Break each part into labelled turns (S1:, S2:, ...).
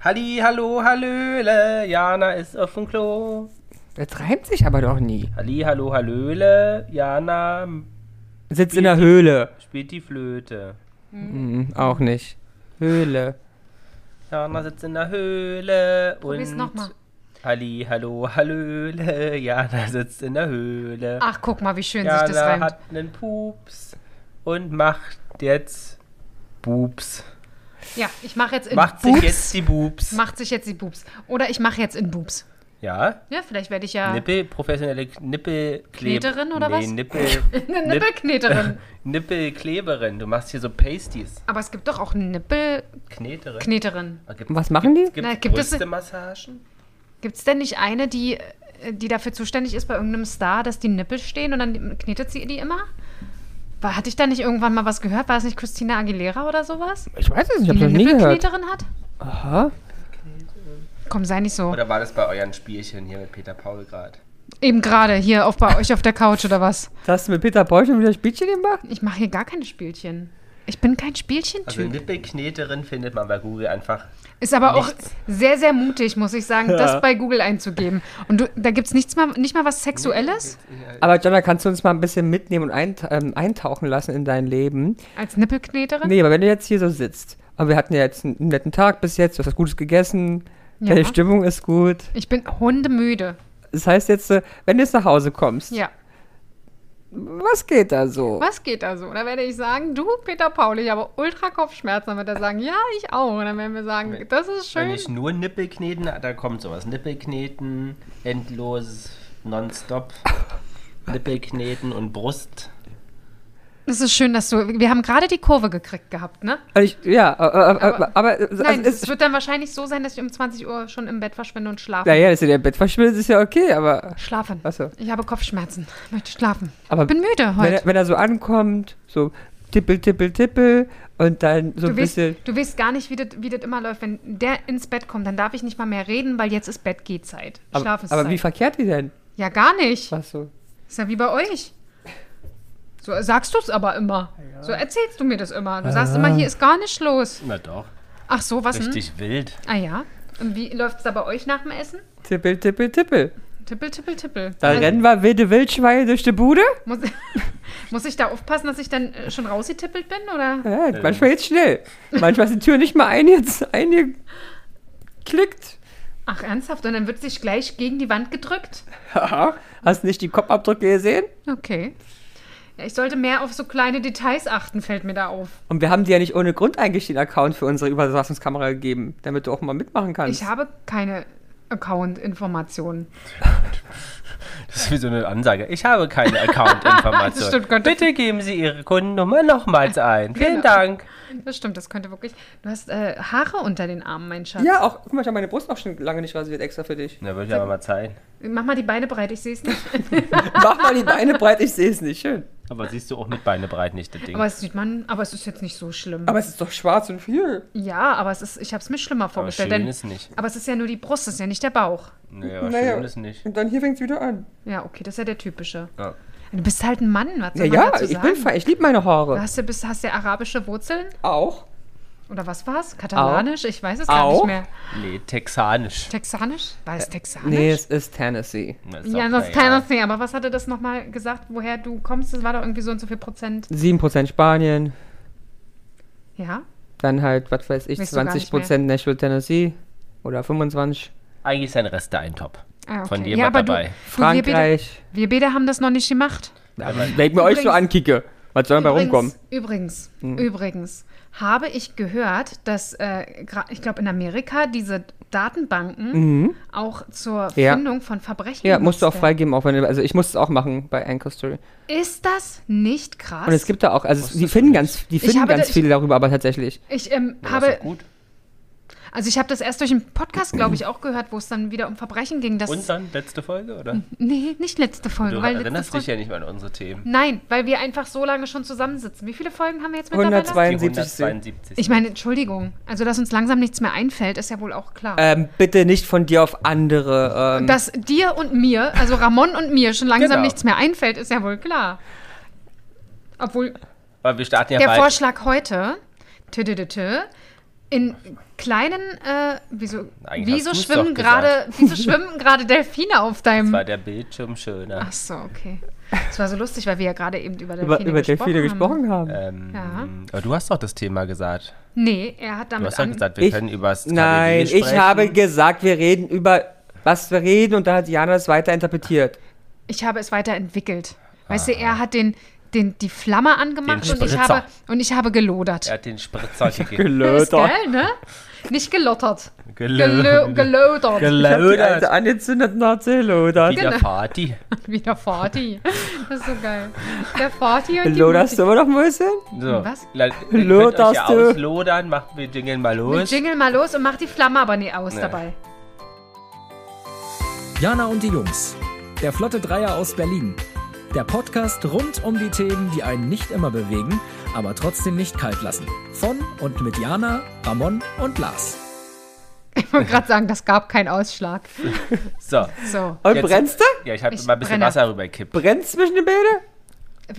S1: Halli, hallo, hallöle, Jana ist auf dem Klo.
S2: Das reimt sich aber doch nie.
S1: Halli, hallo, hallöle, Jana m-
S2: Sitzt in der Höhle.
S1: spielt die Flöte.
S3: Hm.
S1: Hm.
S2: Mhm, auch nicht. Höhle.
S1: Jana sitzt in der Höhle
S3: Probier's
S1: und...
S3: nochmal.
S1: Halli, hallo, hallöle, Jana sitzt in der Höhle.
S3: Ach, guck mal, wie schön Ah, sich das
S1: Jana
S3: reimt.
S1: hat einen Pups und macht jetzt Bups.
S3: Ja, ich mache jetzt in
S1: Macht
S3: Boobs.
S1: sich jetzt die Bups.
S3: macht sich jetzt die Boobs. Oder ich mache jetzt in Boobs.
S1: Ja,
S3: Ja, vielleicht werde ich ja
S1: Nippel, professionelle Nippelkleberin.
S3: Kneterin oder
S1: nee,
S3: was?
S1: Nippel,
S3: eine Nippelkneterin.
S1: Nippelkleberin. Du machst hier so Pasties.
S3: Aber es gibt doch auch Nippelkneterin.
S1: Kneterin. Ah, gibt-
S2: Was machen die?
S1: Gibt
S3: Na,
S1: es
S3: gibt es-
S1: Brüstemassagen?
S3: Gibt es denn nicht eine, die, äh, die dafür zuständig ist bei irgendeinem Star, dass die Nippel stehen und dann knetet sie die immer? War, hatte ich da nicht irgendwann mal was gehört? War es nicht Christina Aguilera oder sowas?
S2: Ich weiß es nicht, ich
S3: Die
S2: habe das
S3: eine
S2: nie gehört.
S3: Nippelkneterin hat?
S2: Aha.
S3: Komm, sei nicht so.
S1: Oder war das bei euren Spielchen hier mit Peter Paul gerade?
S3: Eben gerade hier auf, bei euch auf der Couch oder was?
S2: Das hast du mit Peter Paul schon wieder Spielchen gemacht?
S3: Ich mache hier gar keine Spielchen. Ich bin kein Spielchentyp.
S1: Also Nippelkneterin findet man bei Google einfach.
S3: Ist aber auch
S1: Nichts.
S3: sehr, sehr mutig, muss ich sagen,
S2: Ja.
S3: das bei Google einzugeben. Und du, da gibt es nichts mal, nicht mal was Sexuelles
S2: Aber Jonna, kannst du uns mal ein bisschen mitnehmen und eint ähm, eintauchen lassen in dein Leben?
S3: als Nippelkneterin?
S2: Nee, aber wenn du jetzt hier so sitzt, und wir hatten ja jetzt einen netten Tag bis jetzt, du hast was Gutes gegessen,
S3: Ja.
S2: deine Stimmung ist gut.
S3: Ich bin hundemüde.
S2: Das heißt jetzt, äh, wenn du jetzt nach Hause kommst,
S3: Ja.
S2: was geht da so?
S3: Was geht da so? Da werde ich sagen, du, Peter Paul, ich habe ultra Kopfschmerzen. Dann wird er sagen, ja, ich auch. Und dann werden wir sagen, das ist
S1: Wenn
S3: schön.
S1: ich nur Nippel kneten, da kommt sowas. Nippel kneten, endlos, nonstop. Nippel kneten und Brust.
S3: Es ist schön, dass du. Wir haben gerade die Kurve gekriegt gehabt, ne?
S2: Also ich, ja, aber, aber, aber also
S3: Nein,
S2: es-
S3: es wird dann wahrscheinlich so sein, dass ich um 20 Uhr schon im Bett verschwinde und schlafe.
S2: naja, dass ihr im Bett verschwindet, ist ja okay, aber
S3: Schlafen.
S2: Ach so.
S3: Ich habe Kopfschmerzen. Möchte schlafen.
S2: Aber
S3: bin müde
S2: wenn
S3: heute.
S2: er, wenn er so ankommt, so tippel, tippel, tippel und dann so ein
S3: Du weißt,
S2: bisschen.
S3: du weißt gar nicht, wie das, wie das immer läuft. Wenn der ins Bett kommt, dann darf ich nicht mal mehr reden, weil jetzt ist Bettgehzeit.
S2: Aber,
S3: Schlafenszeit.
S2: aber wie verkehrt die denn?
S3: ja, gar nicht.
S2: Was so?
S3: Ist ja wie bei euch. So sagst du es aber immer. So erzählst du mir das immer.
S2: Ah.
S3: Du sagst immer, hier ist gar nicht los.
S1: Na doch,
S3: Ach so, was hm? denn?
S1: richtig wild.
S3: Ah ja. Und wie läuft es da bei euch nach dem Essen?
S2: Tippel, tippel, tippel.
S3: Tippel, tippel, tippel.
S2: Da
S3: Also,
S2: rennen wir wilde Wildschweine durch die Bude.
S3: muss, muss ich da aufpassen, dass ich dann äh, schon rausgetippelt bin? Oder?
S2: Ja, manchmal jetzt schnell. Manchmal ist die Tür nicht mal ein, jetzt eingeklickt.
S3: Ach, ernsthaft? Und dann wird sich gleich gegen die Wand gedrückt?
S2: Haha. Hast nicht die Kopfabdrücke gesehen?
S3: Okay. Ja, ich sollte mehr auf so kleine Details achten, fällt mir da auf.
S2: Und wir haben dir ja nicht ohne Grund eigentlich den Account für unsere Überwachungskamera gegeben, damit du auch mal mitmachen kannst.
S3: Ich habe keine Account-Informationen.
S1: Das ist wie so eine Ansage. Ich habe keine Account-Information.
S3: Das stimmt, könnte-
S1: Bitte geben Sie Ihre Kundennummer nochmals ein. Vielen Dank.
S3: Das stimmt, das könnte wirklich. Du hast äh, Haare unter den Armen, mein Schatz.
S2: ja, auch, guck mal, ich habe meine Brust auch schon lange nicht rasiert, extra für dich.
S1: Na, würde ich aber mal zeigen.
S3: Mach mal die Beine breit, ich sehe es nicht.
S2: Mach mal die Beine breit, ich sehe es nicht. Schön.
S1: Aber siehst du auch mit Beine breit nicht das Ding.
S3: aber es sieht man, aber es ist jetzt nicht so schlimm.
S2: Aber es ist doch schwarz und viel.
S3: ja, aber es ist, ich habe es mir schlimmer
S1: aber schön
S3: vorgestellt. denn,
S1: ist nicht.
S3: aber es ist ja nur die Brust, es ist ja nicht der Bauch.
S1: Naja, aber
S2: Naja.
S1: schön ist nicht.
S2: Und dann hier fängt es wieder an.
S3: Ja, okay, das ist ja der typische.
S1: Ja.
S3: Du bist halt ein Mann, was
S2: Ja,
S3: soll man
S2: ja
S3: dazu
S2: ich
S3: sagen?
S2: bin fein. Ich liebe meine
S3: du
S2: Haare.
S3: hast, ja- bist, hast ja arabische Wurzeln?
S2: Auch.
S3: Oder was war's? Katalanisch? Ich weiß es gar
S2: Auch?
S3: nicht mehr.
S1: Nee, texanisch.
S3: Texanisch? War es texanisch?
S2: Äh, Nee, es ist Tennessee.
S1: Na, ist
S3: Ja,
S1: doch
S3: das ist
S1: klar,
S3: keiner Thing. Aber was hatte das nochmal gesagt, woher du kommst? Das war doch irgendwie so und so viel Prozent.
S2: 7% Spanien,
S3: Ja?
S2: dann halt, was weiß ich,
S3: Weißt du gar nicht
S2: 20% Nashville, Tennessee oder 25%.
S1: Eigentlich ist ein Resteintopf.
S3: Ah, okay.
S1: Von dir
S3: ja,
S1: war
S3: aber
S1: dabei.
S3: Du, Wir
S2: Frankreich.
S3: beide, wir beide haben das noch nicht gemacht.
S2: Wenn ich mir euch so
S3: Übrigens-
S2: ankicke, was soll denn bei rumkommen? Hm.
S3: Übrigens, übrigens, habe ich gehört, dass, äh, gra- ich glaube, in Amerika diese Datenbanken auch zur
S2: Mhm. Ja.
S3: Findung von Verbrechen
S2: Ja, musst du auch
S3: genutzt werden.
S2: freigeben, auch wenn du, also ich muss es auch machen bei Anchor Story.
S3: Ist das nicht krass?
S2: Und es gibt da auch, also es, die finden ganz, die finden
S3: habe
S2: ganz
S3: da- ich-
S2: viele darüber, aber tatsächlich.
S3: ich ähm,
S1: Ja, ist
S3: habe,
S1: doch gut.
S3: also ich habe das erst durch einen Podcast, glaube ich, auch gehört, wo es dann wieder um Verbrechen ging. Dass,
S1: Und dann letzte Folge, oder?
S3: Nee, nicht letzte Folge.
S1: Du
S3: Mhm. weil
S1: erinnerst
S3: letzte
S1: dich ja nicht mal an unsere Themen.
S3: Nein, weil wir einfach so lange schon zusammensitzen. Wie viele Folgen haben wir jetzt mittlerweile?
S2: 102.
S1: Die
S2: 72.
S1: 172.
S3: Ich meine, Entschuldigung. Also, dass uns langsam nichts mehr einfällt, ist ja wohl auch klar.
S2: Ähm, bitte nicht von dir auf andere. Ähm,
S3: dass dir und mir, also Ramon und mir, schon langsam
S1: Genau.
S3: nichts mehr einfällt, ist ja wohl klar. Obwohl
S1: Weil wir starten ja
S3: der
S1: bald.
S3: Vorschlag heute tü, tü, tü, tü, in kleinen, äh, wieso,
S1: Eigentlich
S3: wieso
S1: hast du's
S3: schwimmen
S1: doch
S3: gerade, wieso schwimmen gerade Delfine auf deinem?
S1: War der Bildschirm schöner.
S3: Ach so, okay. Das war so lustig, weil wir ja gerade eben über Delfine
S2: Über, über
S3: gesprochen
S2: Delfine
S3: haben.
S2: gesprochen haben.
S1: Ähm,
S3: Ja.
S1: Aber du hast doch das Thema gesagt.
S3: Nee, er hat
S1: Du
S3: damit
S1: hast doch
S3: an,
S1: gesagt, wir
S2: Ich-
S1: können über das
S2: Nein,
S1: KDW
S2: ich
S1: sprechen.
S2: habe gesagt, wir reden über was wir reden und da hat Jana es weiter interpretiert.
S3: ich habe es weiterentwickelt. Weißt du, er hat den, den, die Flamme angemacht
S1: Den
S3: und ich,
S1: Spritzer.
S3: habe, und ich habe gelodert.
S1: Er hat den Spritzer gegeben.
S3: Das ist
S2: Gelöter.
S3: geil, ne? Nicht gelottert. Gelö also-
S1: Gelö-
S3: gelodert.
S2: Ich hab die alte
S1: Gelödert.
S2: angezündet und hat sie gelodert.
S3: Genau.
S1: Wieder Party.
S3: Wie der Forti. Das ist so geil. Der Forti und die
S2: Loderst du immer noch ein bisschen?
S1: So.
S3: Was?
S1: La- ihr könnt
S2: Loderst
S1: euch ja
S2: du?
S1: auslodern. Macht wir jingeln mal
S3: Wir
S1: los.
S3: jingeln mal los und mach die Flamme aber nie aus
S1: Ja.
S3: dabei.
S4: Jana und die Jungs. Der Flotte Dreier aus Berlin. Der Podcast rund um die Themen, die einen nicht immer bewegen, aber trotzdem nicht kalt lassen. Von und mit Jana, Ramon und Lars.
S3: Ich wollte gerade sagen, das gab keinen Ausschlag.
S1: So.
S3: So.
S2: Und
S1: Jetzt-
S2: brennst du?
S1: Ja, ich habe
S3: Ich
S1: mal ein bisschen
S3: brenne.
S1: Wasser rübergekippt.
S2: Brennst zwischen den Bädern?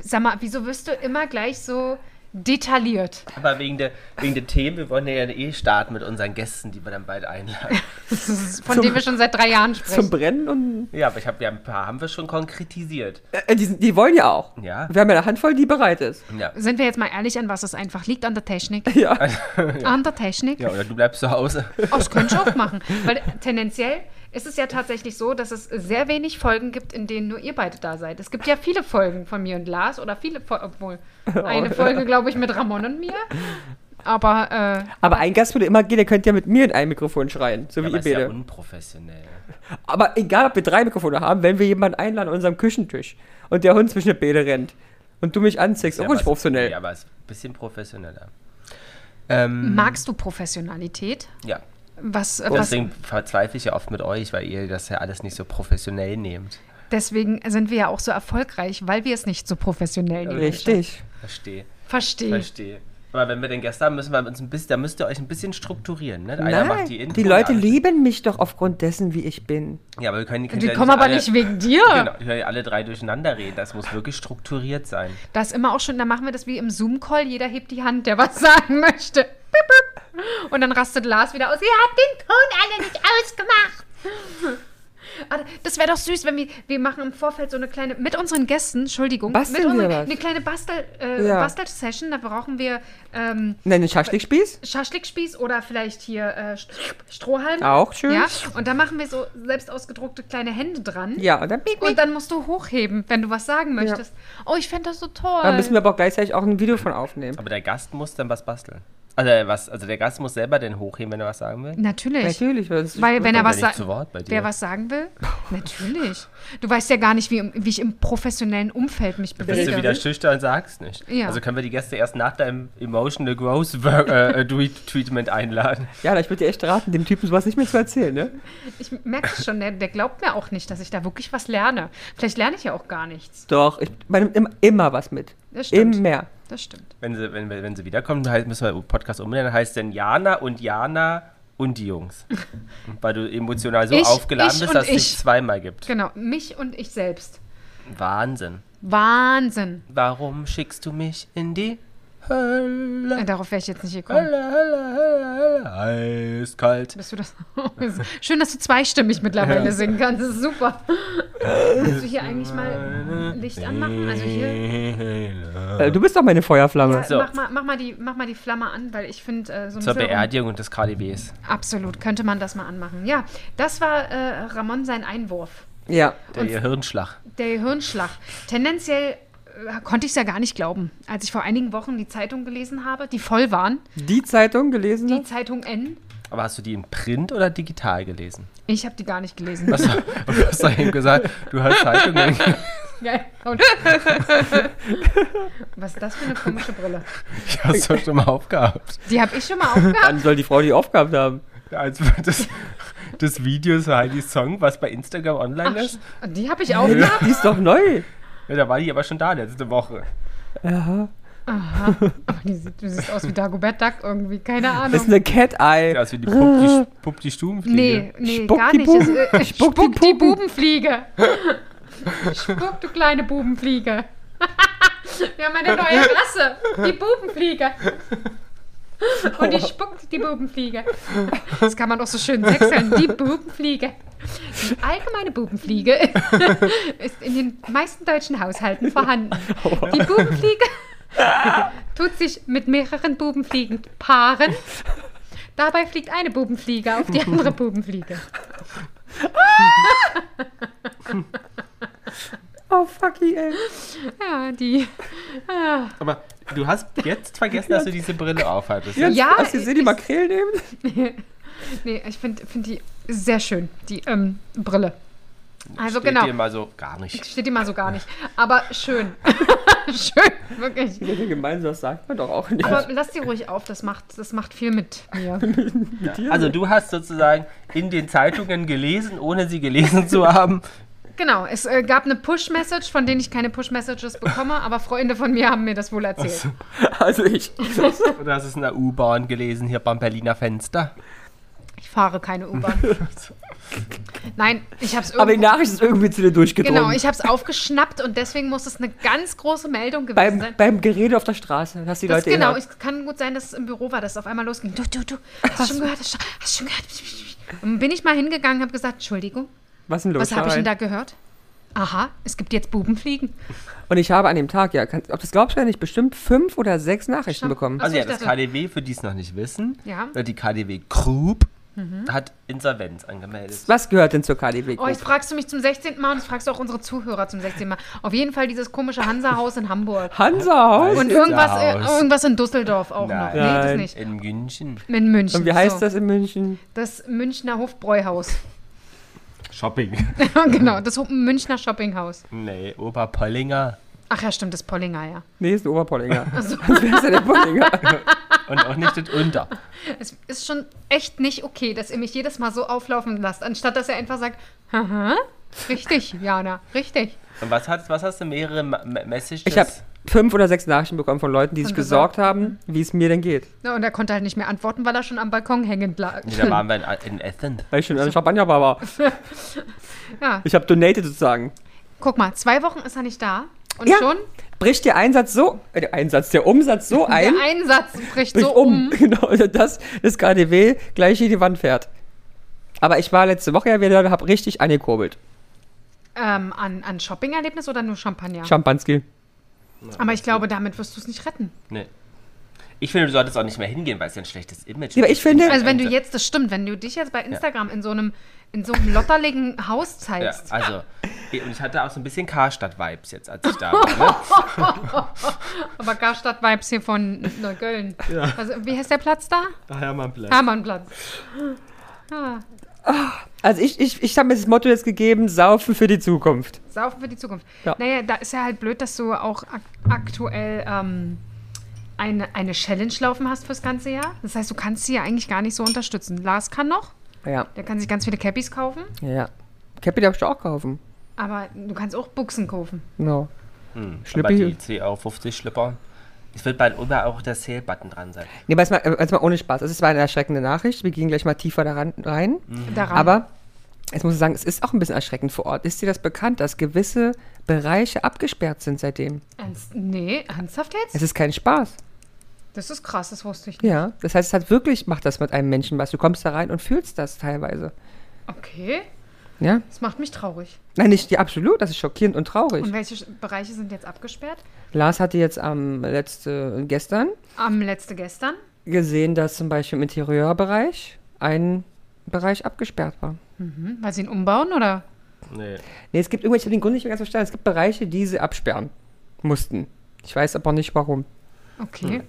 S3: Sag mal, wieso wirst du immer gleich so detailliert?
S1: Aber wegen der, wegen der Themen, wir wollen ja eh starten mit unseren Gästen, die wir dann bald einladen.
S3: Das ist, von
S2: Zum-
S3: dem wir schon seit drei Jahren
S2: Zum
S3: sprechen.
S2: Brennen und.
S1: Ja, aber ich habe ja ein paar, haben wir schon konkretisiert.
S2: Äh, die, die wollen ja auch.
S1: Ja.
S2: Wir haben ja eine Handvoll, die bereit ist.
S1: Ja.
S3: Sind wir jetzt mal ehrlich, an was es einfach liegt? An der Technik?
S2: Ja.
S1: Also-
S3: An der Technik?
S1: Ja, oder du bleibst zu Hause.
S3: Oh, das könnte ich auch machen. Weil tendenziell ist es ja tatsächlich so, dass es sehr wenig Folgen gibt, in denen nur ihr beide da seid. Es gibt ja viele Folgen von mir und Lars oder viele, Fol- obwohl eine Folge, glaube ich, mit Ramon und mir. Aber äh,
S2: Aber ein Gast würde immer gehen, der könnte ja mit mir in ein Mikrofon schreien, so
S1: Ja,
S2: wie
S1: aber
S2: ihr
S1: ist ja
S2: beide.
S1: unprofessionell.
S2: aber egal, ob wir drei Mikrofone haben, wenn wir jemanden einladen an unserem Küchentisch und der Hund zwischen den Bädern rennt und du mich anziehst, auch
S1: aber
S2: nicht
S1: es-
S2: professionell.
S1: Ja, aber es ist ein bisschen professioneller. Ähm,
S3: magst du Professionalität?
S1: ja,
S3: Was, äh, was
S1: deswegen verzweifle ich ja oft mit euch, weil ihr das ja alles nicht so professionell nehmt.
S3: deswegen sind wir ja auch so erfolgreich, weil wir es nicht so professionell nehmen.
S2: Richtig.
S1: Verstehe,
S3: Verstehe.
S1: verstehe. Aber wenn wir den Gäste haben, müssen wir uns ein bisschen, da müsst ihr euch ein bisschen strukturieren. Ne? Einer
S2: Nein,
S1: macht die
S2: die,
S1: Intro. der
S2: Leute
S1: andere-
S2: lieben mich doch aufgrund dessen, wie ich bin.
S1: Ja, aber wir können, können
S3: Die
S1: ja
S3: kommen aber
S1: alle,
S3: nicht wegen dir.
S1: Genau, die können ja alle drei durcheinander reden. Das muss wirklich strukturiert sein.
S3: Das immer auch schon, dann machen wir das wie im Zoom-Call, jeder hebt die Hand, der was sagen möchte. Piep, piep. Und dann rastet Lars wieder aus. Ihr habt den Ton alle nicht ausgemacht. Aber Das wäre doch süß, wenn wir, wir machen im Vorfeld so eine kleine, mit unseren Gästen, Entschuldigung,
S2: Basteln
S3: mit unseren,
S2: wir was?
S3: eine kleine Bastel, äh,
S2: Ja.
S3: Bastel-Session, da brauchen wir ähm,
S2: Nein, einen Schaschlikspieß?
S3: Schaschlikspieß oder vielleicht hier äh, St- Strohhalm.
S2: Auch schön.
S3: Ja, und da machen wir so selbst ausgedruckte kleine Hände dran.
S2: Ja, und dann, piep, piep.
S3: Und dann musst du hochheben, wenn du was sagen möchtest. Oh, ich fände das so toll.
S2: dann müssen wir aber auch gleichzeitig auch ein Video von aufnehmen.
S1: Aber der Gast muss dann was basteln. Also, äh, was, also der Gast muss selber den hochheben, wenn er was sagen will.
S3: Natürlich.
S2: Natürlich, weil es
S3: Weil wenn er
S1: kommt
S3: was
S1: ja nicht
S3: sagt,
S1: zu Wort bei dir.
S3: wer was sagen will, natürlich. Du weißt ja gar nicht, wie, wie ich im professionellen Umfeld mich
S1: Bist du wieder
S3: bewege.
S1: schüchtern und sagst nicht.
S3: Ja.
S1: Also können wir die Gäste erst nach deinem Emotional Growth Work, äh, äh, Tweet- Treatment einladen.
S2: Ja, ich würde dir echt raten, dem Typen sowas nicht mehr zu erzählen, ne?
S3: Ich merke es schon, der, der glaubt mir auch nicht, dass ich da wirklich was lerne. Vielleicht lerne ich ja auch gar nichts.
S2: Doch, ich, man nimmt immer, immer was mit.
S3: Das stimmt.
S2: Immer.
S3: Das stimmt.
S1: Wenn sie, wenn, wir- wenn sie wiederkommen, heißt, müssen wir den Podcast umbenennen, heißt denn Jana und Jana und die Jungs. Weil du emotional so
S3: Ich,
S1: aufgeladen
S3: ich
S1: bist,
S3: und
S1: dass es
S3: ich.
S1: dich zweimal gibt.
S3: Genau, mich und ich selbst.
S1: Wahnsinn.
S3: Wahnsinn.
S1: Warum schickst du mich in die Hölle?
S3: Äh, Darauf wäre ich jetzt nicht gekommen.
S1: Hölle, Hölle, Hölle, Hölle, eiskalt.
S3: Bist du das? Schön, dass du zweistimmig mittlerweile singen kannst. Das ist super. Kannst du hier eigentlich mal Licht anmachen? Also hier.
S2: Äh, du bist doch meine Feuerflamme.
S1: So.
S3: Mach, mal, mach, mal die, mach mal die Flamme an, weil ich finde, äh, so ein
S1: Zur
S3: bisschen-
S1: Beerdigung des KDBs.
S3: Absolut, könnte man das mal anmachen. Ja, das war äh, Ramon sein Einwurf.
S2: Ja.
S1: Der Hirnschlag.
S3: Der Hirnschlag. Tendenziell äh, konnte ich es ja gar nicht glauben, als ich vor einigen Wochen die Zeitung gelesen habe, die voll waren.
S2: Die Zeitung gelesen?
S3: Die
S2: hast?
S3: Zeitung N.
S1: Aber hast du die in Print oder digital gelesen?
S3: Ich habe die gar nicht gelesen.
S1: Was, und du hast da eben gesagt, du hast Zeitungen.
S3: Geil. Und- Was ist das für eine komische Brille?
S1: Ich habe es doch schon mal aufgehabt.
S3: Die habe ich schon mal aufgehabt.
S2: Dann soll die Frau die Aufgabe haben.
S1: Also das, das Video zu Heidi's Song, was bei Instagram online ist,
S3: Die habe ich aufgehabt.
S2: Die ist doch neu.
S1: ja, da war die aber schon da letzte Woche.
S3: Aber die sieht, du siehst aus wie Dagobert Duck irgendwie, keine
S2: Das ist
S3: Ahnung.
S2: eine Cat-Eye.
S1: Also wie die Pupp die, Pupp die Stubenfliege.
S3: Nee, nee,
S2: Spuck
S3: gar
S2: die
S3: nicht. Das,
S2: Buben.
S3: äh,
S2: Spuck die
S3: Spuck die
S2: Buben.
S3: Bubenfliege. Spuck, du kleine Bubenfliege. Wir haben eine neue Rasse. Die Bubenfliege. Und die spuckt die Bubenfliege. Das kann man doch so schön wechseln. Die Bubenfliege. Die allgemeine Bubenfliege ist in den meisten deutschen Haushalten vorhanden. Die Bubenfliege tut sich mit mehreren Bubenfliegen paaren. Dabei fliegt eine Bubenfliege auf die andere Bubenfliege.
S2: Oh, fucky, ey.
S3: Ja, die. Ah.
S1: Aber du hast jetzt vergessen, dass du diese Brille aufhattest.
S2: Jetzt,
S3: Ja,
S2: hast du gesehen, die
S3: ich-
S2: Makrelen nehmen?
S3: Nee, ich finde find die sehr schön, die ähm, Brille. Also
S1: Steht
S3: genau.
S1: dir mal so gar nicht.
S3: Steht die mal so gar nicht. Aber schön. schön, wirklich.
S2: Die sind gemein, das sagt man doch auch nicht.
S3: Aber lass die ruhig auf, das macht, das macht viel mit mir.
S1: Also du hast sozusagen in den Zeitungen gelesen, ohne sie gelesen zu haben.
S3: Genau, es äh, gab eine Push-Message, von denen ich keine Push-Messages bekomme, aber Freunde von mir haben mir das wohl erzählt.
S2: Also ich.
S1: Oder hast es in der U-Bahn gelesen, hier beim Berliner Fenster.
S3: Ich fahre keine U-Bahn. Nein, ich habe es
S2: Aber die
S3: irgendwo...
S2: Nachricht ist irgendwie zu dir durchgedrungen.
S3: Genau, ich habe es aufgeschnappt und deswegen muss es eine ganz große Meldung gewesen
S2: beim,
S3: sein.
S2: beim Gerede auf der Straße, dass die
S3: Das,
S2: Leute
S3: genau,
S2: innerhalb-
S3: es kann gut sein, dass es im Büro war, dass es auf einmal losging. Du, du, du, hast du schon gehört? Hast du schon- hast du schon gehört? Und bin ich mal hingegangen und habe gesagt, Entschuldigung,
S2: was ist denn los?
S3: was habe ich
S2: Nein.
S3: denn da gehört? Aha, es gibt jetzt Bubenfliegen.
S2: Und ich habe an dem Tag, ja, kann, ob das glaubst du nicht, bestimmt fünf oder sechs Nachrichten
S3: Schon.
S2: bekommen.
S3: Ach.
S1: Also ja,
S3: ich
S1: das
S3: dachte-
S1: KDW, für die es noch nicht wissen, äh,
S3: Ja. Mhm.
S1: die KDW Krub hat Insolvenz angemeldet.
S2: Was gehört denn zur KDW?
S3: Oh, jetzt
S2: Group?
S3: fragst du mich zum 16. Mal und jetzt fragst du auch unsere Zuhörer zum 16. Mal. Auf jeden Fall dieses komische Hansa-Haus in Hamburg.
S2: Hansa Haus.
S3: Und irgendwas, äh,
S1: Haus.
S3: irgendwas in Düsseldorf auch noch.
S1: Nein.
S3: Nee, das
S2: Nein.
S3: nicht.
S1: In München.
S3: In München.
S2: Und wie heißt
S3: so.
S2: das in München?
S3: Das Münchner Hofbräuhaus.
S1: Shopping.
S3: genau, das Ho- Münchner Shoppinghaus.
S1: nee, Oberpollinger.
S3: Ach ja, stimmt, das Pollinger, ja.
S2: Nee, ist ein Oberpollinger. Wer ist denn der Pollinger?
S1: Und auch nicht das Unter.
S3: Es ist schon echt nicht okay, dass ihr mich jedes Mal so auflaufen lasst, anstatt dass ihr einfach sagt, haha, richtig, Jana, richtig.
S1: Und was, hat, was hast du mehrere Ma- Ma- Messages?
S2: Ich habe fünf oder sechs Nachrichten bekommen von Leuten, die sich
S3: Und
S2: gesorgt haben, wie es mir denn geht.
S3: Na, und er konnte halt nicht mehr antworten, weil er schon am Balkon hängend lag.
S1: Nee, da waren wir in, in Athens.
S2: Weil ich schon in Champagnerbar war.
S3: Ja.
S2: Ich habe donated sozusagen.
S3: Guck mal, zwei Wochen ist er nicht da und
S2: Ja.
S3: schon
S2: Bricht der Einsatz so, äh, der Einsatz, der Umsatz so ein,
S3: der Einsatz bricht
S2: bricht
S3: so um.
S2: Genau, dass das KDW gleich in die Wand fährt. Aber ich war letzte Woche ja wieder, habe richtig angekurbelt.
S3: Ähm, an, an Shopping-Erlebnis oder nur Champagner?
S2: Champanski.
S3: Aber ich glaube, damit wirst du es nicht retten.
S1: Nee. Ich finde, du solltest auch nicht mehr hingehen, weil es ja ein schlechtes Image
S2: Ja, aber ich finde-
S3: Also wenn du jetzt, das stimmt, wenn du dich jetzt bei Instagram in so einem, in so einem lotterligen Haus
S1: Ja,
S3: zeigst,
S1: also, ich- und ich hatte auch so ein bisschen Karstadt-Vibes jetzt, als ich da war. Ne?
S3: aber Garstadt-Vibes hier von Neukölln. Also, wie heißt der Platz da?
S1: Hermannplatz.
S3: Hermannplatz. Ah,
S2: Also ich, ich, ich habe mir das Motto jetzt gegeben, saufen für die Zukunft.
S3: saufen für die Zukunft.
S2: Ja.
S3: Naja, da ist ja halt blöd, dass du auch ak aktuell ähm, eine, eine Challenge laufen hast fürs ganze Jahr. Das heißt, du kannst sie ja eigentlich gar nicht so unterstützen. Lars kann noch,
S2: Ja,
S3: der kann sich ganz viele Cappies kaufen,
S2: ja, ja. Cappy darfst du auch kaufen.
S3: aber du kannst auch Buchsen kaufen.
S2: Genau.
S1: Aber
S2: Schlüppi.
S1: die 10,50 Euro Schlipper. Es wird bald überall auch der Sale-Button dran sein.
S2: Nee, aber jetzt mal, jetzt mal ohne Spaß. Also Es war eine erschreckende Nachricht. Wir gehen gleich mal tiefer daran rein.
S3: Daran.
S2: Aber jetzt muss ich sagen, es ist auch ein bisschen erschreckend vor Ort. Ist dir das bekannt, dass gewisse Bereiche abgesperrt sind seitdem?
S3: Ernst, nee, ernsthaft jetzt?
S2: Es ist kein Spaß.
S3: Das ist krass, das wusste ich nicht.
S2: Ja. Das heißt, es hat wirklich, macht das mit einem Menschen was. Du kommst da rein und fühlst das teilweise.
S3: Okay,
S2: Ja?
S3: das macht mich traurig.
S2: Nein, nicht ja, absolut. Das ist schockierend und traurig.
S3: Und welche Sch- Bereiche sind jetzt abgesperrt?
S2: Lars hatte jetzt am letzte, gestern
S3: Am letzte gestern.
S2: gesehen, dass zum Beispiel im Interieurbereich ein Bereich abgesperrt war.
S3: Hm, weil sie ihn umbauen oder?
S1: Nee.
S2: Nee, es gibt irgendwelche, ich hab den Grund nicht mehr ganz verstanden. Es gibt Bereiche, die sie absperren mussten. Ich weiß aber nicht warum.
S3: Okay.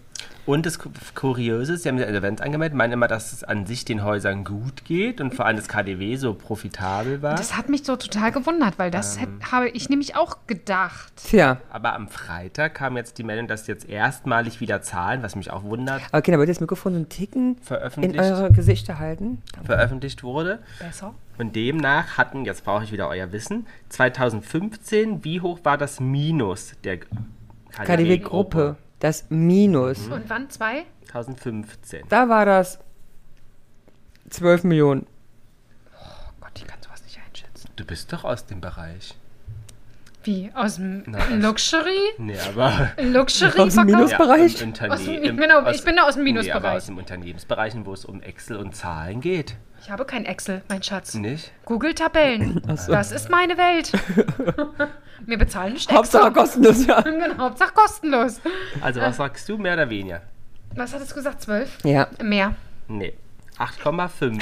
S1: Und das Ku- Kuriose ist, sie haben den Event angemeldet, meinen immer, dass es an sich den Häusern gut geht und vor allem das KDW so profitabel war.
S3: Das hat mich so total gewundert, weil das
S2: Ähm.
S3: hätt- habe ich nämlich auch gedacht.
S2: Tja,
S1: Aber am Freitag kam jetzt die Meldung, dass jetzt erstmalig wieder Zahlen, was mich auch wundert,
S2: aber Kinder, wollt ihr das Mikrofon so einen Ticken in
S1: Veröffentlicht.
S2: eure Gesichter halten?
S1: veröffentlicht wurde.
S3: Besser.
S1: Und demnach hatten, jetzt brauche ich wieder euer Wissen, 2015, wie hoch war das Minus der
S2: KDW-Gruppe, das Minus.
S3: Und wann zwei?
S1: 2015.
S2: Da war das 12 Millionen.
S3: Oh Gott, ich kann sowas nicht einschätzen.
S1: Du bist doch aus dem Bereich.
S3: Wie? Aus dem
S1: Nein.
S3: Luxury?
S1: Nee, aber.
S3: Luxury
S2: Aus dem Minus- Bereich?
S1: Ja, im Unterne-
S3: Aus dem-
S1: im-
S3: genau, ich bin aus dem
S1: Nee, aber
S3: Minusbereich.
S1: aus den Unternehmensbereichen, wo es um Excel und Zahlen geht.
S3: Ich habe kein Excel, mein Schatz.
S2: Hm.
S1: Nicht?
S3: Google-Tabellen. Das ist meine Welt. Mir bezahlen nicht
S2: Hauptsache kostenlos, ja.
S3: Extra. Genau, Hauptsache kostenlos.
S1: Also,
S3: Ah.
S1: was sagst du, mehr oder weniger?
S3: Was hattest du gesagt? Zwölf?
S2: Ja.
S3: Mehr.
S1: Nee. 8,5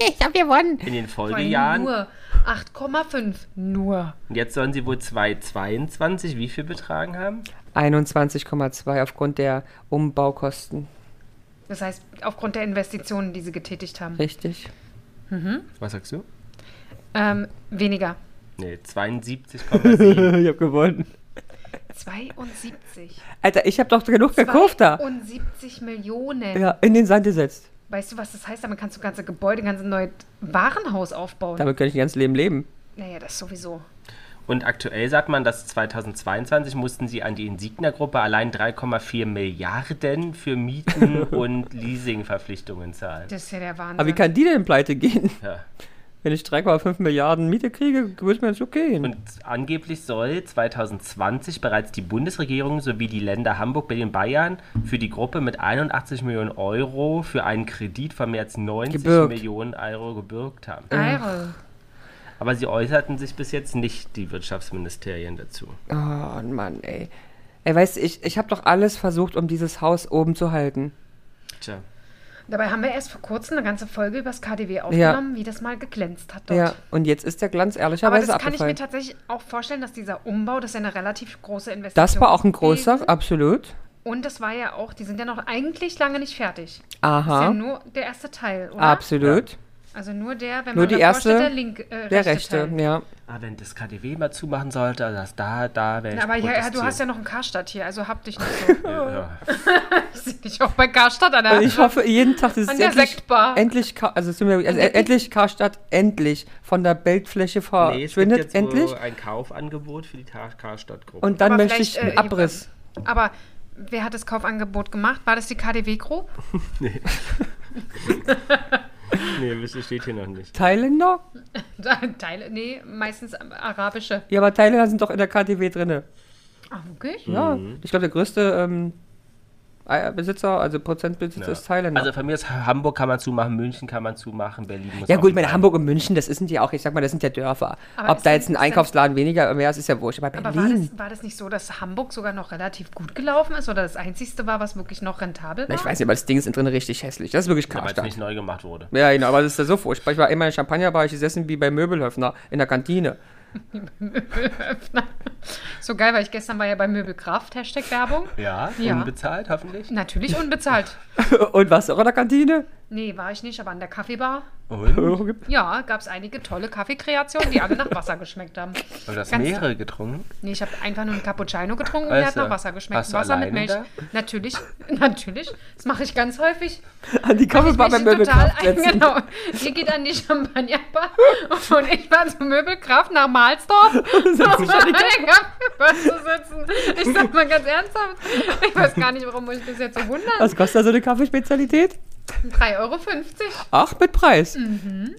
S3: Ich habe gewonnen.
S1: in den
S3: Vor allem
S1: Folgejahren.
S3: Nur 8,5. Nur.
S1: Und jetzt sollen sie wohl 2,22 wie viel betragen haben?
S2: 21,2 aufgrund der Umbaukosten.
S3: Das heißt, aufgrund der Investitionen, die sie getätigt haben.
S2: Richtig.
S1: Was sagst du?
S3: Ähm, weniger.
S1: Nee, 72,7.
S2: Also ich hab gewonnen.
S3: 72.
S2: Alter, ich hab doch genug gekauft da.
S3: 72 Millionen.
S2: Ja, in den Sand gesetzt.
S3: Weißt du, was das heißt? Damit kannst du ganze Gebäude, ganz neues Warenhaus aufbauen.
S2: Damit könnte ich ein ganzes Leben leben.
S3: naja, das sowieso.
S1: Und aktuell sagt man, dass 2022 mussten sie an die Insignia-Gruppe allein 3,4 Milliarden für Mieten und Leasingverpflichtungen zahlen.
S3: Das ist ja der Wahnsinn.
S2: Aber wie kann die denn pleite gehen?
S1: Ja.
S2: Wenn ich 3,5 Milliarden Miete kriege, würde mir das okay gehen.
S1: Und angeblich soll 2020 bereits die Bundesregierung sowie die Länder Hamburg, Berlin, Bayern für die Gruppe mit 81 Millionen Euro für einen Kredit von mehr als 90
S2: Gebürgt.
S1: Millionen Euro gebürgt haben.
S3: Eire.
S1: Aber sie äußerten sich bis jetzt nicht, die Wirtschaftsministerien, dazu.
S2: Oh Mann, ey. Ey, weißt du, ich, ich habe doch alles versucht, um dieses Haus oben zu halten.
S1: Tja.
S3: Dabei haben wir erst vor kurzem eine ganze Folge über das KDW aufgenommen, wie das mal geglänzt hat dort.
S2: Ja, und jetzt ist der Glanz
S3: Aber
S2: ehrlicherweise
S3: das kann ich mir
S2: abgefallen.
S3: tatsächlich auch vorstellen, dass dieser Umbau, das ist ja eine relativ große Investition.
S2: Das war auch ein großer,
S3: gewesen.
S2: absolut.
S3: Und das war ja auch, die sind ja noch eigentlich lange nicht fertig. Das ist ja
S2: Aha,
S3: nur der erste Teil, oder?
S2: absolut.
S3: Also nur der, wenn
S2: Nur
S3: man
S2: die
S3: davor
S2: erste,
S3: steht, der, link, äh,
S2: Der
S3: rechte.
S2: rechte,
S3: Teil.
S2: ja.
S1: Aber Ah, wenn das KDW mal zumachen sollte, also das da, da wäre ich
S3: Na, Aber ja, du
S1: protestieren.
S3: hast ja noch einen Karstadt hier, also hab dich nicht so.
S1: Ja.
S3: ich seh dich auch bei Karstadt an der
S2: Ich hoffe jeden Tag, das ist
S3: An der
S2: endlich,
S3: Sektbar.
S2: endlich, Ka- also, es tut mir- also äh, endlich Karstadt, endlich von der Bildfläche
S1: Nee, es gibt
S2: verschwindet,
S1: jetzt endlich?
S2: endlich.
S1: Wohl ein Kaufangebot für die Tar- Karstadt-Gruppe.
S2: Und dann
S3: Aber
S2: möchte ich einen
S3: vielleicht, äh,
S2: Abriss.
S3: Aber wer hat das Kaufangebot gemacht? War das die KDW Group?
S1: Nee, das steht hier noch nicht.
S2: Thailänder?
S3: Teile, nee, meistens arabische.
S2: Ja, aber Thailänder sind doch in der KTW drinne.
S3: Ah, wirklich?
S1: Mhm.
S2: Ja, ich glaube, der größte ähm, Ei- Besitzer, also Prozentbesitzer
S1: Ja.
S2: ist Thailänder.
S1: Also von mir aus Hamburg kann man zumachen, München kann man zumachen, Berlin muss
S2: ja
S1: auch
S2: gut, ich meine,
S1: zumachen.
S2: Hamburg und München, das sind ja auch, ich sag mal, das sind ja Dörfer.
S3: Aber
S2: Ob
S3: ist
S2: da jetzt
S3: denn-
S2: ein
S3: ist denn-
S2: Einkaufsladen weniger oder mehr ist, ist ja wurscht. Aber
S3: Aber war
S2: Berlin,
S3: das, war das nicht so, dass Hamburg sogar noch relativ gut gelaufen ist oder das einzigste war, was wirklich noch rentabel
S2: na,
S3: war?
S2: ich weiß nicht, aber das Ding ist innen drin richtig hässlich. Das ist wirklich
S1: Aber es
S2: Karstadt.
S1: nicht neu gemacht wurde.
S2: Ja, genau, aber das ist ja so furchtbar. Ich war immer in Champagner, war ich gesessen wie bei Möbelhöfner in der Kantine.
S3: So geil, weil ich gestern war ja bei Möbelkraft, Hashtag Werbung.
S1: Ja,
S3: Ja.
S1: unbezahlt hoffentlich.
S3: Natürlich unbezahlt.
S2: Und warst du auch in der Kantine?
S3: Nee, war ich nicht, aber an der Kaffeebar.
S1: Und,
S2: Und
S3: Ja, gab es einige tolle Kaffeekreationen, die alle nach Wasser geschmeckt haben.
S1: und das
S3: Ganz-
S1: mehrere getrunken?
S3: Nee, ich habe einfach nur einen Cappuccino getrunken und der
S1: Weißt
S3: hat
S1: du,
S3: nach Wasser geschmeckt.
S1: warst du
S3: Wasser mit
S1: alleine
S3: Milch.
S1: da?
S3: Natürlich, natürlich. Das mache ich ganz häufig.
S2: An die Kaffeebar bei
S3: Ich bin total
S2: Möbelkraft
S3: ein,
S2: setzen.
S3: genau. Ihr geht an die Champagnerbar und ich war zur Möbelkraft nach Mahlsdorf, um
S2: Setz
S3: an
S2: dich an die
S3: der Kaffeebar zu sitzen. Ich sag mal ganz ernsthaft, ich weiß gar nicht, warum ich das jetzt so wundern.
S2: Was kostet da so eine Kaffeespezialität?
S3: 3,50 Euro
S2: Ach, mit Preis.
S3: Mhm.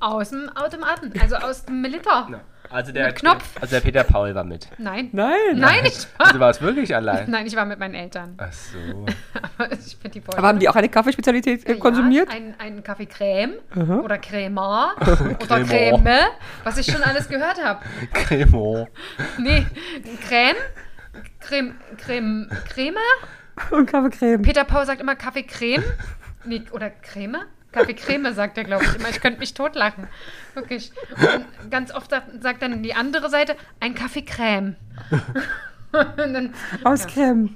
S3: aus dem Automaten, also aus dem Militer.
S1: Also der,
S3: Mit Knopf.
S1: also der Peter Paul war mit.
S3: Nein. Nein,
S2: Nein.
S3: ich war,
S1: Also war es wirklich allein?
S3: nein, ich war mit meinen Eltern.
S1: Ach so.
S3: Ich bin die
S2: Aber haben die auch eine Kaffeespezialität äh, konsumiert?
S3: Ja, einen, einen Kaffee Creme oder Crema oder
S1: Cremor.
S3: Creme, was ich schon alles gehört habe.
S1: Cremo.
S3: Nee, Creme, Creme, Creme, Creme.
S2: Und Kaffeecreme.
S3: Peter Paul sagt immer Kaffee Creme. Nee, oder Creme? Kaffee Creme sagt er, glaube ich immer. Ich könnte mich totlachen. Wirklich. Und ganz oft sagt, sagt dann die andere Seite ein Kaffee Creme. Und dann
S2: Aus Creme.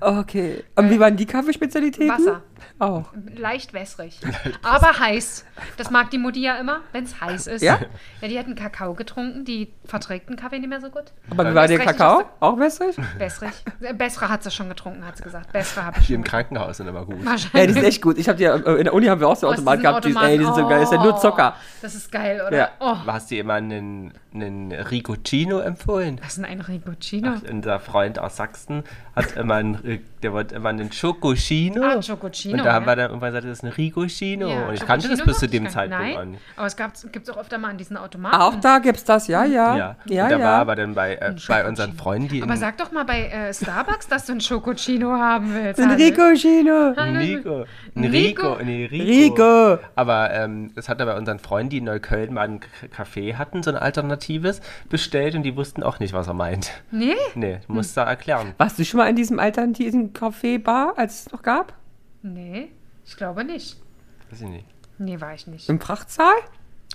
S2: Okay. Und wie waren die Kaffeespezialitäten?
S3: Äh, Wasser.
S2: Auch.
S3: Leicht wässrig, aber heiß. Das mag die Mutti ja immer, wenn es heiß ist.
S2: Ja?
S3: ja, die hat einen Kakao getrunken, die verträgt einen Kaffee nicht mehr so gut.
S2: Aber wie war der
S3: Wässrig,
S2: Kakao?
S3: hast
S2: Auch wässrig?
S3: Bessere, Bessere hat sie schon getrunken, hat sie gesagt. Bessere habe ich
S1: Die
S3: schon.
S1: im Krankenhaus sind aber gut.
S2: Ja, die
S3: Wahrscheinlich. Oh,
S2: sind echt gut. Ich hab die, ja, äh, in der Uni haben wir auch so
S3: aus
S2: Automaten
S3: diesem
S2: gehabt. Die,
S3: Automaten.
S2: ey, die sind so geil. Das ist ja nur Zucker.
S3: Oh, Das ist geil, oder?
S2: Ja.
S3: Oh,
S1: Hast du dir immer einen, einen Ricochino empfohlen?
S3: was ist denn ein Rigoccino?
S1: Unser Freund aus Sachsen hat immer einen, äh, der wollte immer einen Schokoschino.
S3: Ah, Chocochino.
S1: Und
S3: Rigosino.
S1: da haben wir
S3: ja.
S1: dann irgendwann gesagt, das ist ein Rigosino.
S3: Ja,
S1: und ich kannte das
S3: Rigosino
S1: bis zu
S3: mochte ich
S1: dem
S3: gar nicht.
S1: Zeitpunkt
S3: Nein,
S1: auch nicht.
S3: aber es gibt es auch öfter mal an diesen Automaten.
S2: Auch da gibt's das, ja, ja.
S1: Ja,
S2: ja,
S1: und da
S2: ja.
S1: war aber dann bei, äh, bei unseren Freunden, die
S3: aber
S1: in
S3: sag doch mal bei äh, Starbucks, dass du einen Schokocino haben willst. Hannes.
S2: Enrico Chino.
S1: Nico,
S3: Nico?
S1: Nico, nee, Rico.
S2: Rico.
S1: Aber ähm, es hat er bei unseren Freunden, die in Neukölln mal ein K- Café hatten, so ein alternatives, bestellt und die wussten auch nicht, was er meint.
S3: Nee?
S1: Nee,
S3: Hm.
S1: muss da erklären.
S2: Warst du schon mal in diesem alternativen Café-Bar, als es noch gab?
S3: Nee, ich glaube nicht.
S1: Weiß ich nicht.
S3: Nee, war ich nicht.
S2: Im Prachtsaal?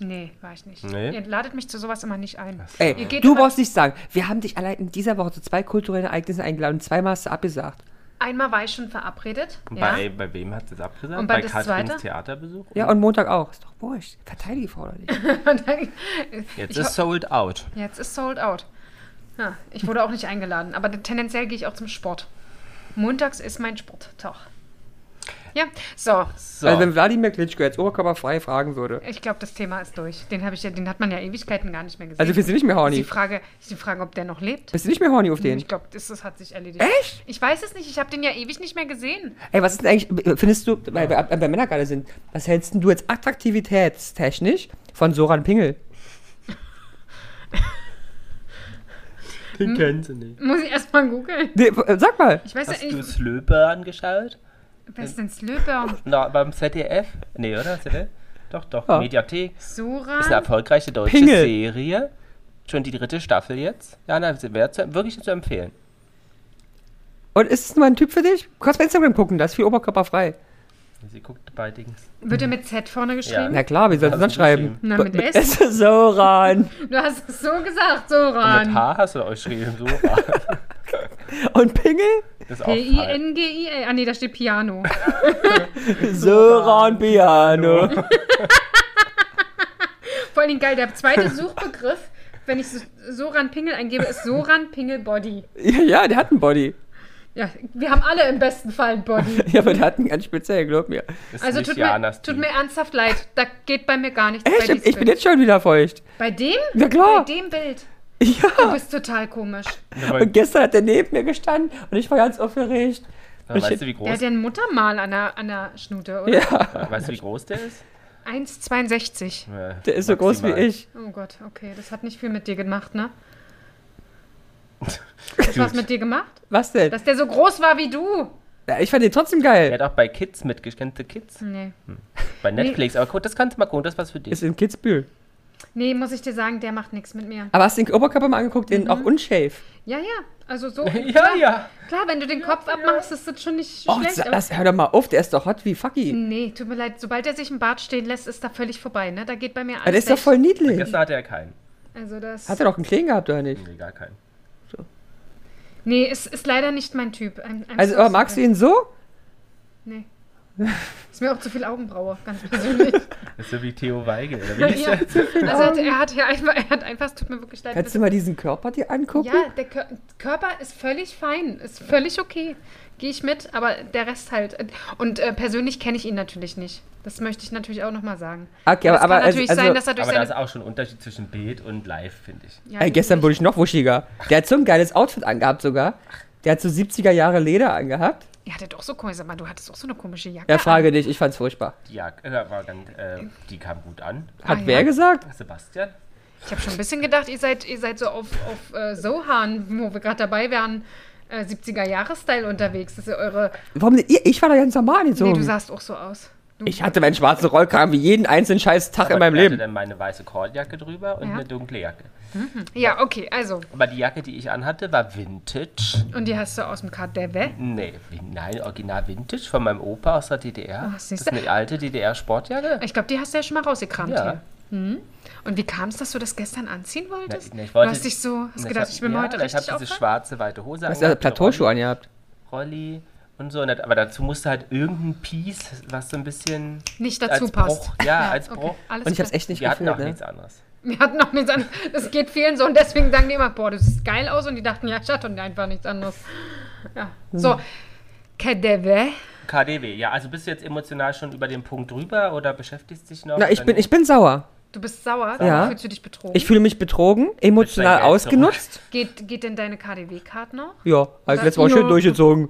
S3: Nee, war ich nicht.
S1: Hm? Nee?
S3: Ihr ladet mich zu sowas immer nicht ein. Ihr
S2: Ey,
S3: geht
S2: du
S3: immer-
S2: brauchst nicht sagen. Wir haben dich allein in dieser Woche zu zwei kulturellen Ereignissen eingeladen und zweimal hast du abgesagt.
S3: Einmal war ich schon verabredet.
S1: Und
S3: Ja.
S1: Bei, bei wem hat sie es abgesagt?
S3: Und bei das
S1: Katrins
S3: Zweite?
S1: Theaterbesuch?
S2: Ja, und Montag auch. Ist doch wurscht. Verteidige förderlich.
S3: Und dann-
S1: Jetzt
S3: ich
S1: ist sold out.
S3: ho- jetzt ist sold out. Ja, ich wurde auch nicht eingeladen, aber tendenziell gehe ich auch zum Sport. Montags ist mein Sporttag. Ja, so,
S1: So.
S2: Also wenn Wladimir Klitschko jetzt oberkörperfrei fragen würde.
S3: ich glaube, das Thema ist durch. Den, hab ich ja, den hat man ja Ewigkeiten gar nicht mehr gesehen.
S2: Also bist du nicht mehr
S3: ist die
S2: horny?
S3: Frage, ist die Frage, ob der noch lebt.
S2: Bist du nicht mehr horny auf den?
S3: Ich glaube, das, das hat sich erledigt.
S2: Echt?
S3: Ich weiß es nicht, ich habe den ja ewig nicht mehr gesehen.
S2: Ey, was ist denn eigentlich, findest du, weil wir äh, bei Männer gerade sind, was hältst denn du jetzt attraktivitätstechnisch von Soran Pingel?
S3: Hm?
S1: Den kennen sie nicht.
S3: Muss ich erstmal googeln.
S2: Nee, äh, sag mal.
S3: Also Ich weiß
S1: Hast
S3: ja
S1: du
S3: nicht,
S1: Slöper angeschaut?
S3: wer ist denn Slöper?
S1: Na, beim ZDF? Nee, oder? ZDF? Doch, doch.
S3: Ah.
S2: Ja.
S1: Mediathek. Ist eine
S3: Sura.
S1: erfolgreiche deutsche
S2: Pingel.
S1: Serie. Schon die dritte Staffel jetzt. Ja, na, wäre zu, wirklich zu empfehlen.
S2: Und ist es mal ein Typ für dich? Du kannst bei Instagram gucken, da ist viel oberkörperfrei.
S1: Sie guckt bei Dings.
S3: Wird er mit Z vorne geschrieben?
S2: Na klar, wie sollst du
S1: Hast
S2: sonst
S1: du
S2: schreiben?
S3: Na, mit S?
S2: Soran.
S3: Du hast es so gesagt,
S1: Mit
S3: Soran.
S1: H hast du euch geschrieben. So war
S2: Und Pingel?
S1: das auch falsch.
S3: P-I-N-G-I-L. Ah, nee, da steht Piano.
S2: Soran Piano.
S3: Vor allen Dingen geil, der zweite Suchbegriff, wenn ich so- Soran Pingel eingebe, ist Soran Pingel Body.
S2: Ja, der hat einen Body.
S3: Ja, wir haben alle im besten Fall ein Body.
S2: Ja, aber der hat einen ganz speziellen, glaub mir.
S1: Ist
S3: Also
S1: nicht
S3: tut mir,
S1: Janas
S3: tut
S1: Team.
S3: mir ernsthaft leid. Da geht bei mir gar nichts.
S2: Echt?
S3: bei diesem
S2: Ich bin
S3: Bild.
S2: jetzt schon wieder feucht.
S3: bei dem?
S2: Na klar. Ah.
S3: Bei dem Bild. Du
S2: Ja.
S3: bist total komisch.
S1: Aber,
S2: Und gestern hat er neben mir gestanden und ich war ganz aufgeregt.
S1: aber weißt, du, wie
S3: Der hat
S1: groß,
S3: ja ein Muttermal an der, an der Schnute, oder?
S2: Ja,
S1: weißt du, wie groß der ist?
S3: 1,62.
S1: Ja,
S2: der ist so groß wie
S1: maximal.
S2: ich.
S3: Oh Gott, okay. Das hat nicht viel mit dir gemacht, ne?
S1: Dude,
S3: Hat was mit dir gemacht?
S2: Was denn?
S3: Dass der so groß war wie du.
S2: Ja, ich fand den trotzdem
S1: der
S2: geil.
S1: hat auch bei Kids mitgespielt. Kennst du Kids?
S3: Nee.
S1: Bei Netflix. Aber guck, das kannst du mal gucken. Das ist was für dich.
S2: Ist in Kitzbühel.
S3: Nee, muss ich dir sagen, der macht nichts mit mir.
S2: Aber hast du den Oberkörper mal angeguckt,
S3: Mhm.
S2: den auch unschäf?
S3: Ja, ja. Also so.
S1: ja,
S3: klar,
S1: ja.
S3: Klar, wenn du den Kopf abmachst, ist das schon nicht
S2: Oh,
S3: schlecht.
S2: sa-
S3: aber- Hm,
S2: das, hör doch mal auf, der ist doch hot wie Fucky.
S3: Nee, tut mir leid. Sobald er sich im Bart stehen lässt, ist da völlig vorbei, ne? Da geht bei mir alles.
S2: Aber der ist doch
S3: weg.
S2: voll niedlich.
S1: Gestern hatte er keinen.
S3: Also das.
S2: Hat er doch einen Kleen gehabt, oder
S3: Hm.
S2: nicht?
S1: Nee, gar keinen.
S3: Nee, es ist leider nicht mein Typ. I'm- I'm
S2: Also,
S3: so
S2: aber magst du
S3: sorry.
S2: ihn so?
S3: Nee. Ist mir auch zu viel Augenbraue, ganz persönlich.
S1: Das ist so wie Theo Weigel. Oder wie
S3: ja. Also er hat, er hat ja einfach, er hat einfach, es tut mir wirklich leid.
S2: Kannst du mal diesen Körper dir angucken?
S3: Ja, der Kör Körper ist völlig fein, ist völlig okay. Gehe ich mit, aber der Rest halt. Und äh, persönlich kenne ich ihn natürlich nicht. Das möchte ich natürlich auch nochmal sagen.
S2: Okay,
S3: Aber es
S2: aber- aber
S3: kann
S2: also-
S3: natürlich
S2: also-
S3: sein, dass er durch
S1: Aber da ist
S3: seine...
S1: auch schon ein Unterschied zwischen Bild und Live, finde ich.
S3: Ja,
S2: Ey, gestern
S3: natürlich.
S2: wurde ich noch wuschiger. Der hat so ein geiles Outfit angehabt sogar. Der hat so 70er Jahre Leder angehabt.
S3: Er hatte doch so komisch, sag mal, du hattest auch so eine komische Jacke.
S2: Ja, frage dich, ich fand's furchtbar.
S1: Die, Jagd, äh, war ganz, äh, die kam gut an.
S2: Hat
S3: Ah, ja.
S2: wer gesagt?
S1: Sebastian?
S3: an. Ich habe schon ein bisschen gedacht, ihr seid, ihr seid so auf, auf äh, Sohan, wo wir gerade dabei wären, äh, 70er-Jahre-Style unterwegs. Das ist ja eure...
S2: Warum denn ihr? Ich war da ganz normal
S3: Nee,
S2: angezogen.
S3: du sahst auch so aus. Du,
S2: ich hatte meinen schwarzen Rollkragen wie jeden einzelnen scheiß Tag in meinem
S1: ich hatte
S2: Leben.
S1: dann meine weiße Kordjacke drüber und
S3: Ja.
S1: eine dunkle Jacke.
S3: ja, okay, also.
S1: Aber die Jacke, die ich anhatte, war Vintage.
S3: Und die hast du aus dem Kadewe.
S1: Nee, Vin- nein, original Vintage von meinem Opa aus der DDR.
S3: Ach,
S1: das ist
S3: Ah, siehste.
S1: eine alte DDR-Sportjacke.
S3: Ich glaube, die hast du ja schon mal rausgekramt
S1: Ja.
S3: hier. Hm? Und wie kam es, dass du das gestern anziehen wolltest?
S1: Na, ich
S3: du
S1: wollte-
S3: hast dich so, hast
S1: Na,
S3: gedacht,
S1: hab-
S3: ich bin
S1: ja,
S3: mal heute
S1: na, Ich
S3: richtig
S1: habe diese
S3: auf.
S1: schwarze, weite Hose
S2: Hast du also
S1: eine
S2: Plateauschuhe angehabt?
S1: Rolli und so. Und das- aber dazu musste halt irgendein Piece, was so ein bisschen...
S3: Nicht dazu
S1: als
S3: passt.
S1: Bruch, ja, als
S3: okay,
S1: Bruch.
S3: Alles
S2: Und ich hab's
S3: klar.
S2: echt nicht
S1: Wir hatten
S2: gefühlt,
S1: auch
S2: ne?
S1: nichts anderes.
S3: Wir hatten noch nichts anderes. Das geht vielen so und deswegen sagen die immer, boah, du siehst geil aus und die dachten, ja, ich hatte einfach nichts anderes. Ja.
S2: Hm.
S3: So, Kadewe.
S1: KDW, ja, also bist du jetzt emotional schon über den Punkt drüber oder beschäftigst dich noch?
S2: Na, ich
S1: Dann-
S2: bin, ich bin sauer.
S3: Du bist sauer,
S2: Ja.
S3: fühlst du dich betrogen?
S2: Ich fühle mich betrogen, emotional
S1: Geld zurück.
S2: ausgenutzt.
S3: geht, geht denn deine KDW-Card noch?
S2: Ja, also
S3: Sag-
S2: letztes Mal
S3: Ja.
S2: schön durchgezogen.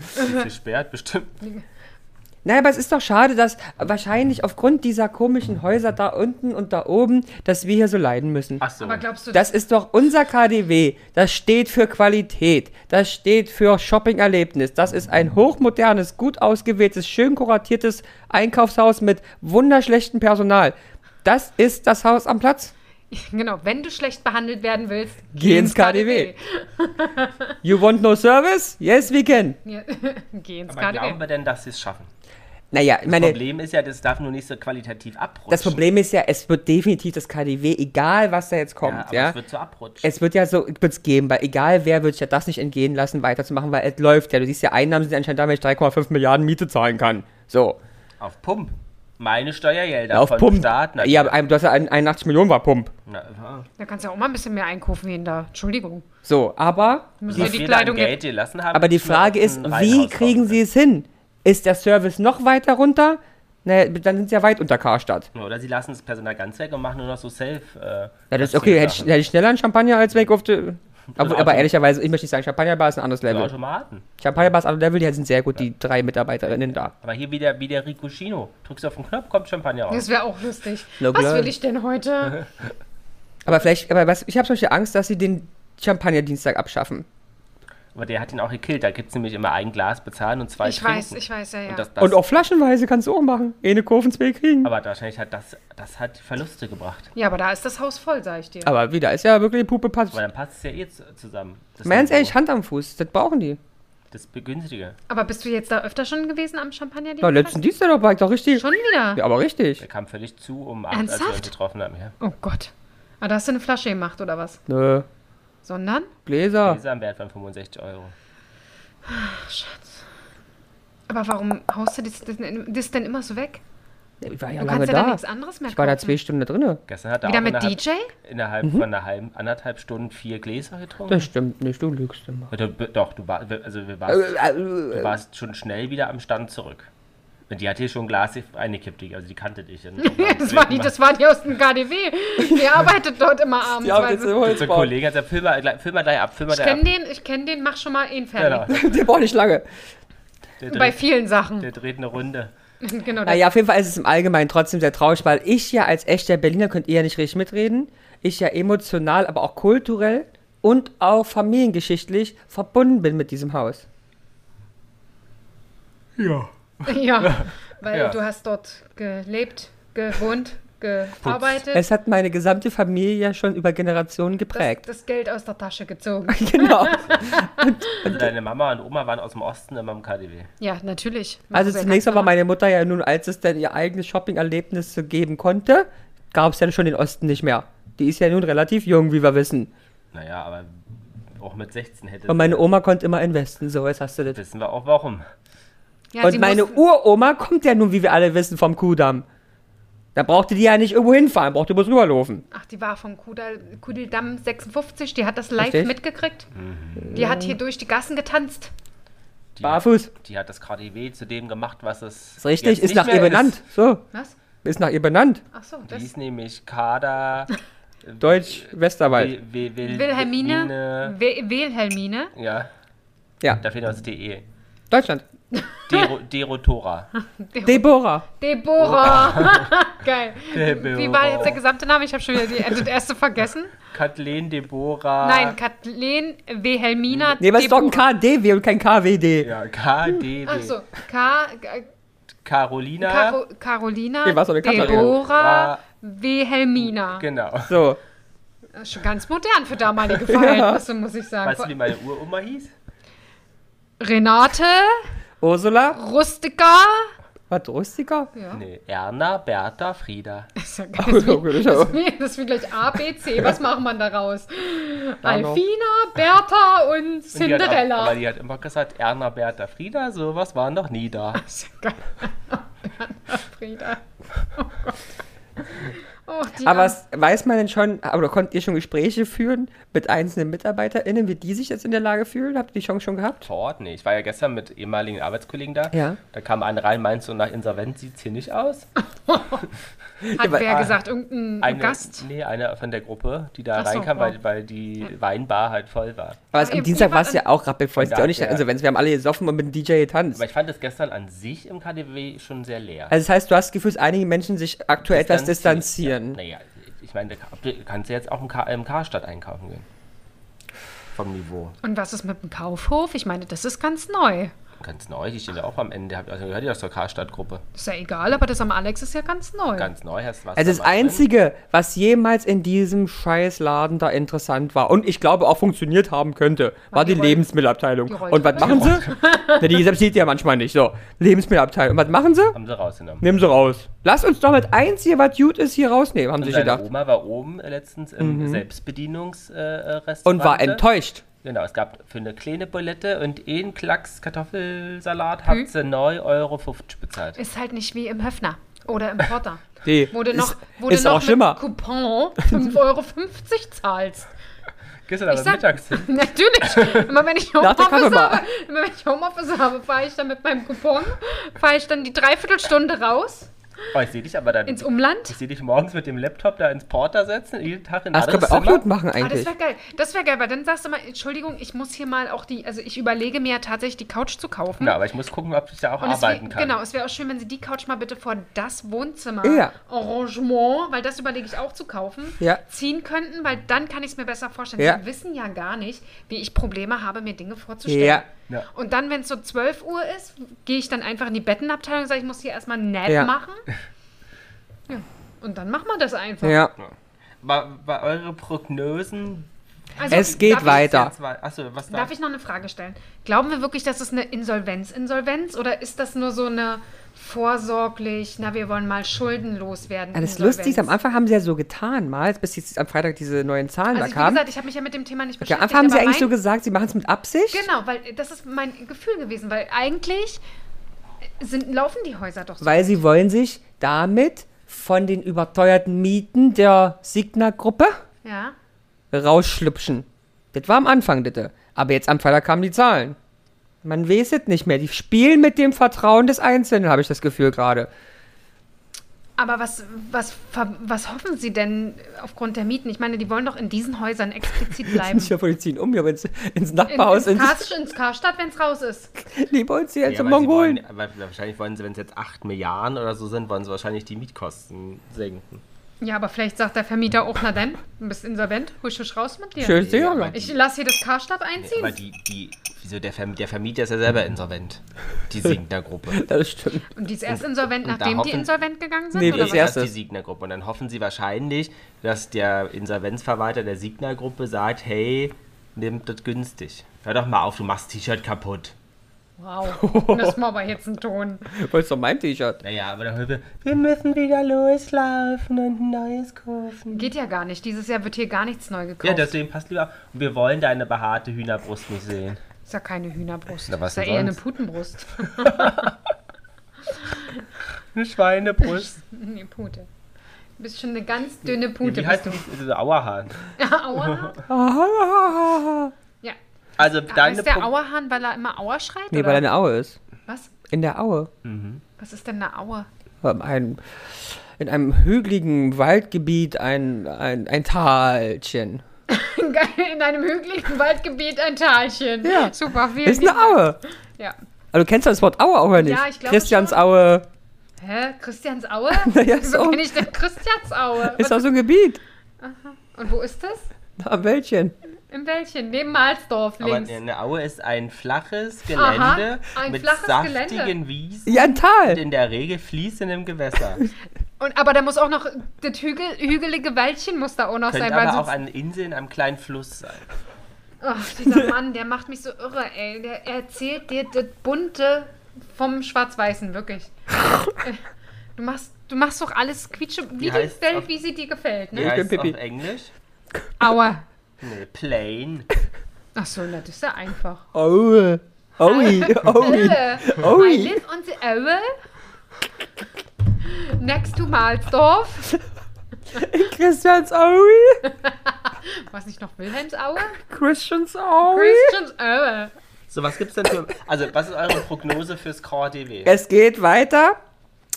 S1: Ist gesperrt, bestimmt.
S2: Naja, aber es ist doch schade, dass wahrscheinlich aufgrund dieser komischen Häuser da unten und da oben, dass wir hier so leiden müssen.
S1: Ach so.
S3: Aber glaubst du,
S2: Das ist doch unser KDW. Das steht für Qualität. Das steht für Shopping-Erlebnis. Das ist ein hochmodernes, gut ausgewähltes, schön kuratiertes Einkaufshaus mit wunderschlechtem Personal. Das ist das Haus am Platz.
S3: genau, wenn du schlecht behandelt werden willst,
S2: Geh ins KDW. You want no service? Yes, we can.
S3: Ja, Geh ins
S1: aber glauben
S3: KDW.
S1: wir denn, dass sie es schaffen?
S2: Naja, ich
S1: Das
S2: meine,
S1: Problem ist ja, das darf nur nicht so qualitativ abrutschen.
S2: das Problem ist ja, es wird definitiv das KDW, egal was da jetzt
S1: ja,
S2: kommt.
S1: aber
S2: Ja,
S1: es wird so abrutschen.
S2: Es wird ja so, wird es geben, weil egal wer wird sich ja das nicht entgehen lassen, weiterzumachen, weil es läuft ja. Du siehst ja, Einnahmen sind anscheinend da, wenn ich 3,5 Milliarden Miete zahlen kann. So.
S1: auf Pump. Meine Steuergelder
S2: auf
S1: von
S2: Pump.
S1: Staat. na-
S2: ja, Also aber ein- du hast ja ein- 81 Millionen war Pump.
S1: na, ja.
S3: Da kannst du ja auch mal ein bisschen mehr einkaufen wie in da. Entschuldigung.
S2: So, aber,
S3: Müssen
S1: Was
S3: wir die
S1: wir da an
S3: Kleidung
S1: Geld gelassen haben,
S2: aber die
S1: müssen wir
S2: Frage
S1: auf
S2: ist,
S1: Hm, ein
S2: wie
S1: Reihenhaus
S2: kriegen
S1: kaufen.
S2: sie es hin? Ist der Service noch weiter runter? Naja, dann sind sie ja weit unter Karstadt.
S1: Oder sie lassen das Personal ganz weg und machen nur noch so self. Äh,
S2: Ja, das ist okay, hätte ich, hätte ich schneller einen Champagner als weg auf die, aber, aber
S1: Auto.
S2: ehrlicherweise, ich möchte nicht sagen, Champagnerbar ist ein anderes Level.
S1: Automaten.
S2: Champagnerbar ist ein anderes Level, die sind sehr gut, die drei Mitarbeiterinnen da.
S1: Aber hier wieder, wie der Ricuccino. Drückst auf den Knopf, kommt Champagner raus.
S3: Das wäre auch lustig.
S2: Na
S3: Was
S2: klar.
S3: will ich denn heute?
S2: Aber vielleicht, aber was, ich habe zum Beispiel Angst, dass sie den Champagner-Dienstag abschaffen.
S1: Aber der hat ihn auch gekillt. Da gibt es nämlich immer ein Glas bezahlen und zwei
S3: Ich
S1: trinken.
S3: weiß, ich weiß, ja, ja.
S1: Und das, das,
S2: Und auch flaschenweise kannst du auch machen. Eine Kurven, zwei kriegen. Aber,
S1: aber wahrscheinlich hat das, das hat Verluste gebracht.
S3: Ja, aber da ist das Haus voll, sag ich dir.
S2: wieder ist ja wirklich die Puppe passt.
S1: Aber dann passt es ja eh zu- zusammen. Das
S2: Mal ganz
S1: Niveau.
S2: ehrlich, Hand am Fuß, das brauchen die.
S1: Das Begünstige.
S3: Aber bist du jetzt da öfter schon gewesen am Champagner?
S2: Na, letzten Dienstag doch, war ich doch richtig.
S3: Schon wieder?
S2: Ja, aber richtig.
S1: Der kam völlig zu um 8, als wir uns
S3: Ernsthaft?
S1: getroffen haben. Ja.
S3: Oh Gott. Ah, da hast du eine Flasche gemacht, oder was?
S2: Nö,
S3: Sondern?
S2: Gläser.
S1: Dieser am Wert von 65 Euro.
S3: Aber warum haust du das, das, das denn immer so weg?
S2: Ich war ja
S3: Du
S2: lange
S3: kannst ja da
S2: da.
S3: nichts anderes mehr
S2: Ich war da
S3: kaufen.
S2: zwei Stunden da drinne.
S1: Gestern hat er
S3: Wieder
S1: auch
S3: mit
S1: innerhalb,
S3: DJ?
S2: Mhm.
S1: innerhalb von einer halben, anderthalb Stunden vier Gläser getrunken.
S2: Das stimmt nicht, du lügst immer.
S1: Ja, du- Doch, du, war, also wir
S2: Äh,
S1: warst, du warst schon schnell wieder am Stand zurück. Und die hat hier schon ein Glas eingekippt, die- also die kannte dich.
S3: Das war, die, das war die aus dem KDW. Die arbeitet dort immer abends.
S2: Ja,
S3: weißt
S2: jetzt
S3: du.
S2: im
S1: Unser
S2: Holzbau.
S1: Kollege hat gesagt, film mal, gleich- film mal gleich ab, film mal
S3: Ich
S1: gleich
S3: kenne
S1: ab.
S3: den, ich kenne den, mach schon mal ihn
S1: Genau,
S3: fertig.
S2: Der braucht nicht lange.
S1: der,
S2: Genau.
S3: Bei
S1: dreht,
S3: vielen Sachen.
S1: der dreht eine Runde.
S3: Genau. das-
S2: Naja, auf jeden Fall ist es im Allgemeinen trotzdem sehr traurig, weil ich ja als echter Berliner könnt ihr ja nicht richtig mitreden. Ich ja emotional, aber auch kulturell und auch familiengeschichtlich verbunden bin mit diesem Haus.
S3: Ja, weil
S1: Ja.
S3: du hast dort gelebt, gewohnt, gearbeitet.
S2: Es hat meine gesamte Familie ja schon über Generationen
S3: das,
S2: geprägt.
S3: das Geld aus der Tasche gezogen.
S2: genau.
S1: Also deine Mama und Oma waren aus dem Osten immer im KDW.
S3: Ja, natürlich.
S2: Also
S3: Sehr
S2: zunächst
S3: ganz
S2: mal war
S3: normal.
S2: meine Mutter ja nun, als es dann ihr eigenes Shopping-Erlebnis so geben konnte, gab es ja schon den Osten nicht mehr. Die ist ja nun relativ jung, wie wir wissen.
S1: Naja, aber auch mit 16 hätte
S2: Und meine Oma konnte immer in den Westen, so jetzt hast du das.
S1: Wissen wir auch warum.
S3: Ja, sie
S2: Und meine
S3: mussten-
S2: Uroma kommt ja nun, wie wir alle wissen, vom Kudamm. Da brauchte die ja nicht irgendwo hinfahren, brauchte bloß rüberlaufen.
S3: Ach, die war vom Kudel, Kudeldamm 56, die hat das live
S2: Richtig.
S3: mitgekriegt.
S1: Mhm.
S3: Die hat hier durch die Gassen getanzt.
S1: Die,
S2: Barfuß.
S1: die hat das KDW zu dem gemacht, was es.
S2: Ist
S1: jetzt
S2: richtig, ist
S1: nicht
S2: nach
S1: mehr
S2: ihr benannt. So,
S3: Was?
S2: ist nach ihr benannt.
S3: Ach so,
S1: Die
S3: das.
S1: ist nämlich Kader.
S2: Deutsch, Westerwald.
S1: Wil- Wil- Wil-
S3: Wilhelmine, We Wilhelmine,
S1: Ja,
S2: Ja,
S1: da fehlt noch das E. DE.
S2: Deutschland.
S1: Dero- Derotora.
S2: Deborah.
S3: Deborah. Geil. Wie war jetzt der
S1: Deborah.
S3: gesamte Name? Ich habe schon wieder die das erste vergessen.
S1: Kathleen Deborah.
S3: Nein, Kathleen Wilhelmina.
S2: Nee, aber es ist doch ein
S3: Deborah.
S2: KDW und kein KWD.
S1: Ja, KDW.
S3: Ach so, Ka äh,
S1: Carolina.
S3: Karo Carolina,
S2: Nee, war's doch eine Katharin.
S3: Deborah,
S1: Ah.
S3: Wilhelmina.
S1: genau.
S2: So,
S3: Das ist Schon ganz modern für damalige Verhältnisse, muss ich sagen.
S1: Weißt du, wie meine Uroma hieß?
S3: Renate,
S2: Ursula.
S3: Rustica.
S2: Was, Rustika?
S3: Ja.
S1: Nee, Erna, Bertha, Frieda.
S3: Das ist ja geil.
S2: Oh, gut, ich auch.
S3: Nee, das ist gleich A, B, C. Was macht man daraus?
S2: Arno.
S3: Alfina, Bertha und
S1: Und die halt hat auch-
S3: Cinderella.
S1: Aber die hat immer gesagt, Erna, Bertha, Frieda, sowas waren noch nie da.
S3: Das ist ja geil. Frieda. Oh Gott. Oh, die
S2: aber
S3: am-
S2: es- weiß man denn schon, oder konnt ihr schon Gespräche führen mit einzelnen MitarbeiterInnen, wie die sich jetzt in der Lage fühlen? Habt ihr die Chance schon gehabt?
S1: Vor Ort nicht. Ich war ja gestern mit ehemaligen Arbeitskollegen da.
S2: Ja.
S1: Da kam einer rein, meinst du, nach Insolvenz sieht es hier nicht aus?
S3: Hat
S2: weil-
S3: wer gesagt, irgendein
S1: Eine,
S3: Gast?
S1: Nee, einer von der Gruppe, die da
S3: Ach so,
S1: reinkam,
S3: wow.
S1: weil, weil die Weinbar halt voll war.
S2: Aber es,
S3: Aber
S2: am
S3: ihr-
S2: Dienstag
S3: ihr
S2: war
S3: wart
S2: es ja auch rappelvoll. Es ist ja auch nicht
S1: Ja.
S2: nach Insolvenz. Wir haben alle gesoffen und mit dem DJ getanzt.
S1: Aber ich fand es gestern an sich im KDW schon sehr leer.
S2: Also das heißt, du hast das Gefühl, dass einige Menschen sich aktuell etwas distanzieren.
S1: Naja, ich meine, du kannst ja jetzt auch im, K im Karstadt einkaufen gehen. Vom Niveau.
S3: Und was ist mit dem Kaufhof? Ich meine, das ist ganz neu.
S1: Ganz neu, die stehen ja auch am Ende. Habt ihr- Also gehört ihr doch zur Karstadt-Gruppe.
S3: Ist ja egal, aber das am Alex ist ja ganz neu.
S1: Ganz neu hast du was.
S2: Also das
S1: da mal drin.
S2: Einzige, was jemals in diesem scheiß Laden da interessant war und ich glaube auch funktioniert haben könnte, war die,
S3: die Roll-
S2: Lebensmittelabteilung.
S3: die
S2: und was machen sie? Na, die selbst sieht ihr ja manchmal nicht. So, Lebensmittelabteilung. Und was machen sie?
S1: Haben sie rausgenommen.
S2: Nehmen sie raus. Lasst uns doch mit Einzige, was gut ist, hier rausnehmen, haben sie sich
S1: Seine
S2: gedacht. Mhm.
S1: Oma war oben letztens im Selbstbedienungsrestaurant. Äh,
S2: Und war
S1: Restaurant.
S2: enttäuscht.
S1: Genau, es gab für eine kleine Bulette und einen Klacks
S3: Hm.
S1: Kartoffelsalat hat sie 9,50 Euro bezahlt.
S3: Ist halt nicht wie im Höfner oder im Porter.
S2: Nee,
S3: Wo du noch,
S2: ist-
S3: wo du
S2: ist
S3: noch
S2: auch
S3: mit
S2: schlimmer.
S3: Coupon 5,50 Euro zahlst.
S1: Gestern aber
S3: sag-
S1: mittags hin.
S3: Natürlich. Immer wenn ich
S2: Nach der
S3: Homeoffice
S2: Kamera.
S3: habe, immer wenn ich Homeoffice habe, fahre ich dann mit meinem Coupon, fahre ich dann die Dreiviertelstunde raus
S1: Oh, ich sehe dich aber dann.
S3: ins
S1: Ich
S3: Umland.
S1: sehe dich morgens mit dem Laptop da ins Porter setzen, jeden Tag in ein
S2: Das können
S1: anderes
S2: wir auch
S1: Zimmer.
S2: gut machen
S3: Ah, das
S2: eigentlich.
S3: wäre geil. Das wäre geil, weil dann sagst du mal, Entschuldigung, ich muss hier mal auch die, also ich überlege mir ja tatsächlich die Couch zu kaufen.
S1: Ja, Genau, aber ich muss gucken, ob ich da auch
S3: Hm? Und es wär,
S1: arbeiten kann.
S3: genau, es wäre auch schön, wenn Sie die Couch mal bitte vor das Wohnzimmer
S2: Ja.
S3: Arrangement, weil das überlege ich auch zu kaufen,
S2: Ja.
S3: ziehen könnten, weil dann kann ich es mir besser vorstellen.
S2: Ja.
S3: Sie wissen ja gar nicht, wie ich Probleme habe, mir Dinge vorzustellen.
S2: Ja.
S1: Ja.
S3: Und dann, wenn es so 12 Uhr ist, gehe ich dann einfach in die Bettenabteilung und sage, ich muss hier erstmal einen Nap
S2: Ja.
S3: machen. Ja. Und dann machen wir das einfach.
S2: Ja.
S1: War, war eure Prognosen?
S3: Also,
S2: Es geht
S3: darf ich-
S2: weiter. Da.
S1: Jetzt war, achso, was
S3: Darf ich noch eine Frage stellen? Glauben wir wirklich, dass es eine Insolvenz-Insolvenz oder ist das nur so eine vorsorglich, na, wir wollen mal schuldenlos werden?
S2: Ja, das
S3: Insolvenz?
S2: Lustige ist, am Anfang haben sie ja so getan, mal, bis jetzt am Freitag diese neuen Zahlen
S3: Also,
S2: da
S3: wie
S2: kamen.
S3: gesagt, ich habe mich ja mit dem Thema nicht
S2: Ja,
S3: beschäftigt.
S2: am Anfang haben sie
S3: aber
S2: eigentlich so
S3: mein,
S2: gesagt, sie machen es mit Absicht.
S3: Genau, weil das ist mein Gefühl gewesen, weil eigentlich sind, laufen die Häuser doch so.
S2: Weil sie wollen sich damit von den überteuerten Mieten der Signa-Gruppe
S3: ja.
S2: rausschlüpfen. Das war am Anfang, bitte. Aber jetzt am Freitag kamen die Zahlen. Man weiß es nicht mehr. Die spielen mit dem Vertrauen des Einzelnen, habe ich das Gefühl gerade.
S3: Aber was, was, ver- was hoffen sie denn aufgrund der Mieten? Ich meine, die wollen doch in diesen Häusern explizit bleiben.
S2: Ich hoffe, die ziehen um hier ins, ins
S3: In,
S2: Nachbarhaus.
S3: ins,
S2: Ins,
S3: Kar ins Karstadt, wenn es raus ist.
S2: die wollen sie jetzt
S1: ja,
S2: zum
S1: aber sie
S2: Mongolen.
S1: wollen, aber wahrscheinlich wollen sie, wenn es jetzt 8 Milliarden oder so sind, wollen sie wahrscheinlich die Mietkosten senken.
S3: Ja, aber vielleicht sagt der Vermieter auch, na denn, du bist insolvent, husch, husch raus mit dir.
S2: Schön, ja,
S1: aber
S3: Ich lasse hier das Karstadt einziehen.
S1: Aber die, die, wieso der, Verm der Vermieter ist ja selber insolvent. Die Siegner-Gruppe.
S2: Das stimmt.
S3: und die ist erst insolvent,
S1: Oh, und da
S3: nachdem die
S1: hoffen-
S3: insolvent gegangen sind?
S2: Nee,
S3: oder
S2: das
S3: was?
S2: erst-
S1: die Siegner-Gruppe. Und dann hoffen sie wahrscheinlich, dass der Insolvenzverwalter der Siegner-Gruppe sagt: hey, nimmt das günstig. Hör doch mal auf, du machst das T-Shirt kaputt.
S3: Wow, das war aber jetzt ein Ton.
S2: Wolltest du mein T-Shirt?
S1: Naja, aber dann hören wir: wir müssen wieder loslaufen und ein neues kaufen.
S3: Geht ja gar nicht. Dieses Jahr wird hier gar nichts neu gekauft.
S1: Ja, deswegen passt lieber. auf. Und wir wollen deine behaarte Hühnerbrust nicht sehen.
S3: ist ja keine Hühnerbrust.
S1: Na, was
S3: ist ja
S1: denn
S3: eher eine
S1: sonst?
S3: Putenbrust.
S1: Eine Schweinebrust.
S3: nee, Pute. Du bist schon eine ganz dünne
S1: Wie,
S3: Pute.
S1: wie heißt
S3: bist
S1: das? Also Auerhahn.
S3: du. Ja, Auerhahn? Ja.
S1: Also deine
S3: heißt der
S1: Pro-
S3: Auerhahn, weil er immer Auer schreit?
S2: Nee,
S3: oder?
S2: weil er in der Aue ist.
S3: was?
S2: In der Aue.
S3: Was ist denn eine Auer?
S2: Ähm, ein, in einem hügeligen Waldgebiet ein, ein, ein Talchen.
S3: In einem hügeligen Waldgebiet ein Talchen.
S2: Ja.
S3: Super, vielen
S2: Ist eine
S3: lieben-
S2: Aue.
S3: Ja.
S2: Also du kennst das Wort Aue auch oder nicht?
S3: genau. Ja, ich glaube
S2: Christiansaue
S3: Hä? Christiansaue?
S2: Naja, so.
S3: Wieso bin ich denn Christiansaue?
S2: ist auch so ein Gebiet.
S3: Und wo ist das?
S2: Na, Am Wäldchen.
S3: Im Wäldchen, neben Malsdorf
S1: Aber
S3: links.
S1: eine Aue ist ein flaches Gelände
S3: ein
S1: mit
S3: flaches
S1: saftigen
S3: Gelände.
S1: Wiesen
S2: Ja, ein
S1: und
S2: Tal.
S1: in der Regel fließendem Gewässer.
S3: Und, aber da muss auch noch, das Hügel, hügelige Wäldchen muss da auch noch sein.
S1: Könnte
S3: Weil
S1: aber auch
S3: sonst,
S1: eine Insel in einem kleinen Fluss sein.
S3: Ne? ach, dieser Mann, der macht mich so irre, ey. Der erzählt dir das Bunte vom Schwarz-Weißen, wirklich. du, machst, du machst doch alles quietsche, wie, die
S1: heißt's
S3: Welt,
S1: auf-
S3: wie sie dir gefällt,
S1: Wie
S3: ne?
S1: heißt es
S2: bin
S1: auf
S2: Pippi.
S1: Englisch?
S3: Aua.
S1: Nee, plain.
S3: Ach so, na, das ist ja einfach.
S2: Aue. Aui. Aui.
S3: Äh, I live on the Aue. Next to Malsdorf.
S2: In Christiansaue?
S3: Was nicht noch Wilhelmsaue?
S2: Christiansaue?
S3: Christiansaue.
S1: So, was gibt's denn für. Also, was ist eure Prognose fürs Core DW?
S3: Äh,
S2: Es geht weiter.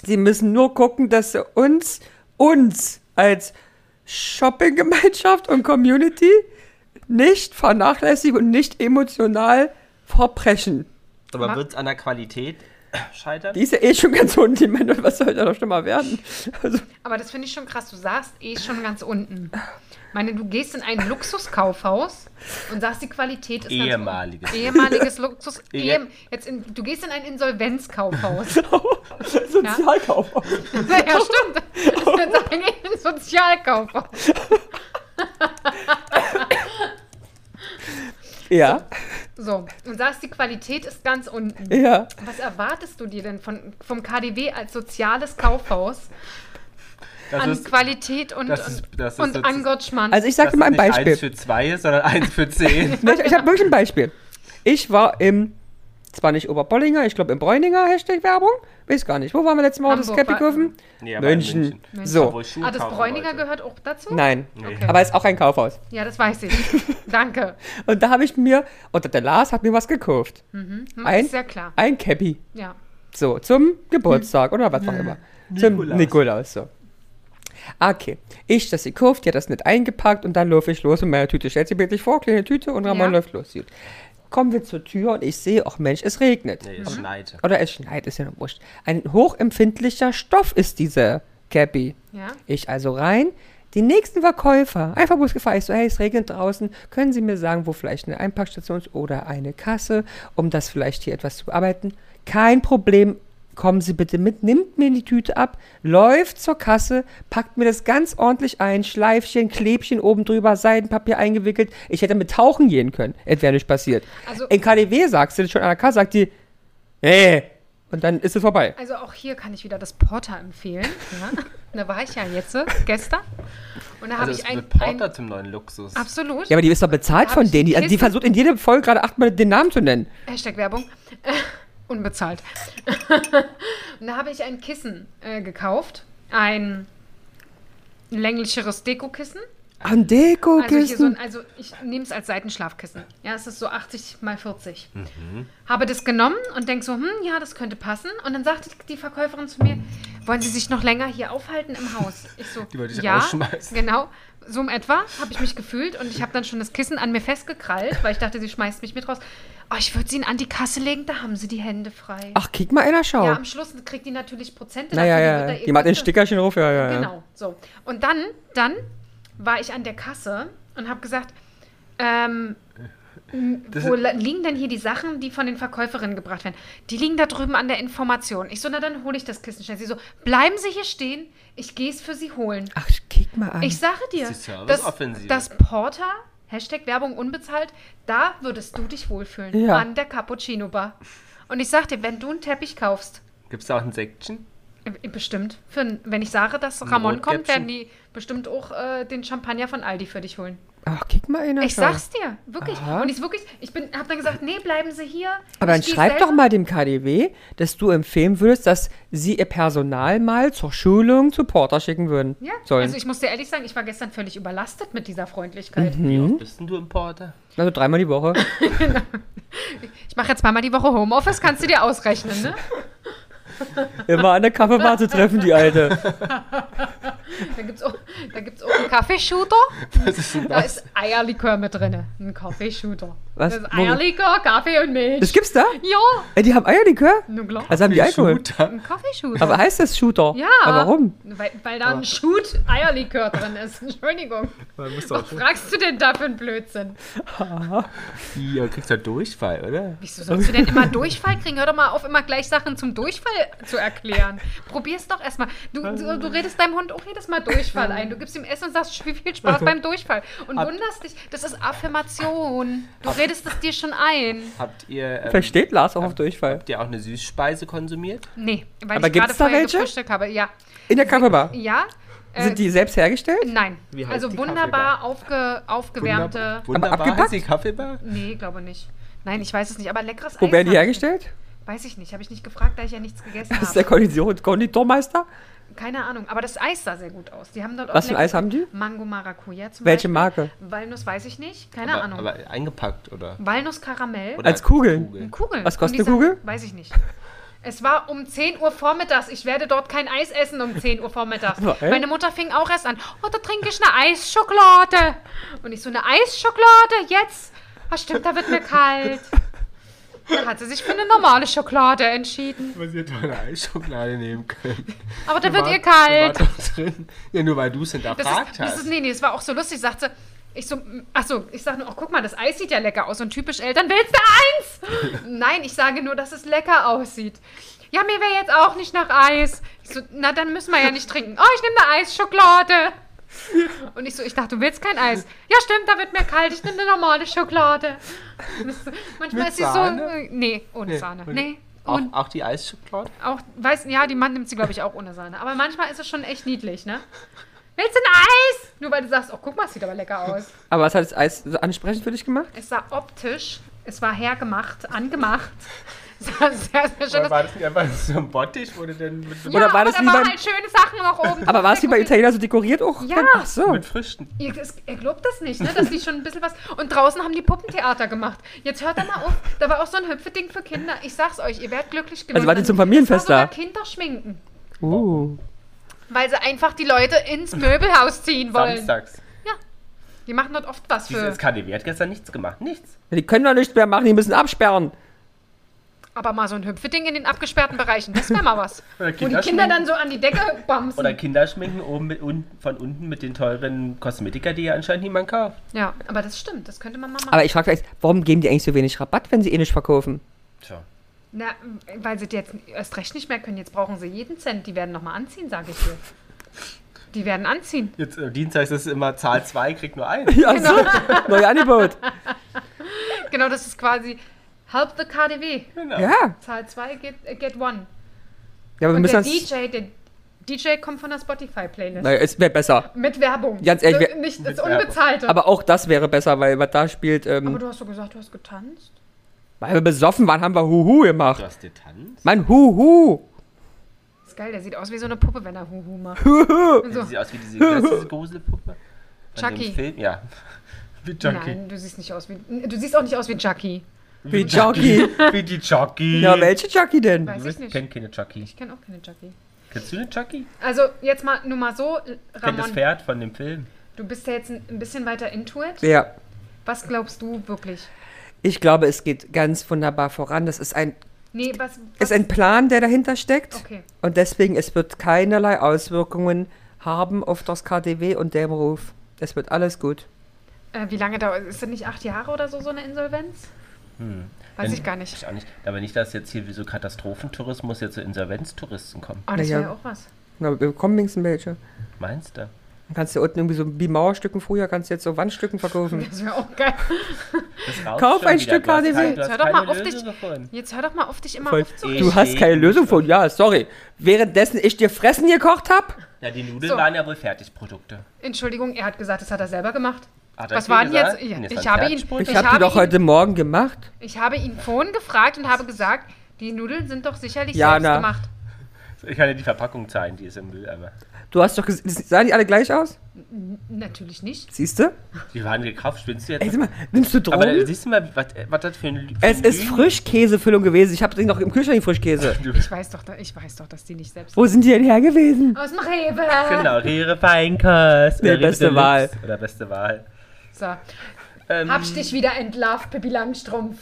S2: Sie müssen nur gucken, dass sie uns, uns als Shoppinggemeinschaft und Community nicht vernachlässigen und nicht emotional verbrechen.
S1: Aber wird's an der Qualität scheitern?
S2: Die ist ja eh schon ganz unten, die Männer, was soll da noch schlimmer werden? Also,
S3: Aber das finde ich schon krass. Du sagst eh schon ganz unten. Ich meine, du gehst in ein Luxuskaufhaus und sagst, die Qualität ist
S1: Ehemaliges.
S3: ganz unten. ehemaliges Luxus.
S1: Ehe-
S3: Ehem, jetzt in, du gehst in ein Insolvenzkaufhaus.
S2: Sozialkaufhaus.
S3: ja, stimmt. Das ist jetzt eigentlich ein Sozialkaufhaus.
S2: Ja,
S3: So, und sagst, die Qualität ist ganz unten.
S2: ja.
S3: Was erwartest du dir denn von, vom KDW als soziales Kaufhaus
S1: Das
S3: an
S1: ist,
S3: Qualität und,
S1: das ist- das ist
S3: und, und
S1: sozusagen-
S3: Engagement?
S2: Also ich
S1: das
S2: sag dir
S1: ist
S2: mal ein
S1: nicht
S2: Beispiel.
S1: eins für zwei ist, sondern eins für zehn.
S2: Ne, Ich, ich habe wirklich ein Beispiel. Ich war im, zwar nicht Oberbollinger, ich glaube im Bräuninger, Hashtag Werbung. Weiß gar nicht. Wo waren wir letztes Mal? Das
S3: Hamburg,
S2: Cappy-Kurven?
S1: Nee, aber in
S2: München. So.
S1: Obwohl ich Schuhe
S3: ah, das
S1: kaufen
S3: Bräuninger
S1: wollte.
S3: gehört auch dazu?
S2: Nein.
S1: Nee.
S2: Aber ist auch ein Kaufhaus.
S3: Ja, das weiß ich. Danke.
S2: Und da habe ich mir, oder der Lars hat mir was gekauft. Ein,
S3: Hm, Ist ja klar.
S2: ein Cappy.
S3: Ja.
S2: So, zum Geburtstag oder was auch immer. Zum
S1: Nikolaus.
S2: Nikolaus, so. Okay, ich das gekauft, die hat das nicht eingepackt und dann laufe ich los mit meiner Tüte. Stellt sie bildlich vor, kleine Tüte und Ramon
S3: Ja.
S2: läuft los. Gut. Kommen wir zur Tür und ich sehe, ach Mensch, es regnet.
S1: Nee,
S3: Mhm.
S1: es schneite.
S2: Oder es schneit, ist ja noch wurscht. Ein hochempfindlicher Stoff ist diese Cappy.
S3: Ja.
S2: Ich also rein. Die nächsten Verkäufer, einfach bloß gefragt, ich so, hey, es regnet draußen, können Sie mir sagen, wo vielleicht eine Einpackstation ist oder eine Kasse, um das vielleicht hier etwas zu bearbeiten? Kein Problem, kommen Sie bitte mit, nimmt mir die Tüte ab, läuft zur Kasse, packt mir das ganz ordentlich ein, Schleifchen, Klebchen oben drüber, Seidenpapier eingewickelt. Ich hätte mit tauchen gehen können, es wäre nicht passiert.
S3: Also-
S2: In KDW sagst du schon an der Kasse, sagt die, hey, und dann ist es vorbei.
S3: Also auch hier kann ich wieder das Porter empfehlen. Ja. Da war ich ja jetzt, äh, gestern. Und da habe
S1: Also
S3: ich
S1: es
S3: ein,
S1: wird
S3: ein
S1: Porter zum neuen Luxus.
S3: absolut
S2: Ja, aber die ist doch bezahlt
S3: Hab
S2: von
S3: ich
S2: denen. Die, also die
S3: Kisten?
S2: versucht in jeder Folge gerade achtmal den Namen zu nennen.
S3: Hashtag Werbung. Unbezahlt. Und da habe ich ein Kissen äh, gekauft. Ein länglicheres Dekokissen.
S2: Ah, Ein Dekokissen.
S3: Also, hier so ein, also ich nehme es als Seitenschlafkissen. Ja, es ist so 80 mal 40.
S1: Mhm.
S3: Habe das genommen und denke so, hm, ja, das könnte passen. Und dann sagte die Verkäuferin zu mir, wollen Sie sich noch länger hier aufhalten im Haus? Ich so,
S1: Die wollte ich
S3: ja,
S1: rausschmeißen.
S3: genau. So um etwa habe ich mich gefühlt und ich habe dann schon das Kissen an mir festgekrallt, weil ich dachte, sie schmeißt mich mit raus. Oh, ich würde sie Ihnen an die Kasse legen, da haben sie die Hände frei.
S2: Ach, kick mal einer schau.
S3: ja, am Schluss kriegt die natürlich Prozente.
S2: naja,
S3: dafür, die
S2: ja,
S3: wird da eh
S2: ja.
S3: ihr
S2: Die macht den
S3: Konto-
S2: Stickerchen ruf, ja, ja. ja.
S3: Genau, so. Und dann, dann war ich an der Kasse und habe gesagt, ähm, m, wo la- liegen denn hier die Sachen, die von den Verkäuferinnen gebracht werden? Die liegen da drüben an der Information. Ich so, na dann hole ich das Kissen schnell. Sie so, bleiben Sie hier stehen, ich gehe es für Sie holen.
S2: Ach, kick mal an.
S3: Ich sage dir,
S1: Das ist die
S3: dass,
S1: Serviceoffensive.
S3: dass Porter, Hashtag Werbung unbezahlt, da würdest du dich wohlfühlen.
S2: Ja.
S3: An der Cappuccino Bar. Und ich sag dir, wenn du einen Teppich kaufst,
S1: Gibt es da auch ein Sektchen?
S2: Mhm.
S3: äh, Bestimmt. Für, ein- wenn ich sage, dass Ramon
S1: Rotkäppchen.
S3: kommt, werden die bestimmt auch äh, den Champagner von Aldi für dich holen.
S2: Ach, kick mal einer
S3: Ich
S2: schau.
S3: sag's dir, wirklich.
S2: Aha.
S3: Und ich wirklich, ich bin, hab dann gesagt, nee, bleiben Sie hier.
S2: Aber dann
S3: Ich geh
S2: schreib
S3: selber.
S2: doch mal dem KDW, dass du empfehlen würdest, dass sie ihr Personal mal zur Schulung zu Porter schicken würden.
S3: Ja,
S2: Sollen.
S3: also ich muss dir ehrlich sagen, ich war gestern völlig überlastet mit dieser Freundlichkeit.
S2: Mhm.
S1: Wie oft bist denn du im Porter?
S2: also dreimal die Woche.
S3: Ich mache jetzt zweimal die Woche Homeoffice, kannst du dir ausrechnen, ne?
S2: Immer an der Kaffeebar zu treffen, die Alte.
S3: Da gibt's auch, da gibt's auch einen Kaffeeshooter.
S1: Was ist denn
S3: Da
S1: das?
S3: ist Eierlikör mit drin. Ein Kaffeeshooter.
S2: Was?
S3: Das ist
S2: Moment.
S3: Eierlikör, Kaffee
S2: Das
S3: und Milch.
S2: gibt's da?
S3: Ja,
S2: Ey, die haben Eierlikör?
S3: nun klar.
S2: Also haben die Alkohol.
S1: Shooter.
S3: Ein Kaffeeshooter.
S2: Aber heißt das Shooter?
S3: Ja.
S2: Aber warum?
S3: Weil, weil da ein Shoot Eierlikör drin ist. Entschuldigung.
S1: Man muss
S3: Was
S1: doch
S3: fragst du denn da für einen Blödsinn?
S1: hier, du kriegst ja Durchfall, oder?
S3: Wieso sollst du denn immer Durchfall kriegen? Hör doch mal auf, immer gleich Sachen zum Durchfall zu erklären. Probier's doch erstmal. Du, du,
S2: Also-
S3: du redest deinem Hund auch jedes Mal Durchfall ein. Du gibst ihm Essen und sagst, wie viel Spaß beim Durchfall. Und wunderst dich. Das ist Affirmation. Du redest es dir schon ein.
S1: Habt ihr, ähm,
S2: Versteht Lars auch auf Durchfall.
S1: habt ihr auch eine Süßspeise konsumiert?
S3: Nee, weil
S2: Aber
S3: ich gerade
S2: gibt's da
S3: vorher
S2: welche?
S3: gefrühstückt habe. Ja.
S2: In der Kaffeebar.
S3: Ja. Äh,
S2: Sind die selbst hergestellt?
S3: Nein.
S1: Wie heißt
S3: Also
S1: die
S3: wunderbar aufge, aufgewärmte.
S1: Wunderbar
S2: abgepackt?
S1: ist die Kaffeebar?
S3: Nee, glaube nicht. Nein, ich weiß es nicht, aber leckeres
S2: Wo
S3: Eis.
S2: werden die
S3: hab-
S2: hergestellt?
S3: Weiß ich nicht, habe ich nicht gefragt, da ich ja nichts gegessen
S2: Das ist der
S3: habe.
S2: Kondition Konditormeister?
S3: Keine Ahnung, aber das Eis sah sehr gut aus. Die haben dort
S2: Was für ein
S3: lecker-
S2: Eis haben die?
S3: Mango Maracuja zum
S2: Welche
S3: Beispiel.
S2: Marke?
S3: Walnuss weiß ich nicht, keine
S1: aber,
S3: Ahnung.
S1: aber eingepackt oder?
S3: Walnuss Karamell.
S1: oder
S2: Als Kugeln.
S3: Kugeln.
S2: Was kostet
S3: Und die
S2: eine
S3: Sachen-
S2: Kugel?
S3: Weiß ich nicht. Es war um 10 Uhr vormittags. Ich werde dort kein Eis essen um 10 Uhr vormittags.
S2: Aber, äh?
S3: Meine Mutter fing auch erst an. Oh, da trinke ich eine Eisschokolade. Und ich so, eine Eisschokolade? Jetzt? Ah, stimmt, da wird mir kalt. Dann hat sie sich für eine normale Schokolade entschieden.
S1: Weil sie hätte doch eine Eisschokolade nehmen können.
S3: Aber da wird
S1: War-
S3: ihr kalt.
S1: war doch drin. Ja, nur weil du es
S3: Das
S1: hinterfragt
S3: ist, das
S1: hast.
S3: ist, nee, nee, es war auch so lustig. Sagt sie, ich so, achso, ich sag nur, ach, guck mal, das Eis sieht ja lecker aus und typisch Eltern, willst du eins? Nein, ich sage nur, dass es lecker aussieht. Ja, mir wäre jetzt auch nicht nach Eis. Ich so, na, dann müssen wir ja nicht trinken. Oh, ich nehme eine Eisschokolade. Und ich so, ich dachte, du willst kein Eis. Ja, stimmt, da wird mir kalt. Ich nehme eine normale Schokolade. Manchmal
S1: Mit
S3: ist sie so. äh,
S1: Sahne?
S3: Nee, ohne Sahne.
S1: und-
S3: Nee.
S1: Auch,
S3: Und
S1: auch die Eisschokolade?
S3: auch, weiß, ja, die Mann nimmt sie, glaube ich, auch ohne Sahne. Aber manchmal ist es schon echt niedlich, ne? Willst du ein Eis? Nur weil du sagst, oh, guck mal, es sieht aber lecker aus.
S2: Aber was hat das Eis so ansprechend für dich gemacht?
S3: Es sah optisch, es war hergemacht, angemacht. Es sah sehr, sehr schön aus.
S1: das nicht einfach so ein Bottich? Wurde denn mit,
S3: Ja,
S2: Oder war
S3: aber
S2: das
S3: da
S2: wie
S3: waren
S2: beim-
S3: halt schöne Sachen noch oben.
S2: Aber war es wie bei Italiener so dekoriert auch?
S3: Ja.
S2: Ach so.
S1: mit Früchten?
S3: Ihr, es, ihr glaubt das nicht, ne? dass die schon ein bisschen was. Und draußen haben die Puppentheater gemacht. Jetzt hört da mal auf. Da war auch so ein Hüpfeding für Kinder. Ich sag's euch, ihr werdet glücklich genug.
S2: war die Also zum Familienfest
S3: da?
S2: da?
S3: Kinder schminken.
S2: Uh.
S3: Weil sie einfach die Leute ins Möbelhaus ziehen wollen.
S1: Samstags.
S3: Die machen dort oft was für.
S1: Dieses KDW hat gestern nichts gemacht. Nichts.
S2: Die können doch nichts mehr machen, die müssen absperren.
S3: Aber mal so ein Hüpfeding in den abgesperrten Bereichen, das wäre mal was.
S1: Oder
S3: Wo die Kinder dann so an die Decke bamsen.
S1: Oder Kinderschminken oben mit, un, von unten mit den teuren Kosmetika, die ja anscheinend niemand kauft.
S3: ja, aber das stimmt, das könnte man mal machen.
S2: Aber ich frage mich, warum geben die eigentlich so wenig Rabatt, wenn sie eh nicht verkaufen?
S1: Tja.
S3: Na, weil sie jetzt erst recht nicht mehr können, jetzt brauchen sie jeden Cent, die werden nochmal anziehen, sage ich dir. Die werden anziehen.
S1: Jetzt äh, Dienstags ist es immer Zahl 2, kriegt nur eins.
S2: Ja, so. Neues Angebot.
S3: Genau, das ist quasi Help the KDW.
S1: Genau.
S2: Ja.
S3: Zahl 2, get, äh, get one.
S2: Ja, aber wir
S3: Und
S2: müssen
S3: der
S2: das.
S3: DJ, der DJ kommt von der Spotify-Playlist.
S2: Naja, es wäre besser.
S3: Mit Werbung.
S2: Ganz ehrlich,
S3: Das-
S2: wer-
S3: nicht das
S1: Mit Werbung.
S3: Unbezahlte.
S2: Aber auch das wäre besser, weil was da spielt,
S3: aber
S2: ähm,
S3: du hast doch gesagt, du hast getanzt.
S2: weil wir besoffen waren, haben wir Huhu
S1: Du
S2: gemacht.
S1: hast dir Tanz?
S2: Mann, Huhu.
S3: ist geil, der sieht aus wie so eine Puppe, wenn er Huhu macht. Also,
S2: Huhu.
S3: So.
S1: Sieht aus wie diese, das ist diese Gruselpuppe. Von
S3: Chucky.
S1: Dem Film, ja. Wie Chucky.
S3: Nein, du siehst nicht aus wie. Du siehst auch nicht aus wie Jackie.
S2: Wie Chucky.
S1: Wie die Chucky.
S2: Ja, welche Chucky denn?
S3: Weiß
S1: Du
S3: ich
S1: bist-
S3: nicht.
S1: kennt keine Chucky.
S3: Ich kenne auch keine Jackie.
S1: Kennst du eine Chucky?
S3: Also jetzt mal nur mal so,
S1: Kennt das
S3: Ramon,
S1: Pferd von dem Film.
S3: du bist ja jetzt ein ein bisschen weiter into it.
S2: Ja.
S3: Was glaubst du wirklich?
S2: Ich glaube, es geht ganz wunderbar voran. Das ist ein,
S3: Nee, was, was
S2: ist ein Plan, der dahinter steckt.
S3: Okay.
S2: Und deswegen, es wird keinerlei Auswirkungen haben auf das KDW und dem Ruf. Es wird alles gut.
S3: äh, wie lange dauert? Ist das nicht acht Jahre oder so so eine Insolvenz? Weiß ich gar nicht.
S1: Hm. Ich auch nicht. Aber nicht, dass jetzt hier wie so Katastrophentourismus jetzt so Insolvenztouristen kommen.
S3: Oh, das
S2: Naja.
S3: wäre ja auch was.
S2: Na, wir bekommen wenigstens welche.
S1: Meinst du?
S2: Dann kannst du unten irgendwie so wie Mauerstücken früher, kannst du jetzt so Wandstücken verkaufen.
S3: Das wäre auch geil.
S1: Das raus
S2: Kauf
S1: schon
S2: ein
S1: wieder.
S2: Stück
S1: Du hast kein-
S2: KDW.
S1: du
S3: Jetzt
S1: hast
S3: hör doch
S1: keine
S3: mal auf, dich,
S1: Lösung gefunden.
S3: jetzt hör doch mal auf, dich immer
S2: Voll-
S3: aufzuregen.
S1: eh.
S2: Du hast keine
S1: Ich-
S2: Lösung von, ja, sorry. Währenddessen ich dir Fressen gekocht habe?
S1: Ja, die Nudeln
S3: So.
S1: waren ja wohl Fertigprodukte.
S3: Entschuldigung, er hat gesagt, das hat er selber gemacht.
S1: Hat er
S3: Was
S1: dir
S3: war denn
S1: gesagt?
S3: jetzt? Ja,
S1: Nee, das
S3: Ich
S1: waren
S3: habe ihn,
S1: Fertigprodukte.
S2: Ich,
S3: ich
S2: habe die
S3: habe
S2: doch
S3: ihn,
S2: heute Morgen gemacht.
S3: ich habe ihn vorhin gefragt und habe gesagt, die Nudeln sind doch sicherlich
S2: Jana.
S3: selbst gemacht.
S1: Ich kann dir die Verpackung zeigen, die ist im Mülleimer.
S2: Du hast doch gesehen, sahen die alle gleich aus?
S3: Natürlich nicht.
S2: Siehst du?
S1: Die waren gekauft, spinnst du jetzt?
S2: Ey, sag mal, nimmst du
S1: aber da,
S2: Drogen?
S1: siehst du mal, was, was das für ein Lü- für
S2: Es
S1: ein
S2: ist
S1: Lügen-
S2: Frischkäsefüllung gewesen. Ich habe noch im Kühlschrank die Frischkäse.
S3: Ich weiß doch, da- ich weiß doch, dass die nicht selbst
S2: Wo sind die denn her gewesen?
S3: Aus dem Rewe.
S1: Genau, Rewe Feinkost.
S2: Nee,
S1: oder Rewe
S2: beste
S1: Deluxe
S2: Wahl.
S1: Oder beste Wahl.
S3: So,
S1: Ähm,
S3: hab ich dich wieder entlarvt, Pippi Langstrumpf.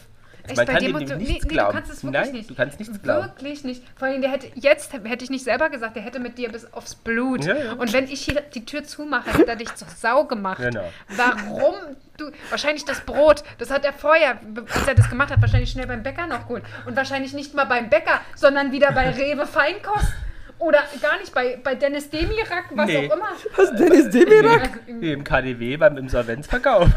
S3: Echt,
S1: man kann
S3: dem
S1: dir
S3: und du,
S1: nichts
S3: nee, nee, du
S1: glauben.
S3: kannst es wirklich
S1: Nein,
S3: nicht.
S1: du kannst nichts glauben.
S3: Wirklich nicht. Vor allem, der hätte, jetzt hätte ich nicht selber gesagt, der hätte mit dir bis aufs Blut.
S1: Ja, ja.
S3: Und wenn ich hier die Tür zumache, hätte er dich zur Sau gemacht.
S1: Genau.
S3: Warum? Du, wahrscheinlich das Brot, das hat er vorher, als er das gemacht hat, wahrscheinlich schnell beim Bäcker noch geholt. Und wahrscheinlich nicht mal beim Bäcker, sondern wieder bei Rewe Feinkost. Oder gar nicht bei, bei Dennis Demirak, was
S1: Nee.
S3: auch immer.
S2: Was denn ist dem hier da?
S1: Wie im KDW beim Insolvenzverkauf.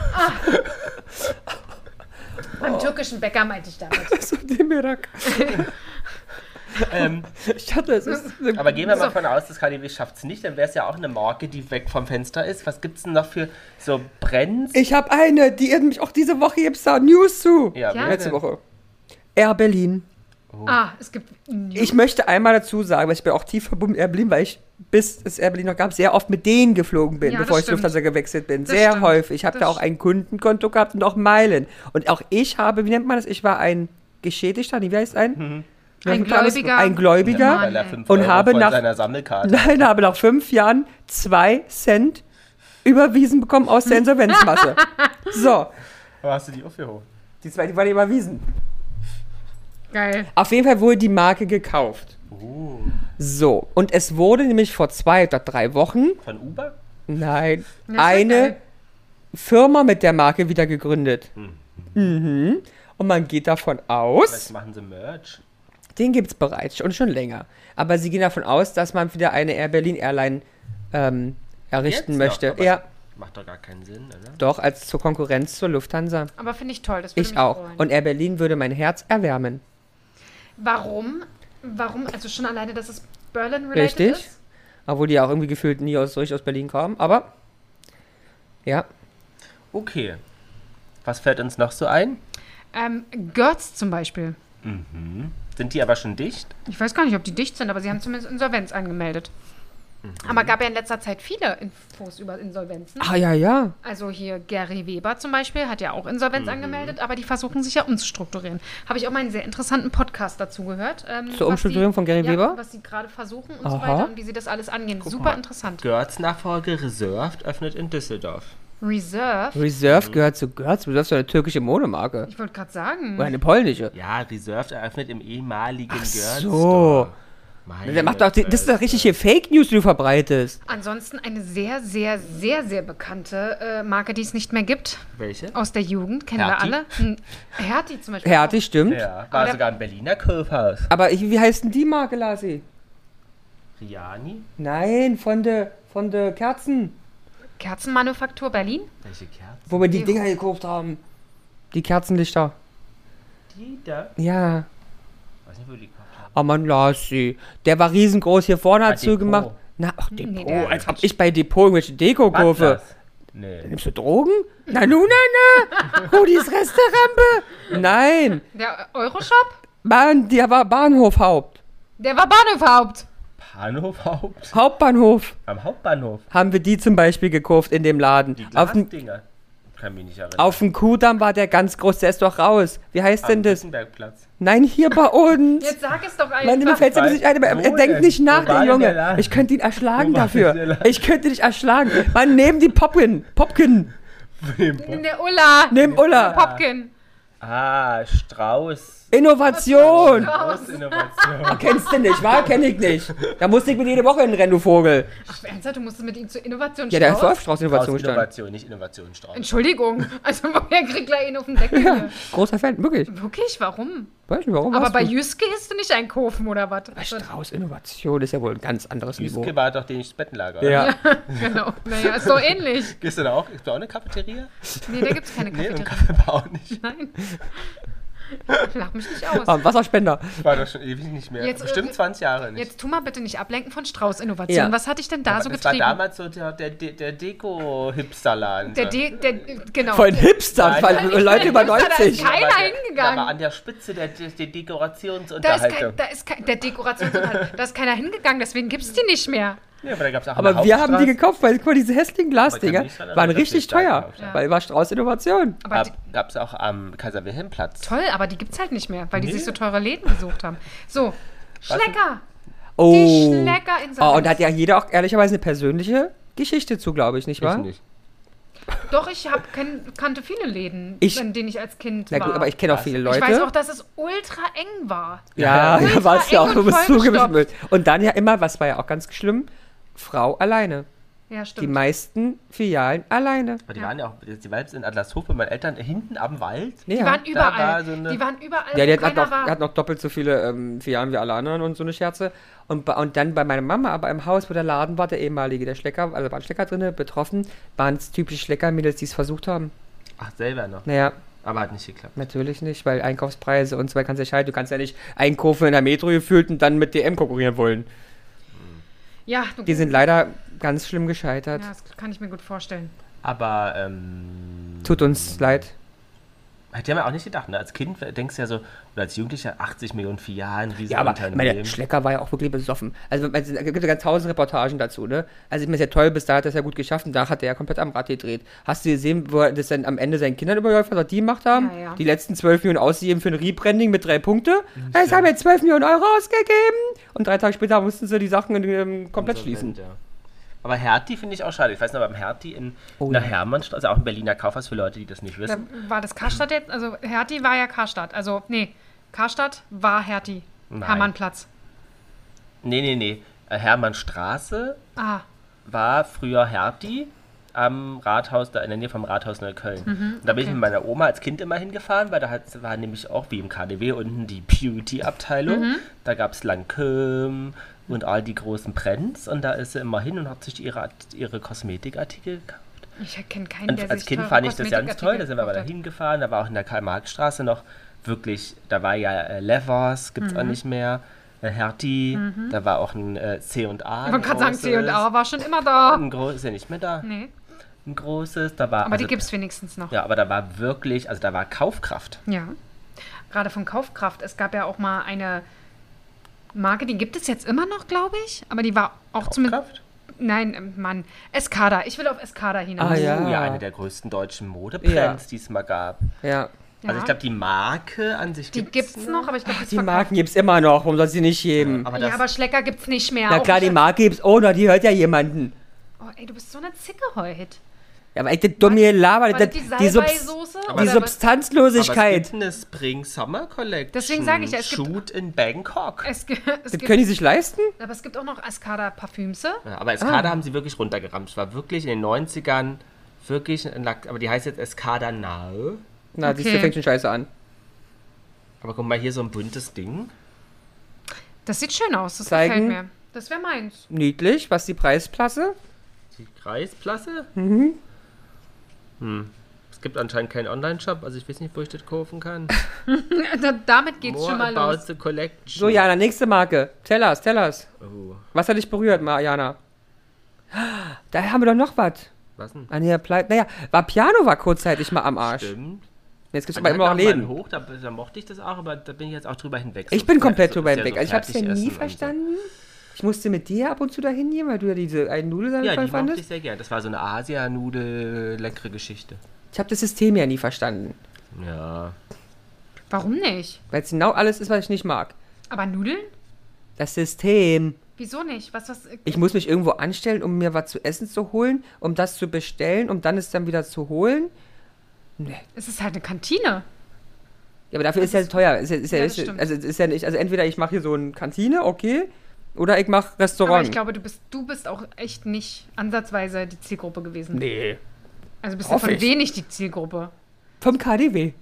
S3: Beim türkischen Bäcker meinte ich damit.
S2: Was ist dem hier da?
S1: ähm,
S2: Ich hatte, es ist.
S1: aber gehen wir mal
S3: So.
S1: davon aus, das KDW schafft es nicht, dann wäre es ja auch eine Marke, die weg vom Fenster ist. Was gibt's denn noch für so Brands?
S2: Ich habe eine, die ihr mich auch diese Woche gibt's da News zu.
S1: Ja,
S3: Ja.
S1: wer
S2: Letzte
S1: denn?
S2: Woche. Air Berlin.
S1: Oh.
S3: Ah, es gibt News.
S2: Ich möchte einmal dazu sagen, weil ich bin auch tief verbunden mit Air Berlin, weil ich bis es Air Berlin noch gab, sehr oft mit denen geflogen bin,
S3: Ja, das
S2: bevor ich zu
S3: stimmt.
S2: Lufthansa gewechselt bin.
S3: Das
S2: sehr
S3: stimmt.
S2: häufig. Ich habe da
S3: Das
S2: auch
S3: st-
S2: ein Kundenkonto gehabt und auch Meilen. Und auch ich habe, wie nennt man das? Ich war ein Geschädigter, nee, wie heißt ein? Wie heißt
S3: Ein
S2: klar, das-
S3: Gläubiger.
S2: Ein Gläubiger.
S3: Ja,
S1: weil er
S3: Mann,
S1: fünf
S2: ey. Und
S1: Euro
S2: habe
S1: von
S2: nach-
S1: seiner Sammelkarte.
S2: Nein, habe nach fünf Jahren zwei Cent überwiesen bekommen aus der Insolvenzmasse. so,
S1: Wo hast du die aufgehoben?
S2: die zwei, die waren überwiesen.
S3: Geil.
S2: Auf jeden Fall wurde die Marke gekauft. So, und es wurde nämlich vor zwei oder drei Wochen,
S1: Von Uber?
S2: nein,
S3: Das ist
S2: eine
S3: geil.
S2: Firma mit der Marke wieder gegründet. Mhm. Und man geht davon aus,
S1: Hm. Vielleicht machen sie Merch.
S2: den gibt es bereits und schon länger. Aber sie gehen davon aus, dass man wieder eine Air Berlin Airline ähm, errichten
S1: Jetzt noch,
S2: möchte.
S1: aber-
S2: ja,
S1: Macht doch gar keinen Sinn, oder?
S2: doch, als zur Konkurrenz zur Lufthansa.
S3: Aber finde ich toll. Das würde
S2: Ich
S3: mich
S2: auch.
S3: Freuen.
S2: Und Air Berlin würde mein Herz erwärmen.
S3: warum? Warum? Also schon alleine, dass es Berlin-related
S2: Richtig.
S3: ist?
S2: Obwohl die ja auch irgendwie gefühlt nie aus, richtig aus Berlin kamen. Aber, ja.
S1: Okay. Was fällt uns noch so ein?
S3: Ähm, Götz zum Beispiel.
S1: Sind die aber schon dicht?
S3: Ich weiß gar nicht, ob die dicht sind, aber sie haben zumindest Insolvenz angemeldet. Aber gab ja in letzter Zeit viele Infos über Insolvenzen.
S2: Ah, ja, ja.
S3: Also hier Gary Weber zum Beispiel hat ja auch Insolvenz angemeldet, aber die versuchen sich ja umzustrukturieren. Habe ich auch mal einen sehr interessanten Podcast dazu gehört. ähm,
S2: Zur
S3: was
S2: Umstrukturierung
S3: die-
S2: von Gary
S3: ja,
S2: Weber?
S3: Was sie gerade versuchen und so
S2: Aha.
S3: weiter und wie sie das alles angehen. Super interessant.
S1: Görz Nachfolge Reserved öffnet in Düsseldorf.
S3: Reserve,
S1: Mhm.
S2: Reserve gehört zu Götz. Reserve ist doch eine türkische Modemarke.
S3: ich wollte gerade sagen.
S2: Oder eine polnische.
S1: Ja, Reserved eröffnet im ehemaligen Görz.
S2: so.
S1: Meine
S2: Der macht doch, die- das ist doch
S1: Fresse.
S2: richtig hier Fake News, die du verbreitest.
S3: Ansonsten eine sehr, sehr, sehr, sehr bekannte äh, Marke, die es nicht mehr gibt.
S1: Welche?
S3: Aus der Jugend, kennen
S1: Hertie?
S3: wir alle. Hm, Hertie zum Beispiel.
S2: Härtig, stimmt.
S1: Ja, war
S3: der-
S1: sogar im Berliner Kaufhaus.
S2: Aber ich, wie heißt denn die Marke, Lasi?
S1: Riani?
S2: Nein, von der von de Kerzen.
S3: Kerzenmanufaktur Berlin.
S1: Welche Kerze?
S2: Wo wir die Dinger gekauft haben. Die Kerzenlichter.
S1: Die da?
S2: Ja.
S1: Weiß nicht, wo die gekauft haben.
S2: Oh Mann, Lassi. Der war riesengroß hier vorne, hat
S1: Ah, Depot.
S2: zugemacht. Na, ach, Depot.
S3: Hm, Nee, der-
S2: als ob ich bei Depot irgendwelche Deko kaufe.
S1: Atlas. Äh, Nee.
S2: Nimmst du Drogen? Na, nu, na, na. Rudis Resterampe. Nein.
S3: Der Euroshop,
S2: Bahn, der war Bahnhof Haupt.
S3: der war Bahnhof Haupt.
S1: Bahnhof Haupt.
S2: Hauptbahnhof
S1: Am Hauptbahnhof.
S2: haben wir die zum Beispiel gekauft in dem Laden.
S1: Die
S2: Auf dem,
S1: Glasdinger. Kann mich nicht erinnern.
S2: auf dem Kudamm war der ganz groß, der ist doch raus. Wie heißt denn
S1: Am
S2: das?
S1: Wittenbergplatz.
S2: Nein, hier bei uns.
S3: Jetzt sag es doch
S2: Meine, mir
S3: einfach.
S2: fällt es
S1: Weil-
S2: nicht ein, aber er
S1: Wo
S2: denkt
S1: denn?
S2: nicht nach,
S1: Wo
S2: der
S1: war denn der
S2: Junge.
S1: Laden?
S2: Ich könnte ihn erschlagen
S1: Wo war denn der
S2: dafür.
S1: Laden?
S2: Ich könnte dich erschlagen. Mann, nehmen die Popkin. Popkin.
S3: In der Ulla.
S2: Nehmen Ulla.
S3: Popkin.
S1: Ah, Strauß.
S2: Innovation.
S1: Großinnovation.
S2: Kennst du nicht, wa? Kenn ich nicht. Da musste ich mit jede Woche in den Rennen, du Vogel.
S3: Ach, ernsthaft, du musstest mit ihm zur Innovation
S2: Ja, der
S3: Strauß?
S2: Surfstrauß Innovation stand.
S1: Innovation, nicht Innovation, Strauß.
S3: Entschuldigung. Also, woher kriegt er ihn auf den Deckel? hier?
S2: Großer Fan, wirklich.
S3: Wirklich, warum?
S2: Weiß nicht, warum
S3: Aber
S2: warst
S3: bei
S2: du?
S3: Jüske ist du nicht einkaufen, oder was? Also,
S2: Bei Strauß Innovation ist ja wohl ein ganz anderes Niveau.
S1: Jüske war doch den Bettenlager. oder?
S2: Ja.
S3: Genau. Naja, ist doch ähnlich.
S1: Gehst du da auch? Gibt's da auch eine Cafeteria?
S3: Nee, da gibt's keine
S1: Nee, im
S3: Cafeteria.
S1: Kaffee war auch nicht.
S3: Nein. Lach mich nicht aus.
S2: Am Wasserspender.
S1: War doch schon ewig nicht mehr.
S3: Jetzt, äh,
S1: Bestimmt 20 Jahre nicht.
S3: Jetzt tu mal bitte nicht ablenken von Strauß Innovation.
S2: Ja.
S3: Was hatte ich denn da
S1: Aber
S3: so
S1: das war
S3: getrieben?
S1: damals so der, der, der der Deko-Hipsterladen.
S2: äh,
S3: der, D, der genau.
S2: Von Hipstern,
S1: Nein.
S2: von Leute über
S3: Da ist
S2: 90.
S1: Da
S3: keiner
S1: war der- Da war
S3: hingegangen.
S1: an der Spitze der, der, der
S3: Da ist, kein,
S1: Dekorationsunterhaltung.
S3: da ist kein, der Dekorationsunterhalt, da ist keiner hingegangen, deswegen gibt's die nicht mehr.
S1: ja, aber da gab's auch eine
S2: Aber wir haben
S1: Hauptstraße.
S2: die gekauft, weil guck mal, diese hässlichen
S1: Aber
S2: Glasdinger
S1: ich kann mich daran
S2: waren
S1: erinnern,
S2: richtig
S1: dass wir da
S2: teuer.
S1: gekauft haben.
S2: Weil war Strauß Innovation.
S3: Aber die,
S1: Ab- Gab's auch am Kaiser-Wilhelm-Platz.
S3: toll, aber die gibt's halt nicht mehr, weil die
S1: Nee.
S3: sich so teure Läden gesucht haben. So, Schlecker.
S2: Oh.
S3: Schlecker
S2: oh.
S3: in
S2: Und
S3: Salz.
S2: da hat ja jeder auch ehrlicherweise eine persönliche Geschichte zu, glaube ich, nicht wahr?
S1: nicht.
S3: Doch, ich hab, kenn, kannte viele Läden,
S2: Ich-
S3: in denen ich als Kind
S2: Na
S3: war.
S2: gut, aber ich kenne auch viele Leute.
S3: Ich weiß auch, dass es ultra eng war.
S2: ja,
S1: Ja.
S2: da war es ja auch,
S3: Ultra
S2: du
S3: eng
S2: bist
S3: und vollgestopft.
S2: zugewimmelt. Und dann ja immer, was war ja auch ganz schlimm, Frau alleine.
S3: Ja,
S2: Die
S3: stimmt.
S2: meisten Filialen alleine.
S1: Aber die
S3: Ja.
S1: waren ja auch, die waren jetzt in Adlershof bei meinen Eltern hinten am Wald.
S3: Die waren
S1: war
S3: überall.
S1: so eine-
S3: die waren überall.
S2: Ja,
S3: wo
S2: die hat, hat,
S3: keiner
S2: noch,
S3: war.
S2: hat noch doppelt so viele ähm, Filialen wie alle anderen und so eine Scherze. Und, bei- und dann bei meiner Mama, aber im Haus, wo der Laden war, der ehemalige, der Schlecker, also war ein Schlecker drin, betroffen, waren es typische Schleckermädels, die es versucht haben.
S1: Ach, selber noch.
S2: Naja,
S1: Aber hat nicht geklappt.
S2: natürlich nicht, weil Einkaufspreise und so weiter kannst du ja scheiden. Du kannst ja nicht einkaufen in der Metro gefühlt und dann mit DM konkurrieren wollen.
S3: ja, du,
S2: Die sind leider ganz schlimm gescheitert.
S3: ja, das kann ich mir gut vorstellen.
S1: Aber ähm,
S2: Tut uns leid.
S1: Hätte man auch nicht gedacht. Ne? Als Kind denkst du ja so, oder als Jugendlicher, 80 Millionen, vier Jahre, ein riesen
S2: Ja, aber
S1: Anteil im
S2: meine,
S1: Leben.
S2: Schlecker war ja auch wirklich besoffen. Also es gibt ja ganz tausend Reportagen dazu, ne? Also ich meine, sehr toll, bis da hat er es ja gut geschafft und da hat er ja komplett am Rad gedreht. Hast du gesehen, wo er das dann am Ende seinen Kindern übergeholfen hat, was die gemacht haben?
S3: Ja, ja.
S2: Die letzten 12 Millionen ausgegeben für ein Rebranding mit drei Punkte. Es haben jetzt 12 Millionen Euro ausgegeben. Und drei Tage später mussten sie die Sachen ähm, komplett schließen.
S1: Ja. Aber Hertie finde ich auch schade. Ich weiß noch, beim Hertie in
S2: Oh,
S1: einer
S2: ja.
S1: Hermannstraße, also auch ein Berliner Kaufhaus für Leute, die das nicht
S3: Da
S1: wissen.
S3: Äh, war das Karstadt jetzt? Also Hertie war ja Karstadt. Also, nee, Karstadt war Hertie.
S1: Nein.
S3: Hermannplatz.
S1: Nee, nee, nee. Äh, Hermannstraße
S3: Ah,
S1: war früher Hertie am Rathaus, da in der Nähe vom Rathaus Neukölln. und da bin ich
S3: Mhm,
S1: mit
S3: okay.
S1: meiner Oma als Kind immer hingefahren, weil da hat, war nämlich auch wie im KDW unten die Beauty-Abteilung.
S3: Mhm.
S1: Da gab es Lancôme und all die großen Brands und da ist sie immer hin und hat sich ihre, ihre Kosmetikartikel gekauft.
S3: ich kenne keinen,
S1: Und
S3: der
S1: als
S3: sich
S1: Kind
S3: teure
S1: fand ich das ganz
S3: Kosmetikartikel
S1: toll, da sind wir mal
S3: gekauft hat.
S1: dahin gefahren, da war auch in der Karl-Marx-Straße noch wirklich, da war ja äh, Levers, gibt's
S3: Mhm.
S1: auch nicht mehr, äh, Hertie, da war auch ein äh, C&A.
S3: Ich wollte gerade sagen, C und
S1: A.
S3: A war schon immer da.
S1: Ein großes, ist ja nicht mehr da,
S3: Ah. Nee,
S1: ein großes, da war,
S3: aber die
S1: also-
S3: gibt es wenigstens noch.
S1: ja, aber da war wirklich, also da war Kaufkraft.
S3: Ja. Gerade von Kaufkraft. Es gab ja auch mal eine Marke, die gibt es jetzt immer noch, glaube ich. Aber die war auch zumindest.
S1: Kaufkraft?
S3: Nein, ähm, Mann. Eskada. Ich will auf Eskada hinaus.
S2: Ah,
S1: Ja.
S2: ja.
S1: Oh, ja, eine der größten deutschen Modetrends, die es mal gab.
S2: Ja.
S3: Ja.
S1: Also ich glaube, die Marke an sich
S3: die
S1: gibt's
S3: gibt's noch, aber ich glaube, das
S2: Die
S3: verkauft-
S2: Marken gibt's immer noch, warum soll sie nicht geben?
S1: Aber das,
S3: Ja, aber Schlecker gibt's nicht mehr.
S2: Na
S3: Auch
S2: klar,
S3: nicht-
S2: die Marke gibt's auch noch, die hört ja jemanden.
S3: Oh, ey, du bist so eine Zicke heute.
S2: Ja, aber ich das dumme Laber,
S3: War das
S2: das,
S3: die
S2: Äh, die, Subs
S3: Salbeisoße?
S2: die
S3: oder was?
S1: aber es
S2: Substanzlosigkeit.
S1: gibt eine Spring Summer Collection.
S3: Deswegen sag ich ja, es gibt-
S1: Shoot in Bangkok.
S3: Es, ge- es
S2: Das
S3: gibt,
S2: können die sich leisten?
S3: aber es gibt auch noch Eskada Parfümse.
S1: Ja, aber Eskada haben sie wirklich runtergerammt. Es war wirklich in den 90ern wirklich ein Lack, aber die heißt jetzt Eskada Now.
S2: Na,
S3: Okay.
S2: siehst du, fängt schon scheiße an.
S1: Aber guck mal, hier so ein buntes Ding.
S3: Das sieht schön aus, das
S2: Zeigen.
S3: gefällt mir. Das wäre meins.
S2: Niedlich, was die Preisklasse?
S1: Die Kreisplasse.
S2: Mhm.
S1: Hm. Es gibt anscheinend keinen Online-Shop, also ich weiß nicht, wo ich das kaufen kann.
S3: Da- Damit geht's
S1: More
S3: schon mal
S1: about
S3: los.
S1: the collection.
S2: So, Jana, nächste Marke. Tellers, Tellers.
S1: Oh,
S2: Was hat dich berührt, Ma- Jana? Da haben wir doch noch was. Ah,
S1: was denn?
S2: An der Pleite. Naja, war Piano war kurzzeitig mal am Arsch.
S1: Stimmt.
S2: Jetzt gibt's
S1: Man hat
S2: aber immer
S1: auch
S2: noch
S1: mal einen
S2: Läden.
S1: Hoch, da, da mochte ich das auch, aber da bin ich jetzt auch drüber hinweg.
S2: Ich
S1: So
S2: bin
S1: fer-
S2: komplett
S1: so-
S2: drüber
S1: ist ja
S2: hinweg.
S1: so
S2: Also ich hab's ja
S1: Fertigessen
S2: nie
S1: und so.
S2: verstanden. Ich musste mit dir ab und zu dahin gehen, weil du ja diese einen Nudel dann
S1: Ja, die
S2: voll
S1: mochte ich
S2: fandest.
S1: sehr gern. Das war so eine Asia-Nudel, leckere Geschichte.
S2: Ich habe das System ja nie verstanden.
S1: Ja.
S3: Warum nicht?
S2: Weil es genau alles ist, was ich nicht mag.
S3: Aber Nudeln?
S2: Das System.
S3: Wieso nicht? Was, was,
S2: Ich muss mich irgendwo anstellen, um mir was zu essen zu holen, um das zu bestellen, um dann es dann wieder zu holen.
S3: es ist halt eine Kantine.
S2: Ja, aber dafür ist ja teuer. Ist ja, ist ja,
S3: Ja, das
S2: ist ja,
S3: stimmt.
S2: also es ist ja nicht. Also entweder ich mache hier so eine Kantine, okay, oder ich mache
S3: Aber
S2: Restaurant.
S3: ich glaube, du bist, du bist auch echt nicht ansatzweise die Zielgruppe gewesen.
S2: nee.
S3: Also bist du
S2: Hoffe
S3: von
S2: ich.
S3: wenig die Zielgruppe.
S2: Vom KDW.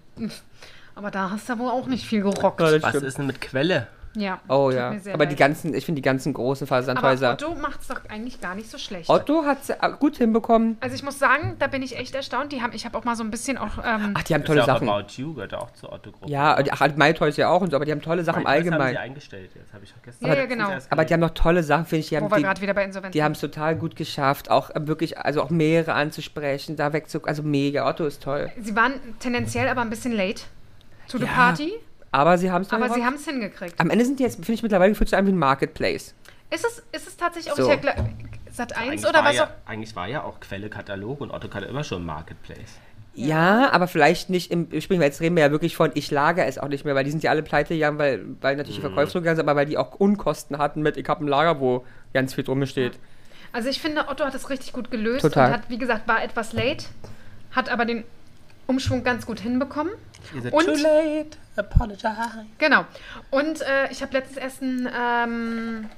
S3: Aber da hast du wohl auch nicht viel gerockt.
S2: Ja, das
S1: Oh Was
S2: stimmt.
S1: ist denn mit Quelle?
S3: Ja.
S2: Oh
S3: tut
S2: ja.
S3: mir sehr
S2: Aber
S3: leid.
S2: die ganzen, ich finde die ganzen großen
S3: Aber
S2: Versandhäuser. Otto,
S3: Otto macht's doch eigentlich gar nicht so schlecht.
S2: hat's äh, gut hinbekommen.
S3: Also ich muss sagen, da bin ich echt erstaunt. Die haben, ich habe auch mal so ein bisschen auch. Ähm,
S2: Ach, die haben
S1: Ist
S2: tolle
S1: ja auch
S2: Sachen.
S1: About You gehört auch zur Otto-Gruppe.
S2: Ja, die- ach, My Toys ja auch und so, aber die haben tolle Sachen
S1: Mein Dress Haben sie
S2: allgemein.
S1: eingestellt jetzt, habe ich gestern.
S3: ja, ja, genau.
S1: erst
S2: Aber die haben noch tolle Sachen, finde ich. Die haben
S3: Wo wir
S2: die-
S3: gerade wieder bei Insolvenz
S2: Die haben es total gut geschafft, auch ähm, wirklich, also auch mehrere anzusprechen, da wegzu. Also mega, Otto ist toll.
S3: sind. Sie waren tendenziell aber ein bisschen late to the
S2: Ja,
S3: party,
S2: Aber sie haben es
S3: aber sie haben es hingekriegt.
S2: Am Ende sind die jetzt, finde ich, mittlerweile gefühlt so an wie ein Marketplace.
S3: Ist es, ist es tatsächlich auch
S2: So.
S3: ich erkla- Sat 1
S1: Eigentlich
S3: oder
S1: war
S3: was auch?
S1: ja, Eigentlich war ja auch Quelle Katalog und Otto hatte immer schon Marketplace.
S2: Ja, aber vielleicht nicht im Sprich, weil jetzt reden wir ja wirklich von, ich lager es auch nicht mehr, weil die sind ja alle pleite gegangen, weil, weil natürlich die Verkäufer gegangen sind, aber weil die auch Unkosten hatten mit, ich habe ein Lager, wo ganz viel drum steht.
S3: Also ich finde, Otto hat es richtig gut gelöst
S2: Total.
S3: und hat, wie gesagt, war etwas late, hat aber den Umschwung ganz gut hinbekommen.
S1: Ihr seid
S3: Und-
S1: too late, apologize.
S3: Genau. Und äh, ich habe letztens erst ein, ähm,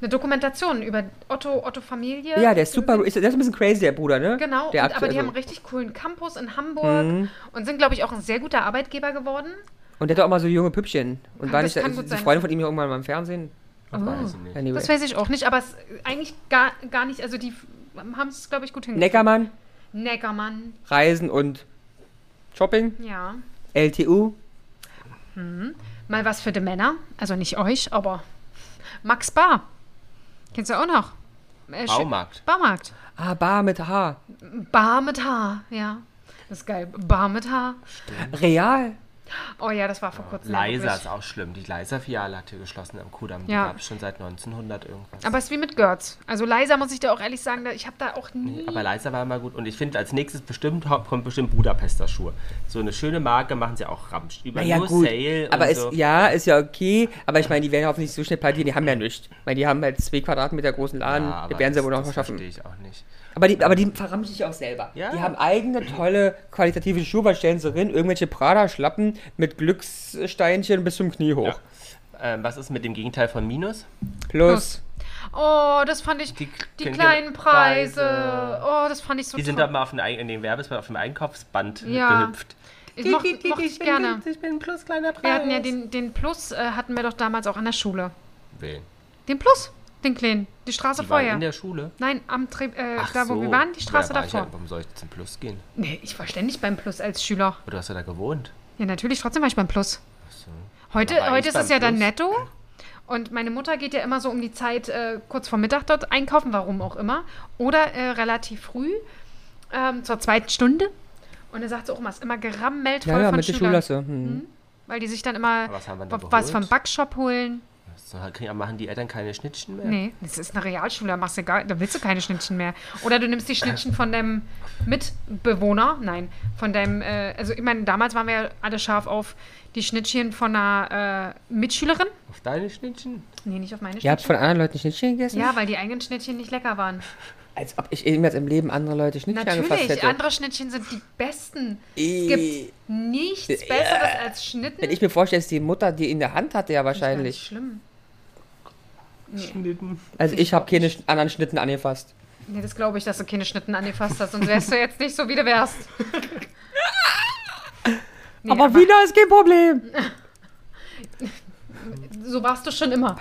S3: eine Dokumentation über Otto, Otto Familie.
S2: Ja, der ist super, ist, der ist ein bisschen crazy, der Bruder, ne?
S3: Genau,
S2: der
S3: und, aber die
S2: aktuell-
S3: haben einen richtig coolen Campus in Hamburg
S1: Mhm.
S3: und sind, glaube ich, auch ein sehr guter Arbeitgeber geworden.
S2: Und der hat auch mal so junge Püppchen. Und
S3: Kann-
S2: war
S3: das
S2: nicht,
S3: kann
S2: ist
S3: gut
S2: die
S3: sein.
S2: Freundin von ihm ja irgendwann mal im Fernsehen.
S1: Das weiß ich nicht.
S2: Anyway.
S3: Das weiß ich auch nicht, aber es, eigentlich gar, gar nicht, also die f- haben es, glaube ich, gut hingekriegt.
S2: Neckermann,
S3: Neckermann,
S2: Reisen und Shopping,
S3: ja.
S2: LTU.
S3: Mal was für die Männer, also nicht euch, aber Max Bar. Kennst du auch noch? Äh, schön-
S1: Baumarkt.
S3: Baumarkt.
S2: Ah, Bar mit H.
S3: Bar mit H, ja. Das ist geil. Bar mit Haar.
S2: Real.
S3: Oh ja, das war vor kurzem.
S1: Leiser ist
S3: wirklich.
S1: auch schlimm. Die Leiser-Filiale hat hier geschlossen am Kudamm. Die
S3: Ja.
S1: gab es schon seit 1900 irgendwas.
S3: Aber es ist wie mit Götz. Also leiser muss ich dir auch ehrlich sagen, da- ich habe da auch nie.
S1: Aber Leiser war immer gut. Und ich finde, als nächstes bestimmt kommt bestimmt Budapester Schuhe. So eine schöne Marke machen sie auch Ramsch. Über
S2: Ja,
S1: nur
S2: gut.
S1: Sale
S2: aber
S1: und
S2: ist,
S1: so. Ah,
S2: ja, ist ja okay. Aber ich meine, die werden hoffentlich so schnell plattieren. Die haben ja nichts. Ich meine, die haben halt zwei Quadratmeter großen Laden.
S1: Ja,
S2: die werden sie
S1: das-
S2: wohl noch
S1: das
S2: schaffen.
S1: verstehe ich auch nicht.
S2: Aber die, aber die verramschen sich auch selber.
S1: Ja.
S2: Die haben eigene tolle qualitative Schuhe, weil stellen sie drin irgendwelche Prada-Schlappen mit Glückssteinchen bis zum Knie hoch.
S1: Ja. Ähm, was ist mit dem Gegenteil von Minus?
S2: Plus.
S3: Oh, das fand ich.
S1: Die-
S3: Die,
S1: die
S3: kleinen Preise.
S1: Preise.
S3: Oh, das fand ich so
S1: Die sind
S3: toll.
S1: doch mal auf den, Ein- in den Werbespot auf dem Einkaufsband
S3: Ja.
S1: gehüpft.
S3: Ich mochte, mochte ich gerne.
S1: Ich bin plus kleiner Preis.
S3: Wir hatten ja den, den Plus, äh, hatten wir doch damals auch an der Schule.
S1: Wen?
S3: Den Plus, den kleinen. Die Straße
S1: Die waren
S3: vorher.
S1: in der Schule.
S3: Nein, am Tre äh,
S1: Ach
S3: da wo
S1: so.
S3: wir waren, die Straße
S1: Ja, war ich
S3: davor.
S1: Ja, warum soll ich zum Plus gehen?
S3: nee, ich war ständig beim Plus als Schüler.
S1: Oder hast du da gewohnt?
S3: Ja, natürlich, trotzdem war ich beim Plus. Heute,
S1: Aber war ich
S3: heute ist
S1: beim
S3: es ja dann
S1: Plus?
S3: netto. Und meine Mutter geht ja immer so um die Zeit äh, kurz vor Mittag dort einkaufen, warum auch immer. Oder äh, relativ früh, ähm, zur zweiten Stunde. Und da sagt sie auch immer, es ist immer gerammelt voll
S2: Ja, ja,
S3: von
S2: mit der
S3: Schülern. Mhm.
S2: Schulasse. Hm.
S3: Weil die sich dann immer
S1: Aber was haben wir denn
S3: wa-
S1: da
S3: was
S1: geholt?
S3: vom Backshop holen.
S1: So, kriegen, machen die Eltern keine Schnittchen mehr?
S3: Nee, das ist eine Realschule, da machst du gar, da willst du keine Schnittchen mehr. Oder du nimmst die Schnittchen von deinem Mitbewohner, nein, von deinem, äh, also ich meine, damals waren wir ja alle scharf auf die Schnittchen von einer äh, Mitschülerin.
S1: Auf deine Schnittchen?
S3: Nee, nicht auf meine
S2: Ihr habt
S3: Schnittchen.
S2: von anderen Leuten Schnittchen gegessen?
S3: Ja, weil die eigenen Schnittchen nicht lecker waren.
S2: Als ob ich jemals im Leben andere Leute Schnittchen angefasst
S3: Natürlich,
S2: hätte.
S3: andere Schnittchen sind die besten. Es
S2: Ih.
S3: gibt nichts Besseres als Schnitten.
S2: Wenn ich mir vorstelle, dass die Mutter die in der Hand hatte, ja
S3: Gar nicht
S2: wahrscheinlich.
S3: schlimm.
S1: Schnitten.
S2: Also ich habe keine Sch- anderen Schnitten angefasst.
S3: Nee, das glaube ich, dass du keine Schnitten angefasst hast, sonst wärst du jetzt nicht so, wie du wärst. Nee,
S2: aber, wieder ist kein Problem.
S3: So warst du schon immer.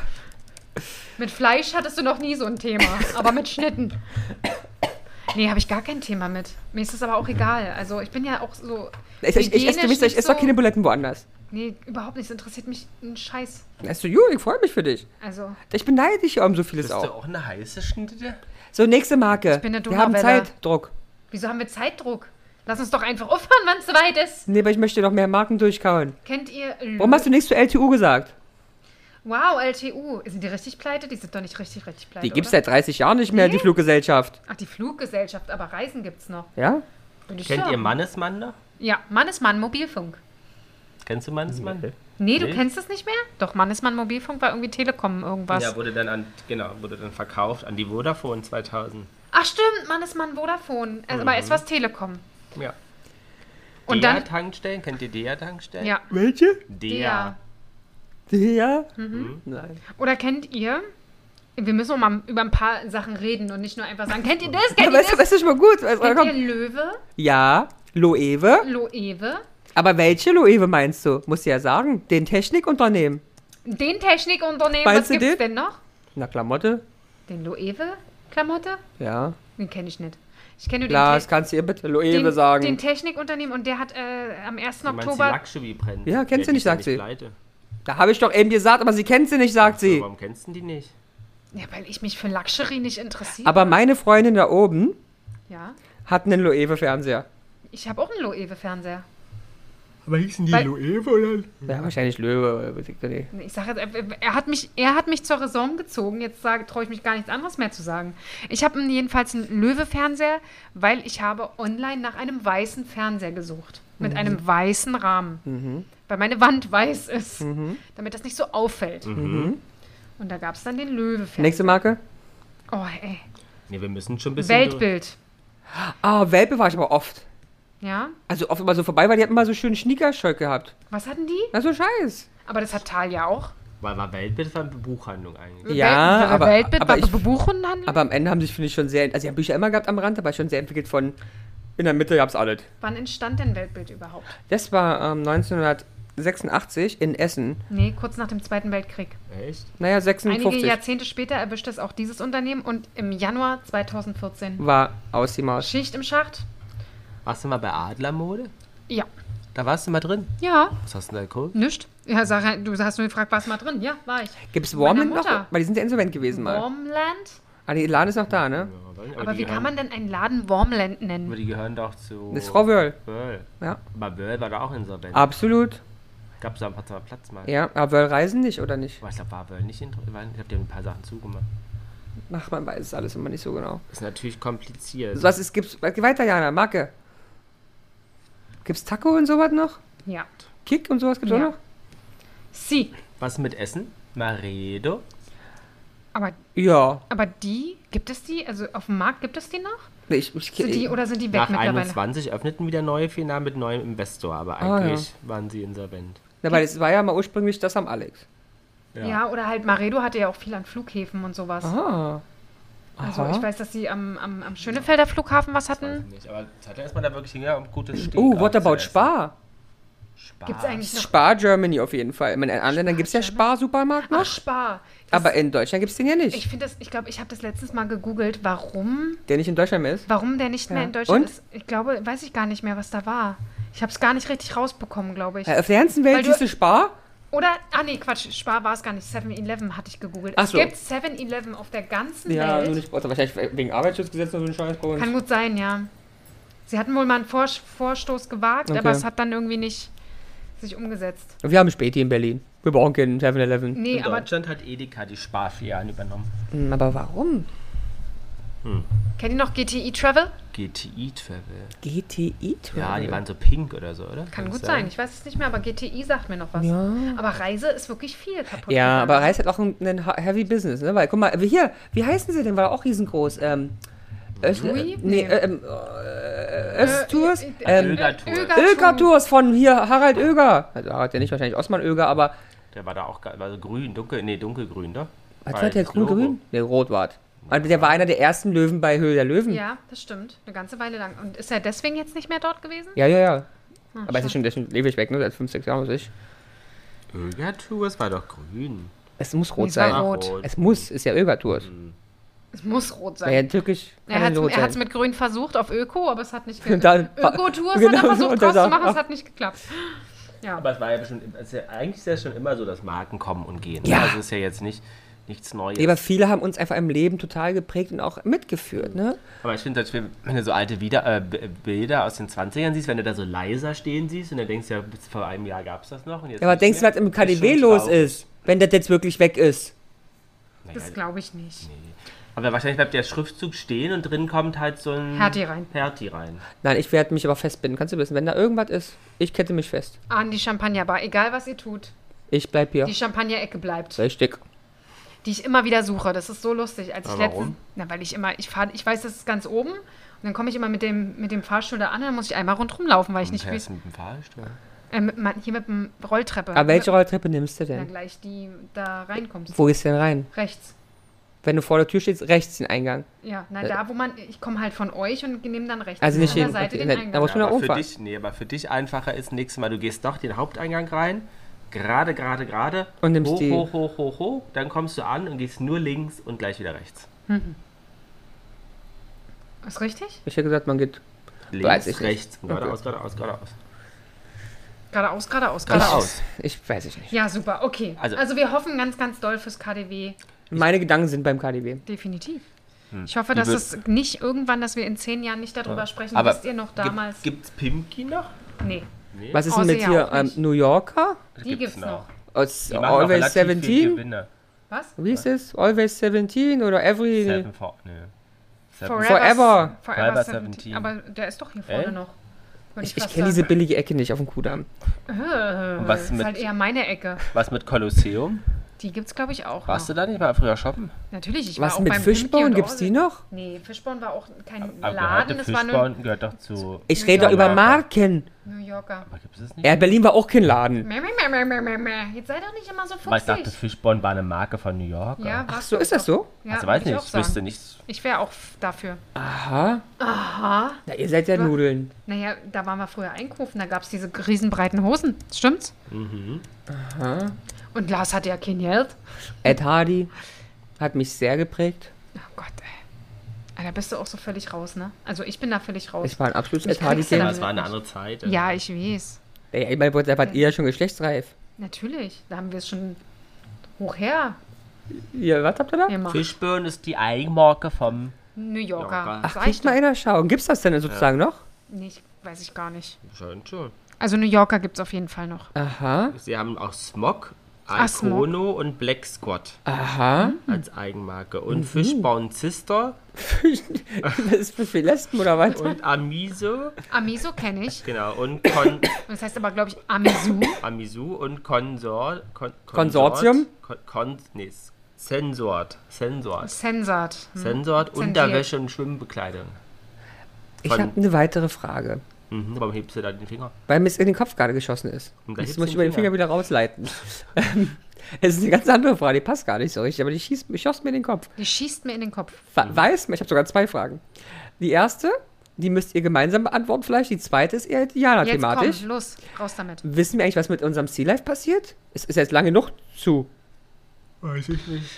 S3: Mit Fleisch hattest du noch nie so ein Thema, aber mit Schnitten. Nee, habe ich gar kein Thema mit. Mir ist das aber auch egal. Also ich bin ja auch so.
S2: Ich, ich, ich, esse,
S3: hygienisch
S2: ich, ich
S3: nicht
S2: esse doch keine Buletten woanders.
S3: Nee, überhaupt nicht. Es interessiert mich ein Scheiß.
S2: Weißt du, Ju, ich freue mich für dich.
S3: Also,
S2: Ich beneide dich ja um so vieles
S1: Bist du
S2: auch.
S1: auch eine heiße Schnitte?
S2: So, nächste Marke. Ich
S3: bin eine
S2: Wir haben
S3: Donauwelle.
S2: Zeitdruck.
S3: wieso haben wir Zeitdruck? Lass uns doch einfach aufhören, wann es soweit ist.
S2: Nee, aber ich möchte noch mehr Marken durchkauen.
S3: Kennt ihr.
S2: Warum hast du nichts zu LTU gesagt?
S3: Wow, LTU. Sind die richtig pleite? Die sind doch nicht richtig, richtig pleite.
S2: Die gibt's
S3: oder?
S2: seit 30 Jahren nicht mehr, die Fluggesellschaft.
S3: Ach, die Fluggesellschaft, aber Reisen gibt's noch.
S2: Ja?
S3: Bin ich
S1: Kennt
S3: schon.
S1: ihr Mannesmann noch?
S3: Ja, Mann ist Mann, Mobilfunk.
S1: Kennst du Mannesmann?
S3: Nee, du
S1: Nee.
S3: kennst es nicht mehr? Doch, Mann ist Mann, Mobilfunk war irgendwie Telekom irgendwas.
S1: Ja, wurde dann an, genau, wurde dann verkauft an die Vodafone 2000.
S3: Ach stimmt, Mann ist Mann, Vodafone. Also,
S1: Mhm.
S3: Aber es war Telekom.
S1: Ja.
S3: Und
S1: DEA
S3: dann-
S1: Tankstellen, kennt ihr DEA Tankstellen?
S3: Ja.
S2: Welche?
S1: DEA.
S2: Ja? Nein.
S3: Oder kennt ihr? Wir müssen auch mal über ein paar Sachen reden und nicht nur einfach sagen, kennt ihr das? Kennt
S2: Aber
S3: ihr
S2: es,
S3: das?
S2: es ist schon mal gut. Also,
S3: Kennt ihr
S2: komm.
S3: Löwe,
S2: Ja, Loewe.
S3: Loewe,
S2: Aber welche Loewe meinst du? Musst du ja sagen. Den Technikunternehmen.
S3: den Technikunternehmen,
S2: Meinst
S3: was
S2: du
S3: gibt's
S2: den?
S3: denn noch?
S2: Na, Klamotte?
S3: Den Loewe-Klamotte?
S2: Ja.
S3: Den kenne ich nicht. Ich kenne nur den,
S2: Lars,
S3: Te-
S2: kannst du ihr bitte Loewe
S3: den,
S2: sagen?
S3: den Technikunternehmen und der hat äh, am 1.
S1: Du meinst die
S3: Oktober.
S1: Lackschubi brennen?
S2: Ja, kennst du nicht, sagt sie.
S1: Pleite.
S2: da habe ich doch eben gesagt, aber sie kennt sie nicht, sagt
S1: So,
S2: sie.
S1: warum kennst du die nicht?
S3: Ja, weil ich mich für Luxury nicht interessiere.
S2: Aber meine Freundin da oben
S3: ja.
S2: hat einen Loewe-Fernseher.
S3: Ich habe auch einen Loewe-Fernseher.
S1: Aber hießen die
S3: Weil-
S1: Loewe oder?
S2: Ja, wahrscheinlich Löwe. oder weiß ich doch nicht.
S3: Ich sage jetzt, er- er hat mich, er hat mich zur Raison gezogen. Jetzt traue ich mich gar nichts anderes mehr zu sagen. Ich habe jedenfalls einen Löwe-Fernseher, weil ich habe online nach einem weißen Fernseher gesucht. Mit
S2: Mhm.
S3: einem weißen Rahmen. Weil meine Wand weiß ist.
S2: Mhm.
S3: Damit das nicht so auffällt. Und da gab es dann den Löwe-Fernseher.
S2: Nächste Marke?
S3: Oh, ey.
S1: Nee, wir müssen schon ein bisschen.
S3: Weltbild.
S2: Ah, Welpe war ich aber oft.
S3: Ja.
S2: Also oft immer so vorbei, weil die hatten immer so schönen Schniekerscheuk gehabt.
S3: Was hatten die?
S2: Na, so scheiß.
S3: Aber das hat Talia auch.
S1: Weil war Weltbild war eine Buchhandlung eigentlich.
S2: Ja,
S3: Wel-
S2: aber-
S3: Weltbild
S2: aber ich-
S3: war Buchen handelt.
S2: Aber am Ende haben sich, finde ich, schon sehr. Also, sie haben Bücher immer gehabt am Rand, aber schon sehr entwickelt von. In der Mitte gab's alles.
S3: Wann entstand denn Weltbild überhaupt?
S2: Das war ähm, 1986 in Essen.
S3: Nee, kurz nach dem Zweiten Weltkrieg.
S1: Echt?
S2: Naja,
S3: Einige
S2: 56
S3: Jahrzehnte später erwischte es auch dieses Unternehmen und im Januar 2014.
S2: war aus die Maus.
S3: Schicht im Schacht?
S1: Warst du mal bei Adlermode?
S3: Ja.
S1: Da warst du mal drin.
S3: Ja,
S1: Was hast du denn da geguckt?
S3: nicht. Ja, Sarah, du hast nur gefragt, warst du mal drin? Ja, war ich.
S2: Gibt's
S3: Meiner
S2: Warmland noch?
S3: Mutter.
S2: Weil die sind ja insolvent gewesen mal.
S3: Wormland?
S2: Ah, die Elan ist noch da, ne?
S1: Ja, weiß nicht,
S3: Aber
S1: die
S3: wie
S1: gehören-
S3: kann man denn einen Laden Wormland
S1: Aber
S3: nennen?
S1: die gehören doch zu.
S2: Das ist Frau Wörl.
S1: Wörl.
S2: Ja.
S1: Aber Wörl war da auch insolvent.
S2: Absolut.
S1: Gab es da ein paar Platz mal.
S2: Ja, aber Wörl reisen nicht, oder nicht?
S1: Aber ich glaube, war Wörl nicht insolvent. Ich habe dir ein paar Sachen zugemacht.
S2: Ach, man weiß es alles immer nicht so genau.
S1: Ist natürlich kompliziert.
S2: Was ist, gibt's, geh weiter, Jana, Marke. Gibt's Taco und sowas noch?
S3: Ja.
S2: Kick und sowas gibt's
S3: Ja.
S2: auch noch?
S3: Sie.
S1: Was mit Essen? Maredo?
S3: Aber,
S2: Ja.
S3: aber die, gibt es die? Also auf dem Markt gibt es die noch?
S2: Nee, Ich, ich,
S3: Sind die, oder sind die weg
S1: Nach
S3: mittlerweile?
S1: 21 öffneten wieder neue Firmen mit neuem Investor, aber
S2: Ah,
S1: eigentlich waren sie insolvent.
S2: na, weil es war ja mal ursprünglich das am Alex.
S3: Ja. oder halt Maredo hatte ja auch viel an Flughäfen und sowas.
S2: Ah.
S3: Also
S2: Aha.
S3: ich weiß, dass sie am, am, am Schönefelder Flughafen was
S1: Weiß
S3: hatten.
S1: ich nicht. Aber es hat ja erstmal da wirklich hingegangen, um gutes Steak
S2: Oh, what
S1: auch zu
S2: about
S1: essen.
S2: Spar?
S1: Spar.
S3: Gibt es eigentlich noch
S2: Spar Germany auf jeden Fall. Ich meine, in anderen Ländern gibt's ja Spar-Supermarkt
S1: Ah,
S2: noch.
S3: Ach, Spar? Das,
S2: aber in Deutschland gibt's den ja nicht.
S3: ich finde das, ich glaube, ich habe das letztens mal gegoogelt, warum,
S2: der nicht in Deutschland mehr ist.
S3: warum der nicht
S2: Ja.
S3: mehr in Deutschland
S2: Und?
S3: ist. Ich glaube, weiß ich gar nicht mehr, was da war. Ich habe es gar nicht richtig rausbekommen, glaube ich.
S2: Ja, Äh, auf der ganzen Welt
S3: Weil du-
S2: siehst du Spar?
S3: Oder, ah nee, Quatsch, Spar war es gar nicht. 7-Eleven hatte ich gegoogelt.
S2: Ach
S3: es
S2: so.
S3: gibt 7-Eleven auf der ganzen
S2: Ja,
S3: Welt.
S2: nur nicht. Also wahrscheinlich wegen Arbeitsschutzgesetz oder so ein Scheiß bei uns.
S3: Kann gut sein, ja. Sie hatten wohl mal einen Vor Vorstoß gewagt,
S2: Okay.
S3: aber es hat dann irgendwie nicht sich umgesetzt.
S2: Wir haben Späti in Berlin. Wir brauchen keinen 7-Eleven.
S3: Nee,
S1: In
S3: aber
S1: Deutschland hat Edeka die Sparfilialen übernommen.
S2: Hm, Aber warum?
S3: kennt ihr noch GTI Travel?
S1: GTI Travel.
S2: GTI
S1: Ja, die waren so pink oder so, oder?
S3: Kann
S1: das
S3: gut sein, ich weiß es nicht mehr, aber GTI sagt mir noch was. Aber Reise ist wirklich viel kaputt.
S2: Ja,
S3: gegangen.
S2: aber Reis hat auch ein, ein Heavy Business, ne? Weil, guck mal, wir hier, wie heißen sie denn? War auch riesengroß. Ähm, Öst,
S3: Louis?
S2: nee,
S3: Nee.
S2: ähm, äh, Östtours? Ähm,
S1: Öger-Tour.
S2: Öger-Tours von hier, Harald Öger. Also Harald ja nicht, wahrscheinlich Osman Öger, aber
S1: Der war da auch ge- war so grün, dunkel, nee, dunkelgrün, ne?
S2: was war
S1: Weil
S2: der
S1: das Logo-
S2: grün-grün? Nee, rot war es. Also der war einer der ersten Löwen bei Höhle der Löwen.
S3: Ja, das stimmt. Eine ganze Weile lang. Und ist er deswegen jetzt nicht mehr dort gewesen?
S2: ja, ja. ja.
S3: Ah,
S2: aber es ist schon, der ist schon ewig weg, ne? Seit 5, 6 Jahren, was weiß ich.
S1: Öger Tour, es war doch grün.
S2: Es muss
S3: Nee,
S2: rot
S3: es war
S2: sein.
S3: Rot.
S2: Es muss, ist ja Öger-Tours.
S1: Mhm.
S3: Es muss rot sein.
S2: Ja, ja, türkisch kann
S3: er
S2: ja nicht rot
S3: hat es
S2: sein.
S3: mit Grün versucht auf Öko, aber es hat nicht
S2: Und dann-
S3: geklappt. Öko-Tours
S2: Genau,
S3: hat er versucht
S2: und dann
S3: draus zu machen,
S2: sagt-
S3: es hat nicht geklappt. Ja.
S1: Aber es war ja bestimmt, es ist ja, eigentlich ist ja schon immer so, dass Marken kommen und gehen.
S2: Ja.
S1: Ne? Also es ist ja jetzt nicht, nichts Neues.
S2: Ja, aber viele haben uns einfach im Leben total geprägt und auch mitgeführt, ne?
S1: Aber ich finde, dass wir- wenn du so alte Wieder, äh, B- Bilder aus den 20ern siehst, wenn du da so leiser stehen siehst und dann denkst du ja, bis vor einem Jahr gab es das noch. Und jetzt
S2: Ja, aber
S1: nicht
S2: denkst du, halt,
S1: mehr,
S2: was im
S1: ist schon
S2: KDW los
S1: traurig.
S2: ist, wenn das jetzt wirklich weg ist?
S1: Naja,
S3: Das glaube ich nicht.
S1: aber wahrscheinlich bleibt der Schriftzug stehen und drin kommt halt so ein...
S3: Hertie rein.
S1: Hertie rein.
S2: Nein, ich werde mich aber festbinden. Kannst du wissen, wenn da irgendwas ist, ich kette mich fest.
S3: An die Champagnerbar, egal was ihr tut.
S2: Ich bleib hier.
S3: Die Champagner-Ecke bleibt,
S2: Richtig.
S3: die ich immer wieder suche. Das ist so lustig. Als ich
S1: Aber
S3: letztens,
S1: warum?
S3: na, weil ich immer, ich fahre, ich weiß, das ist ganz oben. Und dann komme ich immer mit dem, mit dem Fahrstuhl da an und dann muss ich einmal rundherum laufen, weil ich nicht
S1: Und
S3: will.
S1: fährst mit dem Fahrstuhl.
S3: Äh, mit, mein- hier mit dem Rolltreppe.
S2: Aber welche Rolltreppe nimmst du
S3: Na,
S2: denn?
S3: gleich die da reinkommst.
S2: Wo gehst du denn rein?
S3: Rechts.
S2: Wenn du vor der Tür stehst, rechts den Eingang.
S3: Ja, na da, wo man, ich komme halt von euch und nehme dann rechts.
S2: Äh, Also nicht
S3: an der
S2: hin-
S3: Seite
S2: okay,
S3: den
S2: na, da
S3: Eingang.
S2: muss- Muss man auch
S1: aber für
S2: umfahren.
S1: dich, nee, aber für dich einfacher ist nächstes Mal, du gehst doch den Haupteingang rein, gerade, gerade, gerade,
S2: Und nimmst
S1: hoch,
S2: die-
S1: hoch, hoch, hoch, hoch, dann kommst du an und gehst nur links und gleich wieder rechts.
S3: Ist richtig?
S2: Ich hätte gesagt, man geht.
S1: Links,
S2: Weiß ich nicht.
S1: rechts, und geradeaus, geradeaus, geradeaus.
S3: Geradeaus, geradeaus, geradeaus.
S1: Geradeaus.
S2: Ich weiß ich nicht.
S3: Ja, super, okay. Also,
S1: Also-
S3: wir hoffen ganz, ganz doll fürs KDW.
S2: Meine Gedanken sind beim KDW.
S3: Definitiv.
S1: Hm.
S3: Ich hoffe, dass
S1: Liebe-
S3: es nicht irgendwann, dass wir in zehn Jahren nicht darüber sprechen, wisst ihr noch damals.
S1: Gibt es Pimki noch?
S3: nee,
S2: Was ist
S3: Außer
S2: denn mit
S3: ja
S2: hier?
S3: Oh, auch
S2: Ähm,
S3: nicht.
S2: New Yorker?
S1: Das
S3: die gibt's noch.
S2: Aus
S1: Die machen noch
S2: Always
S1: relativ viel
S2: 17?
S1: Gewinne.
S3: Was?
S2: Wie ist es? Always 17 oder Every.
S1: Seven for, nee. Seven.
S2: Forever.
S3: Forever,
S1: Forever
S3: 17.
S1: 17.
S3: Aber der ist doch hier vorne
S1: Äh?
S3: noch. Würde
S2: Ich, ich
S3: fast
S2: kenne diese
S3: sagen.
S2: billige Ecke nicht auf dem Kudamm.
S3: Äh,
S1: Was
S3: das ist
S1: mit-
S3: halt eher meine Ecke.
S1: Was mit Kolosseum?
S3: Die gibt's, glaube ich, auch.
S1: Warst du
S3: noch.
S1: da nicht mal früher shoppen?
S3: Natürlich, ich war
S2: Was
S3: auch
S2: mit
S3: beim Pimki
S2: Fischbauen?
S3: und
S2: Gibt's die
S3: Orsel.
S2: noch?
S3: Nee, Fischborn war auch kein
S1: Aber
S3: Laden,
S1: gehörte
S3: das war nur
S1: Fischborn gehört doch zu.
S2: Ich rede doch
S1: Ja.
S2: über Marken.
S3: New Yorker.
S1: Aber gibt es das nicht?
S2: Ja, Berlin war auch kein Laden.
S3: Mäh, mäh, mäh, mäh, mäh, mäh, mäh. Jetzt sei doch nicht immer so
S1: Aber ich dachte,
S3: fuchsig.
S1: Fischborn war eine Marke von New York.
S3: Ja,
S2: Ach
S3: warst
S2: so,
S3: du
S2: ist das
S3: auch.
S2: so?
S3: Ja,
S1: Also weiß
S3: würd
S1: nicht,
S3: auch
S1: ich
S3: sagen.
S1: wüsste nicht.
S3: Ich wäre auch f- dafür.
S2: Aha.
S3: Aha.
S2: Na, ihr seid ja Nudeln.
S3: Naja, da waren wir früher einkaufen, da gab es diese riesenbreiten Hosen. Stimmt's? Mhm. Aha. Und Lars hatte ja kein Geld.
S2: Ed Hardy hat mich sehr geprägt.
S3: Oh Gott, ey. Ah, Da bist du auch so völlig raus, ne? Also ich bin da völlig raus.
S2: Ich war ein absolutes Ed
S3: krieg's ja
S1: Aber
S2: Hardy-Fan.
S1: es war eine andere Zeit. also
S3: ja, ich weiß.
S2: Ja, ich meine, da wart ihr ja schon geschlechtsreif.
S3: Natürlich. Da haben wir es schon hoch her
S2: Ihr, was habt ihr da?
S3: gemacht.
S1: Fishburn ist die Eigenmarke vom
S3: New Yorker.
S1: Yorker.
S2: Ach,
S3: Sag ich
S2: kriegt mal
S3: doch.
S2: einer schauen. Gibt's das denn sozusagen noch?
S3: Nee, ich- weiß ich gar nicht.
S1: Scheint schon.
S3: Also New Yorker gibt es auf jeden Fall noch.
S2: Aha,
S1: Sie haben auch Smog,
S3: Ah, Smog.
S1: Icono und Black Squad
S2: aha.
S1: als Eigenmarke. Und
S2: Mhm.
S1: Fishbone Sister
S2: das ist für viele Lesben oder was?
S1: und Amiso,
S3: Amiso kenne ich.
S1: genau, und Con
S3: Das heißt aber, glaube ich, Amisu.
S1: Amisu und Consor Kon
S2: Konsortium?
S1: Kon Kon nee, S- Sensort. Sensort.
S3: Sensat. Hm.
S1: Sensort,
S3: Zensiert.
S1: Unterwäsche und Schwimmbekleidung.
S2: Ich habe eine weitere Frage,
S1: Mhm, warum hebst du da den Finger?
S2: weil mir es in den Kopf gerade geschossen ist.
S1: Und da
S2: Jetzt
S1: hebst
S2: muss
S1: du
S2: ich
S1: den
S2: über den Finger
S1: Finger.
S2: wieder rausleiten. Ähm, Es ist eine ganz andere Frage, die passt gar nicht so richtig, aber die schießt, schoss mir in den Kopf.
S3: Die schießt mir in den Kopf.
S2: Wa-
S1: Mhm.
S2: Weiß man, ich habe sogar zwei Fragen. Die erste, die müsst ihr gemeinsam beantworten vielleicht, die zweite ist eher
S3: Jetzt
S2: Diana-thematisch.
S3: komm, los, raus damit.
S2: Wissen wir eigentlich, was mit unserem Sea Life passiert? Es ist jetzt lange genug zu.
S1: Weiß ich nicht.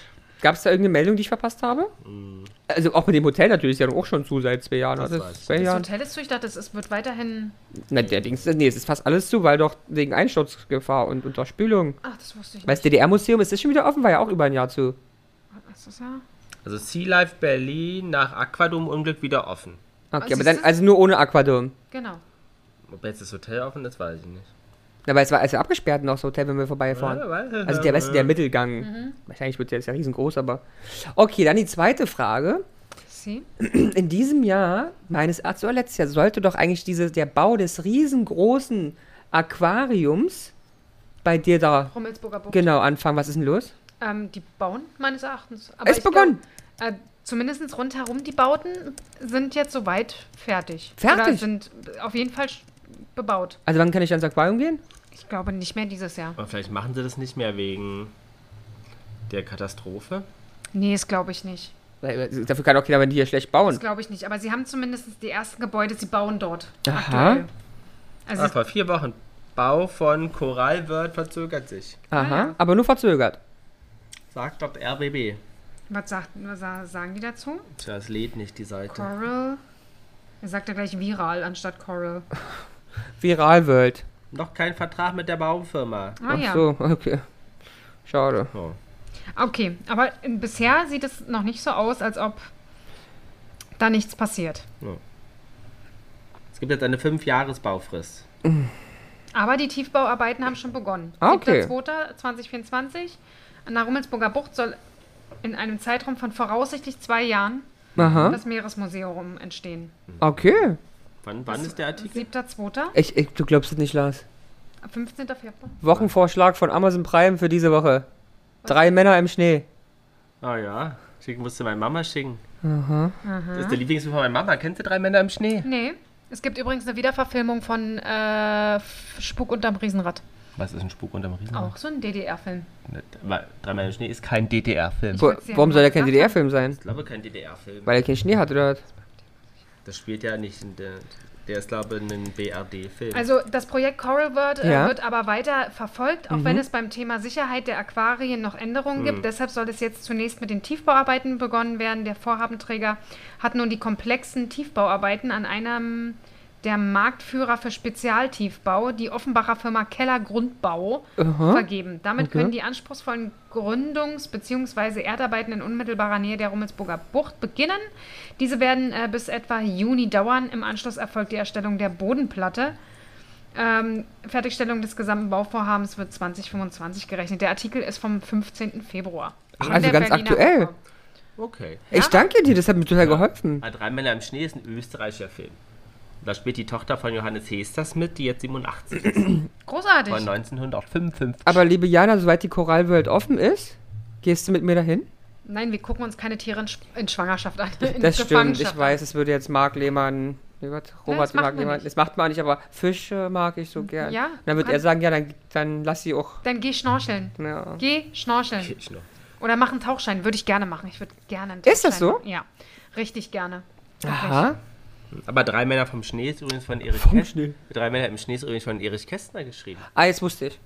S2: Gab es da irgendeine Meldung, die ich verpasst habe? Also auch mit dem Hotel natürlich, ist ja auch schon zu seit zwei Jahren.
S1: Mm. Das
S2: oder?
S1: weiß ich.
S2: zwei
S3: Das
S2: Jahren.
S3: Hotel ist zu, ich dachte, es ist- wird weiterhin...
S2: Na, der Dings, nee, es ist fast alles zu, weil doch wegen Einsturzgefahr und Unterspülung.
S3: Ach, das wusste ich
S2: Weil
S3: nicht.
S2: das DDR-Museum ist das schon wieder offen, war ja auch über ein Jahr zu.
S3: Was ist das ja?
S1: Also Sea Life Berlin nach Aquadom-Unglück wieder offen.
S2: Okay,
S3: Also
S2: aber
S3: ist
S2: dann,
S3: das-
S2: also nur ohne Aquadom.
S3: Genau.
S1: Ob jetzt das Hotel offen ist, weiß ich nicht.
S2: Aber es war also abgesperrt noch das Hotel, wenn wir vorbeifahren.
S1: Ja, weiß ich
S2: Also der beste, der
S1: Äh.
S2: Mittelgang.
S3: Mhm.
S2: Wahrscheinlich wird der jetzt ja riesengroß, aber. Okay, dann die zweite Frage.
S3: Sie?
S2: In diesem Jahr, meines Erachtens, oder letztes Jahr, sollte doch eigentlich diese, der Bau des riesengroßen Aquariums bei dir da
S3: Rummelsburger Bucht.
S2: genau anfangen. Was ist denn los?
S3: Ähm, die bauen meines Erachtens. Aber
S2: Ist
S3: ich glaub,
S2: begonnen.
S3: äh, zumindest rundherum die Bauten sind jetzt soweit fertig.
S2: Fertig?
S3: Oder sind auf jeden Fall sch- bebaut.
S2: Also wann kann ich ans Aquarium gehen?
S3: Ich glaube nicht mehr dieses Jahr.
S1: Aber vielleicht machen sie das nicht mehr wegen der Katastrophe.
S3: Nee, das glaube ich nicht.
S2: Weil, äh, Dafür kann auch keiner, wenn die hier schlecht bauen.
S3: Das glaube ich nicht. Aber sie haben zumindest die ersten Gebäude, sie bauen dort.
S2: Aha.
S3: Aktuell. Also
S1: Ach, Ah, vor vier Wochen. Bau von Coral World verzögert sich.
S2: Aha,
S3: Ah,
S2: aber nur verzögert.
S1: Sagt doch RBB.
S3: was, sagt, was sa- sagen die dazu?
S1: Tja, es lädt nicht die Seite.
S3: Coral. Er sagt ja gleich viral anstatt Coral.
S2: Viral World.
S1: Noch kein Vertrag mit der Baufirma.
S3: Ah
S2: Ach
S3: ja.
S2: so, okay. Schade.
S1: Oh.
S3: Okay, aber in- bisher sieht es noch nicht so aus, als ob da nichts passiert.
S1: Es gibt jetzt eine 5-Jahres-Baufrist.
S3: Aber die Tiefbauarbeiten haben schon begonnen.
S2: Ah, okay.
S3: 7.2.2024 an der Rummelsburger Bucht soll in einem Zeitraum von voraussichtlich zwei Jahren
S2: Aha.
S3: das Meeresmuseum entstehen.
S2: Okay.
S1: Wann, wann ist der Artikel?
S3: 7.2.
S2: Ich, ich, du glaubst es nicht, Lars.
S3: 15. Februar.
S2: Wochenvorschlag von Amazon Prime für diese Woche. Drei Männer im Schnee.
S1: Ah ja. Schicken musste meine Mama schicken. Das ist der Lieblingsfilm von meiner Mama. Kennst du drei Männer im Schnee?
S3: Nee. Es gibt übrigens eine Wiederverfilmung von äh, F- Spuk unterm Riesenrad.
S1: Was ist ein Spuk unterm
S2: Ah.
S1: Riesen? Ne,
S3: Auch so ein DDR-Film.
S1: Drei Männer im Schnee ist kein DDR-Film.
S2: Wo,
S3: will's dir
S2: warum
S3: ja
S2: soll der
S3: mal
S2: kein
S3: sagen.
S2: DDR-Film sein?
S1: Ich glaube, kein DDR-Film.
S2: Weil er keinen Schnee hat, oder? was?
S1: Das spielt ja nicht in der. Der ist, glaube ich, ein BRD-Film.
S3: Also das Projekt Coral World äh,
S2: Ja.
S3: wird aber weiter verfolgt, auch wenn es beim Thema Sicherheit der Aquarien noch Änderungen gibt. Deshalb soll es jetzt zunächst mit den Tiefbauarbeiten begonnen werden. Der Vorhabenträger hat nun die komplexen Tiefbauarbeiten an einem der Marktführer für Spezialtiefbau, die Offenbacher Firma Keller Grundbau, vergeben. Damit können die anspruchsvollen Gründungs- bzw. Erdarbeiten in unmittelbarer Nähe der Rummelsburger Bucht beginnen. Diese werden äh, bis etwa Juni dauern. Im Anschluss erfolgt die Erstellung der Bodenplatte. Ähm, Fertigstellung des gesamten Bauvorhabens wird 2025 gerechnet. Der Artikel ist vom 15. Februar.
S2: Ach,
S3: In
S2: also
S3: der
S2: ganz
S3: Berliner
S2: aktuell.
S3: Woche.
S1: okay.
S2: Ich danke dir, das hat mir total geholfen.
S1: Ah, Drei Männer im Schnee ist ein österreichischer Film. Da spielt die Tochter von Johannes Hesters mit, die jetzt 87 ist,
S3: Großartig.
S1: von 1955.
S2: Aber liebe Jana, soweit die Coral World offen ist, gehst du mit mir dahin?
S3: Nein, wir gucken uns keine Tiere in, Sch- in Schwangerschaft an. In
S2: Das stimmt,
S3: Gefangenschaft
S2: ich weiß, es würde jetzt Marc Lehmann, nee, was, Robert
S3: das macht
S2: Marc
S3: man
S2: Lehmann,
S3: nicht. Hm,
S2: das macht man nicht, aber Fische mag ich so gern.
S3: Ja,
S2: Und dann wird
S3: kann-
S2: er sagen, ja, dann, dann lass sie auch.
S3: an. Dann geh schnorcheln.
S2: Ja.
S3: Geh schnorcheln.
S1: Ich noch.
S3: Oder mach einen Tauchschein. Würde ich gerne machen. Ich würde gerne einen Tauchschein
S2: Ist das so?
S3: machen. Ja, richtig gerne.
S2: Aha.
S1: Aber Drei Männer vom Schnee ist übrigens von Erich
S2: Vom
S1: Kästner.
S2: Schnee.
S1: Drei Männer im Schnee ist übrigens von Erich Kästner geschrieben.
S2: Ah, jetzt wusste ich.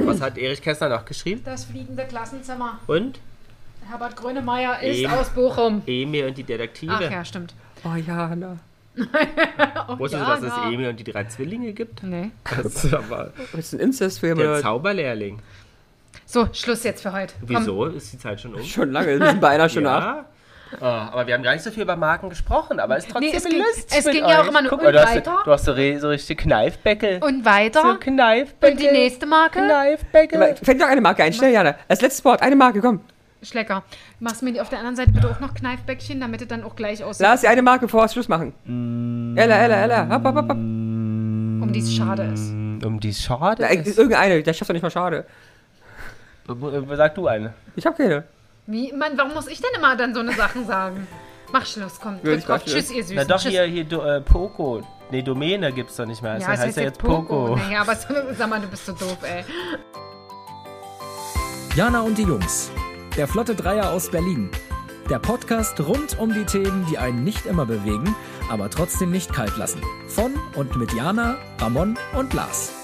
S1: Was hat Erich Kästner noch geschrieben?
S3: Das fliegende Klassenzimmer.
S1: Und?
S3: Herbert Grönemeyer ist
S1: Eben.
S3: aus Bochum.
S1: Emil und die Detektive.
S3: Ach ja, stimmt.
S2: Oh ja, na.
S1: Wusstest
S3: ja, genau.
S1: du, dass
S3: na.
S1: es Emil und die drei Zwillinge gibt?
S3: Nee.
S1: Das ist aber
S2: Das ist ein Incest-Film.
S1: der
S2: oder?
S1: Zauberlehrling.
S3: So, Schluss jetzt für heute. Komm.
S1: Wieso? Ist die Zeit schon um?
S2: Schon lange, wir sind bei einer Stunde acht.
S1: ja? Ah, aber wir haben gar nicht so viel über Marken gesprochen, aber es ist trotzdem
S3: Nee, es ging-
S1: lustig.
S3: es
S1: mit
S3: ging ja auch
S1: euch.
S3: immer nur
S1: Guck mal, du hast,
S3: weiter.
S1: Du hast so, re- so richtige Kneifbäckel.
S3: Und weiter.
S1: so Kneifbäckel.
S3: Und die nächste Marke?
S1: Kneifbäckel.
S2: Fällt noch eine Marke ein, schnell, Jana. Als letztes Wort, eine Marke, komm.
S3: Schlecker. Machst mir auf der anderen Seite bitte auch noch Kneifbäckchen, damit es dann auch gleich aussieht,
S2: Lars, die eine Marke, bevor wir Schluss machen. Ella, Ella, Ella. Hopp, hopp, hopp, hopp.
S3: um die es schade ist.
S1: Um die Schade.
S2: Na,
S1: ist-
S2: Irgendeine, der schafft doch nicht mal schade.
S1: Sag du eine.
S2: Ich hab keine.
S3: Wie, Mann, warum muss ich denn immer dann so eine Sachen sagen? Mach Schluss, komm.
S2: Ja,
S3: Drück
S2: ich
S3: drauf.
S2: weiß, ja.
S3: Tschüss, ihr Süßen.
S1: Na doch,
S3: Tschüss.
S1: hier, hier du, äh, Poco. Nee, Domäne gibt's doch nicht mehr.
S3: Ja,
S1: Also
S3: es
S1: heißt ja jetzt Poco.
S3: Naja, aber sag mal, du bist so doof, ey.
S4: Jana und die Jungs. Der Flotte Dreier aus Berlin. Der Podcast rund um die Themen, die einen nicht immer bewegen, aber trotzdem nicht kalt lassen. Von und mit Jana, Ramon und Lars.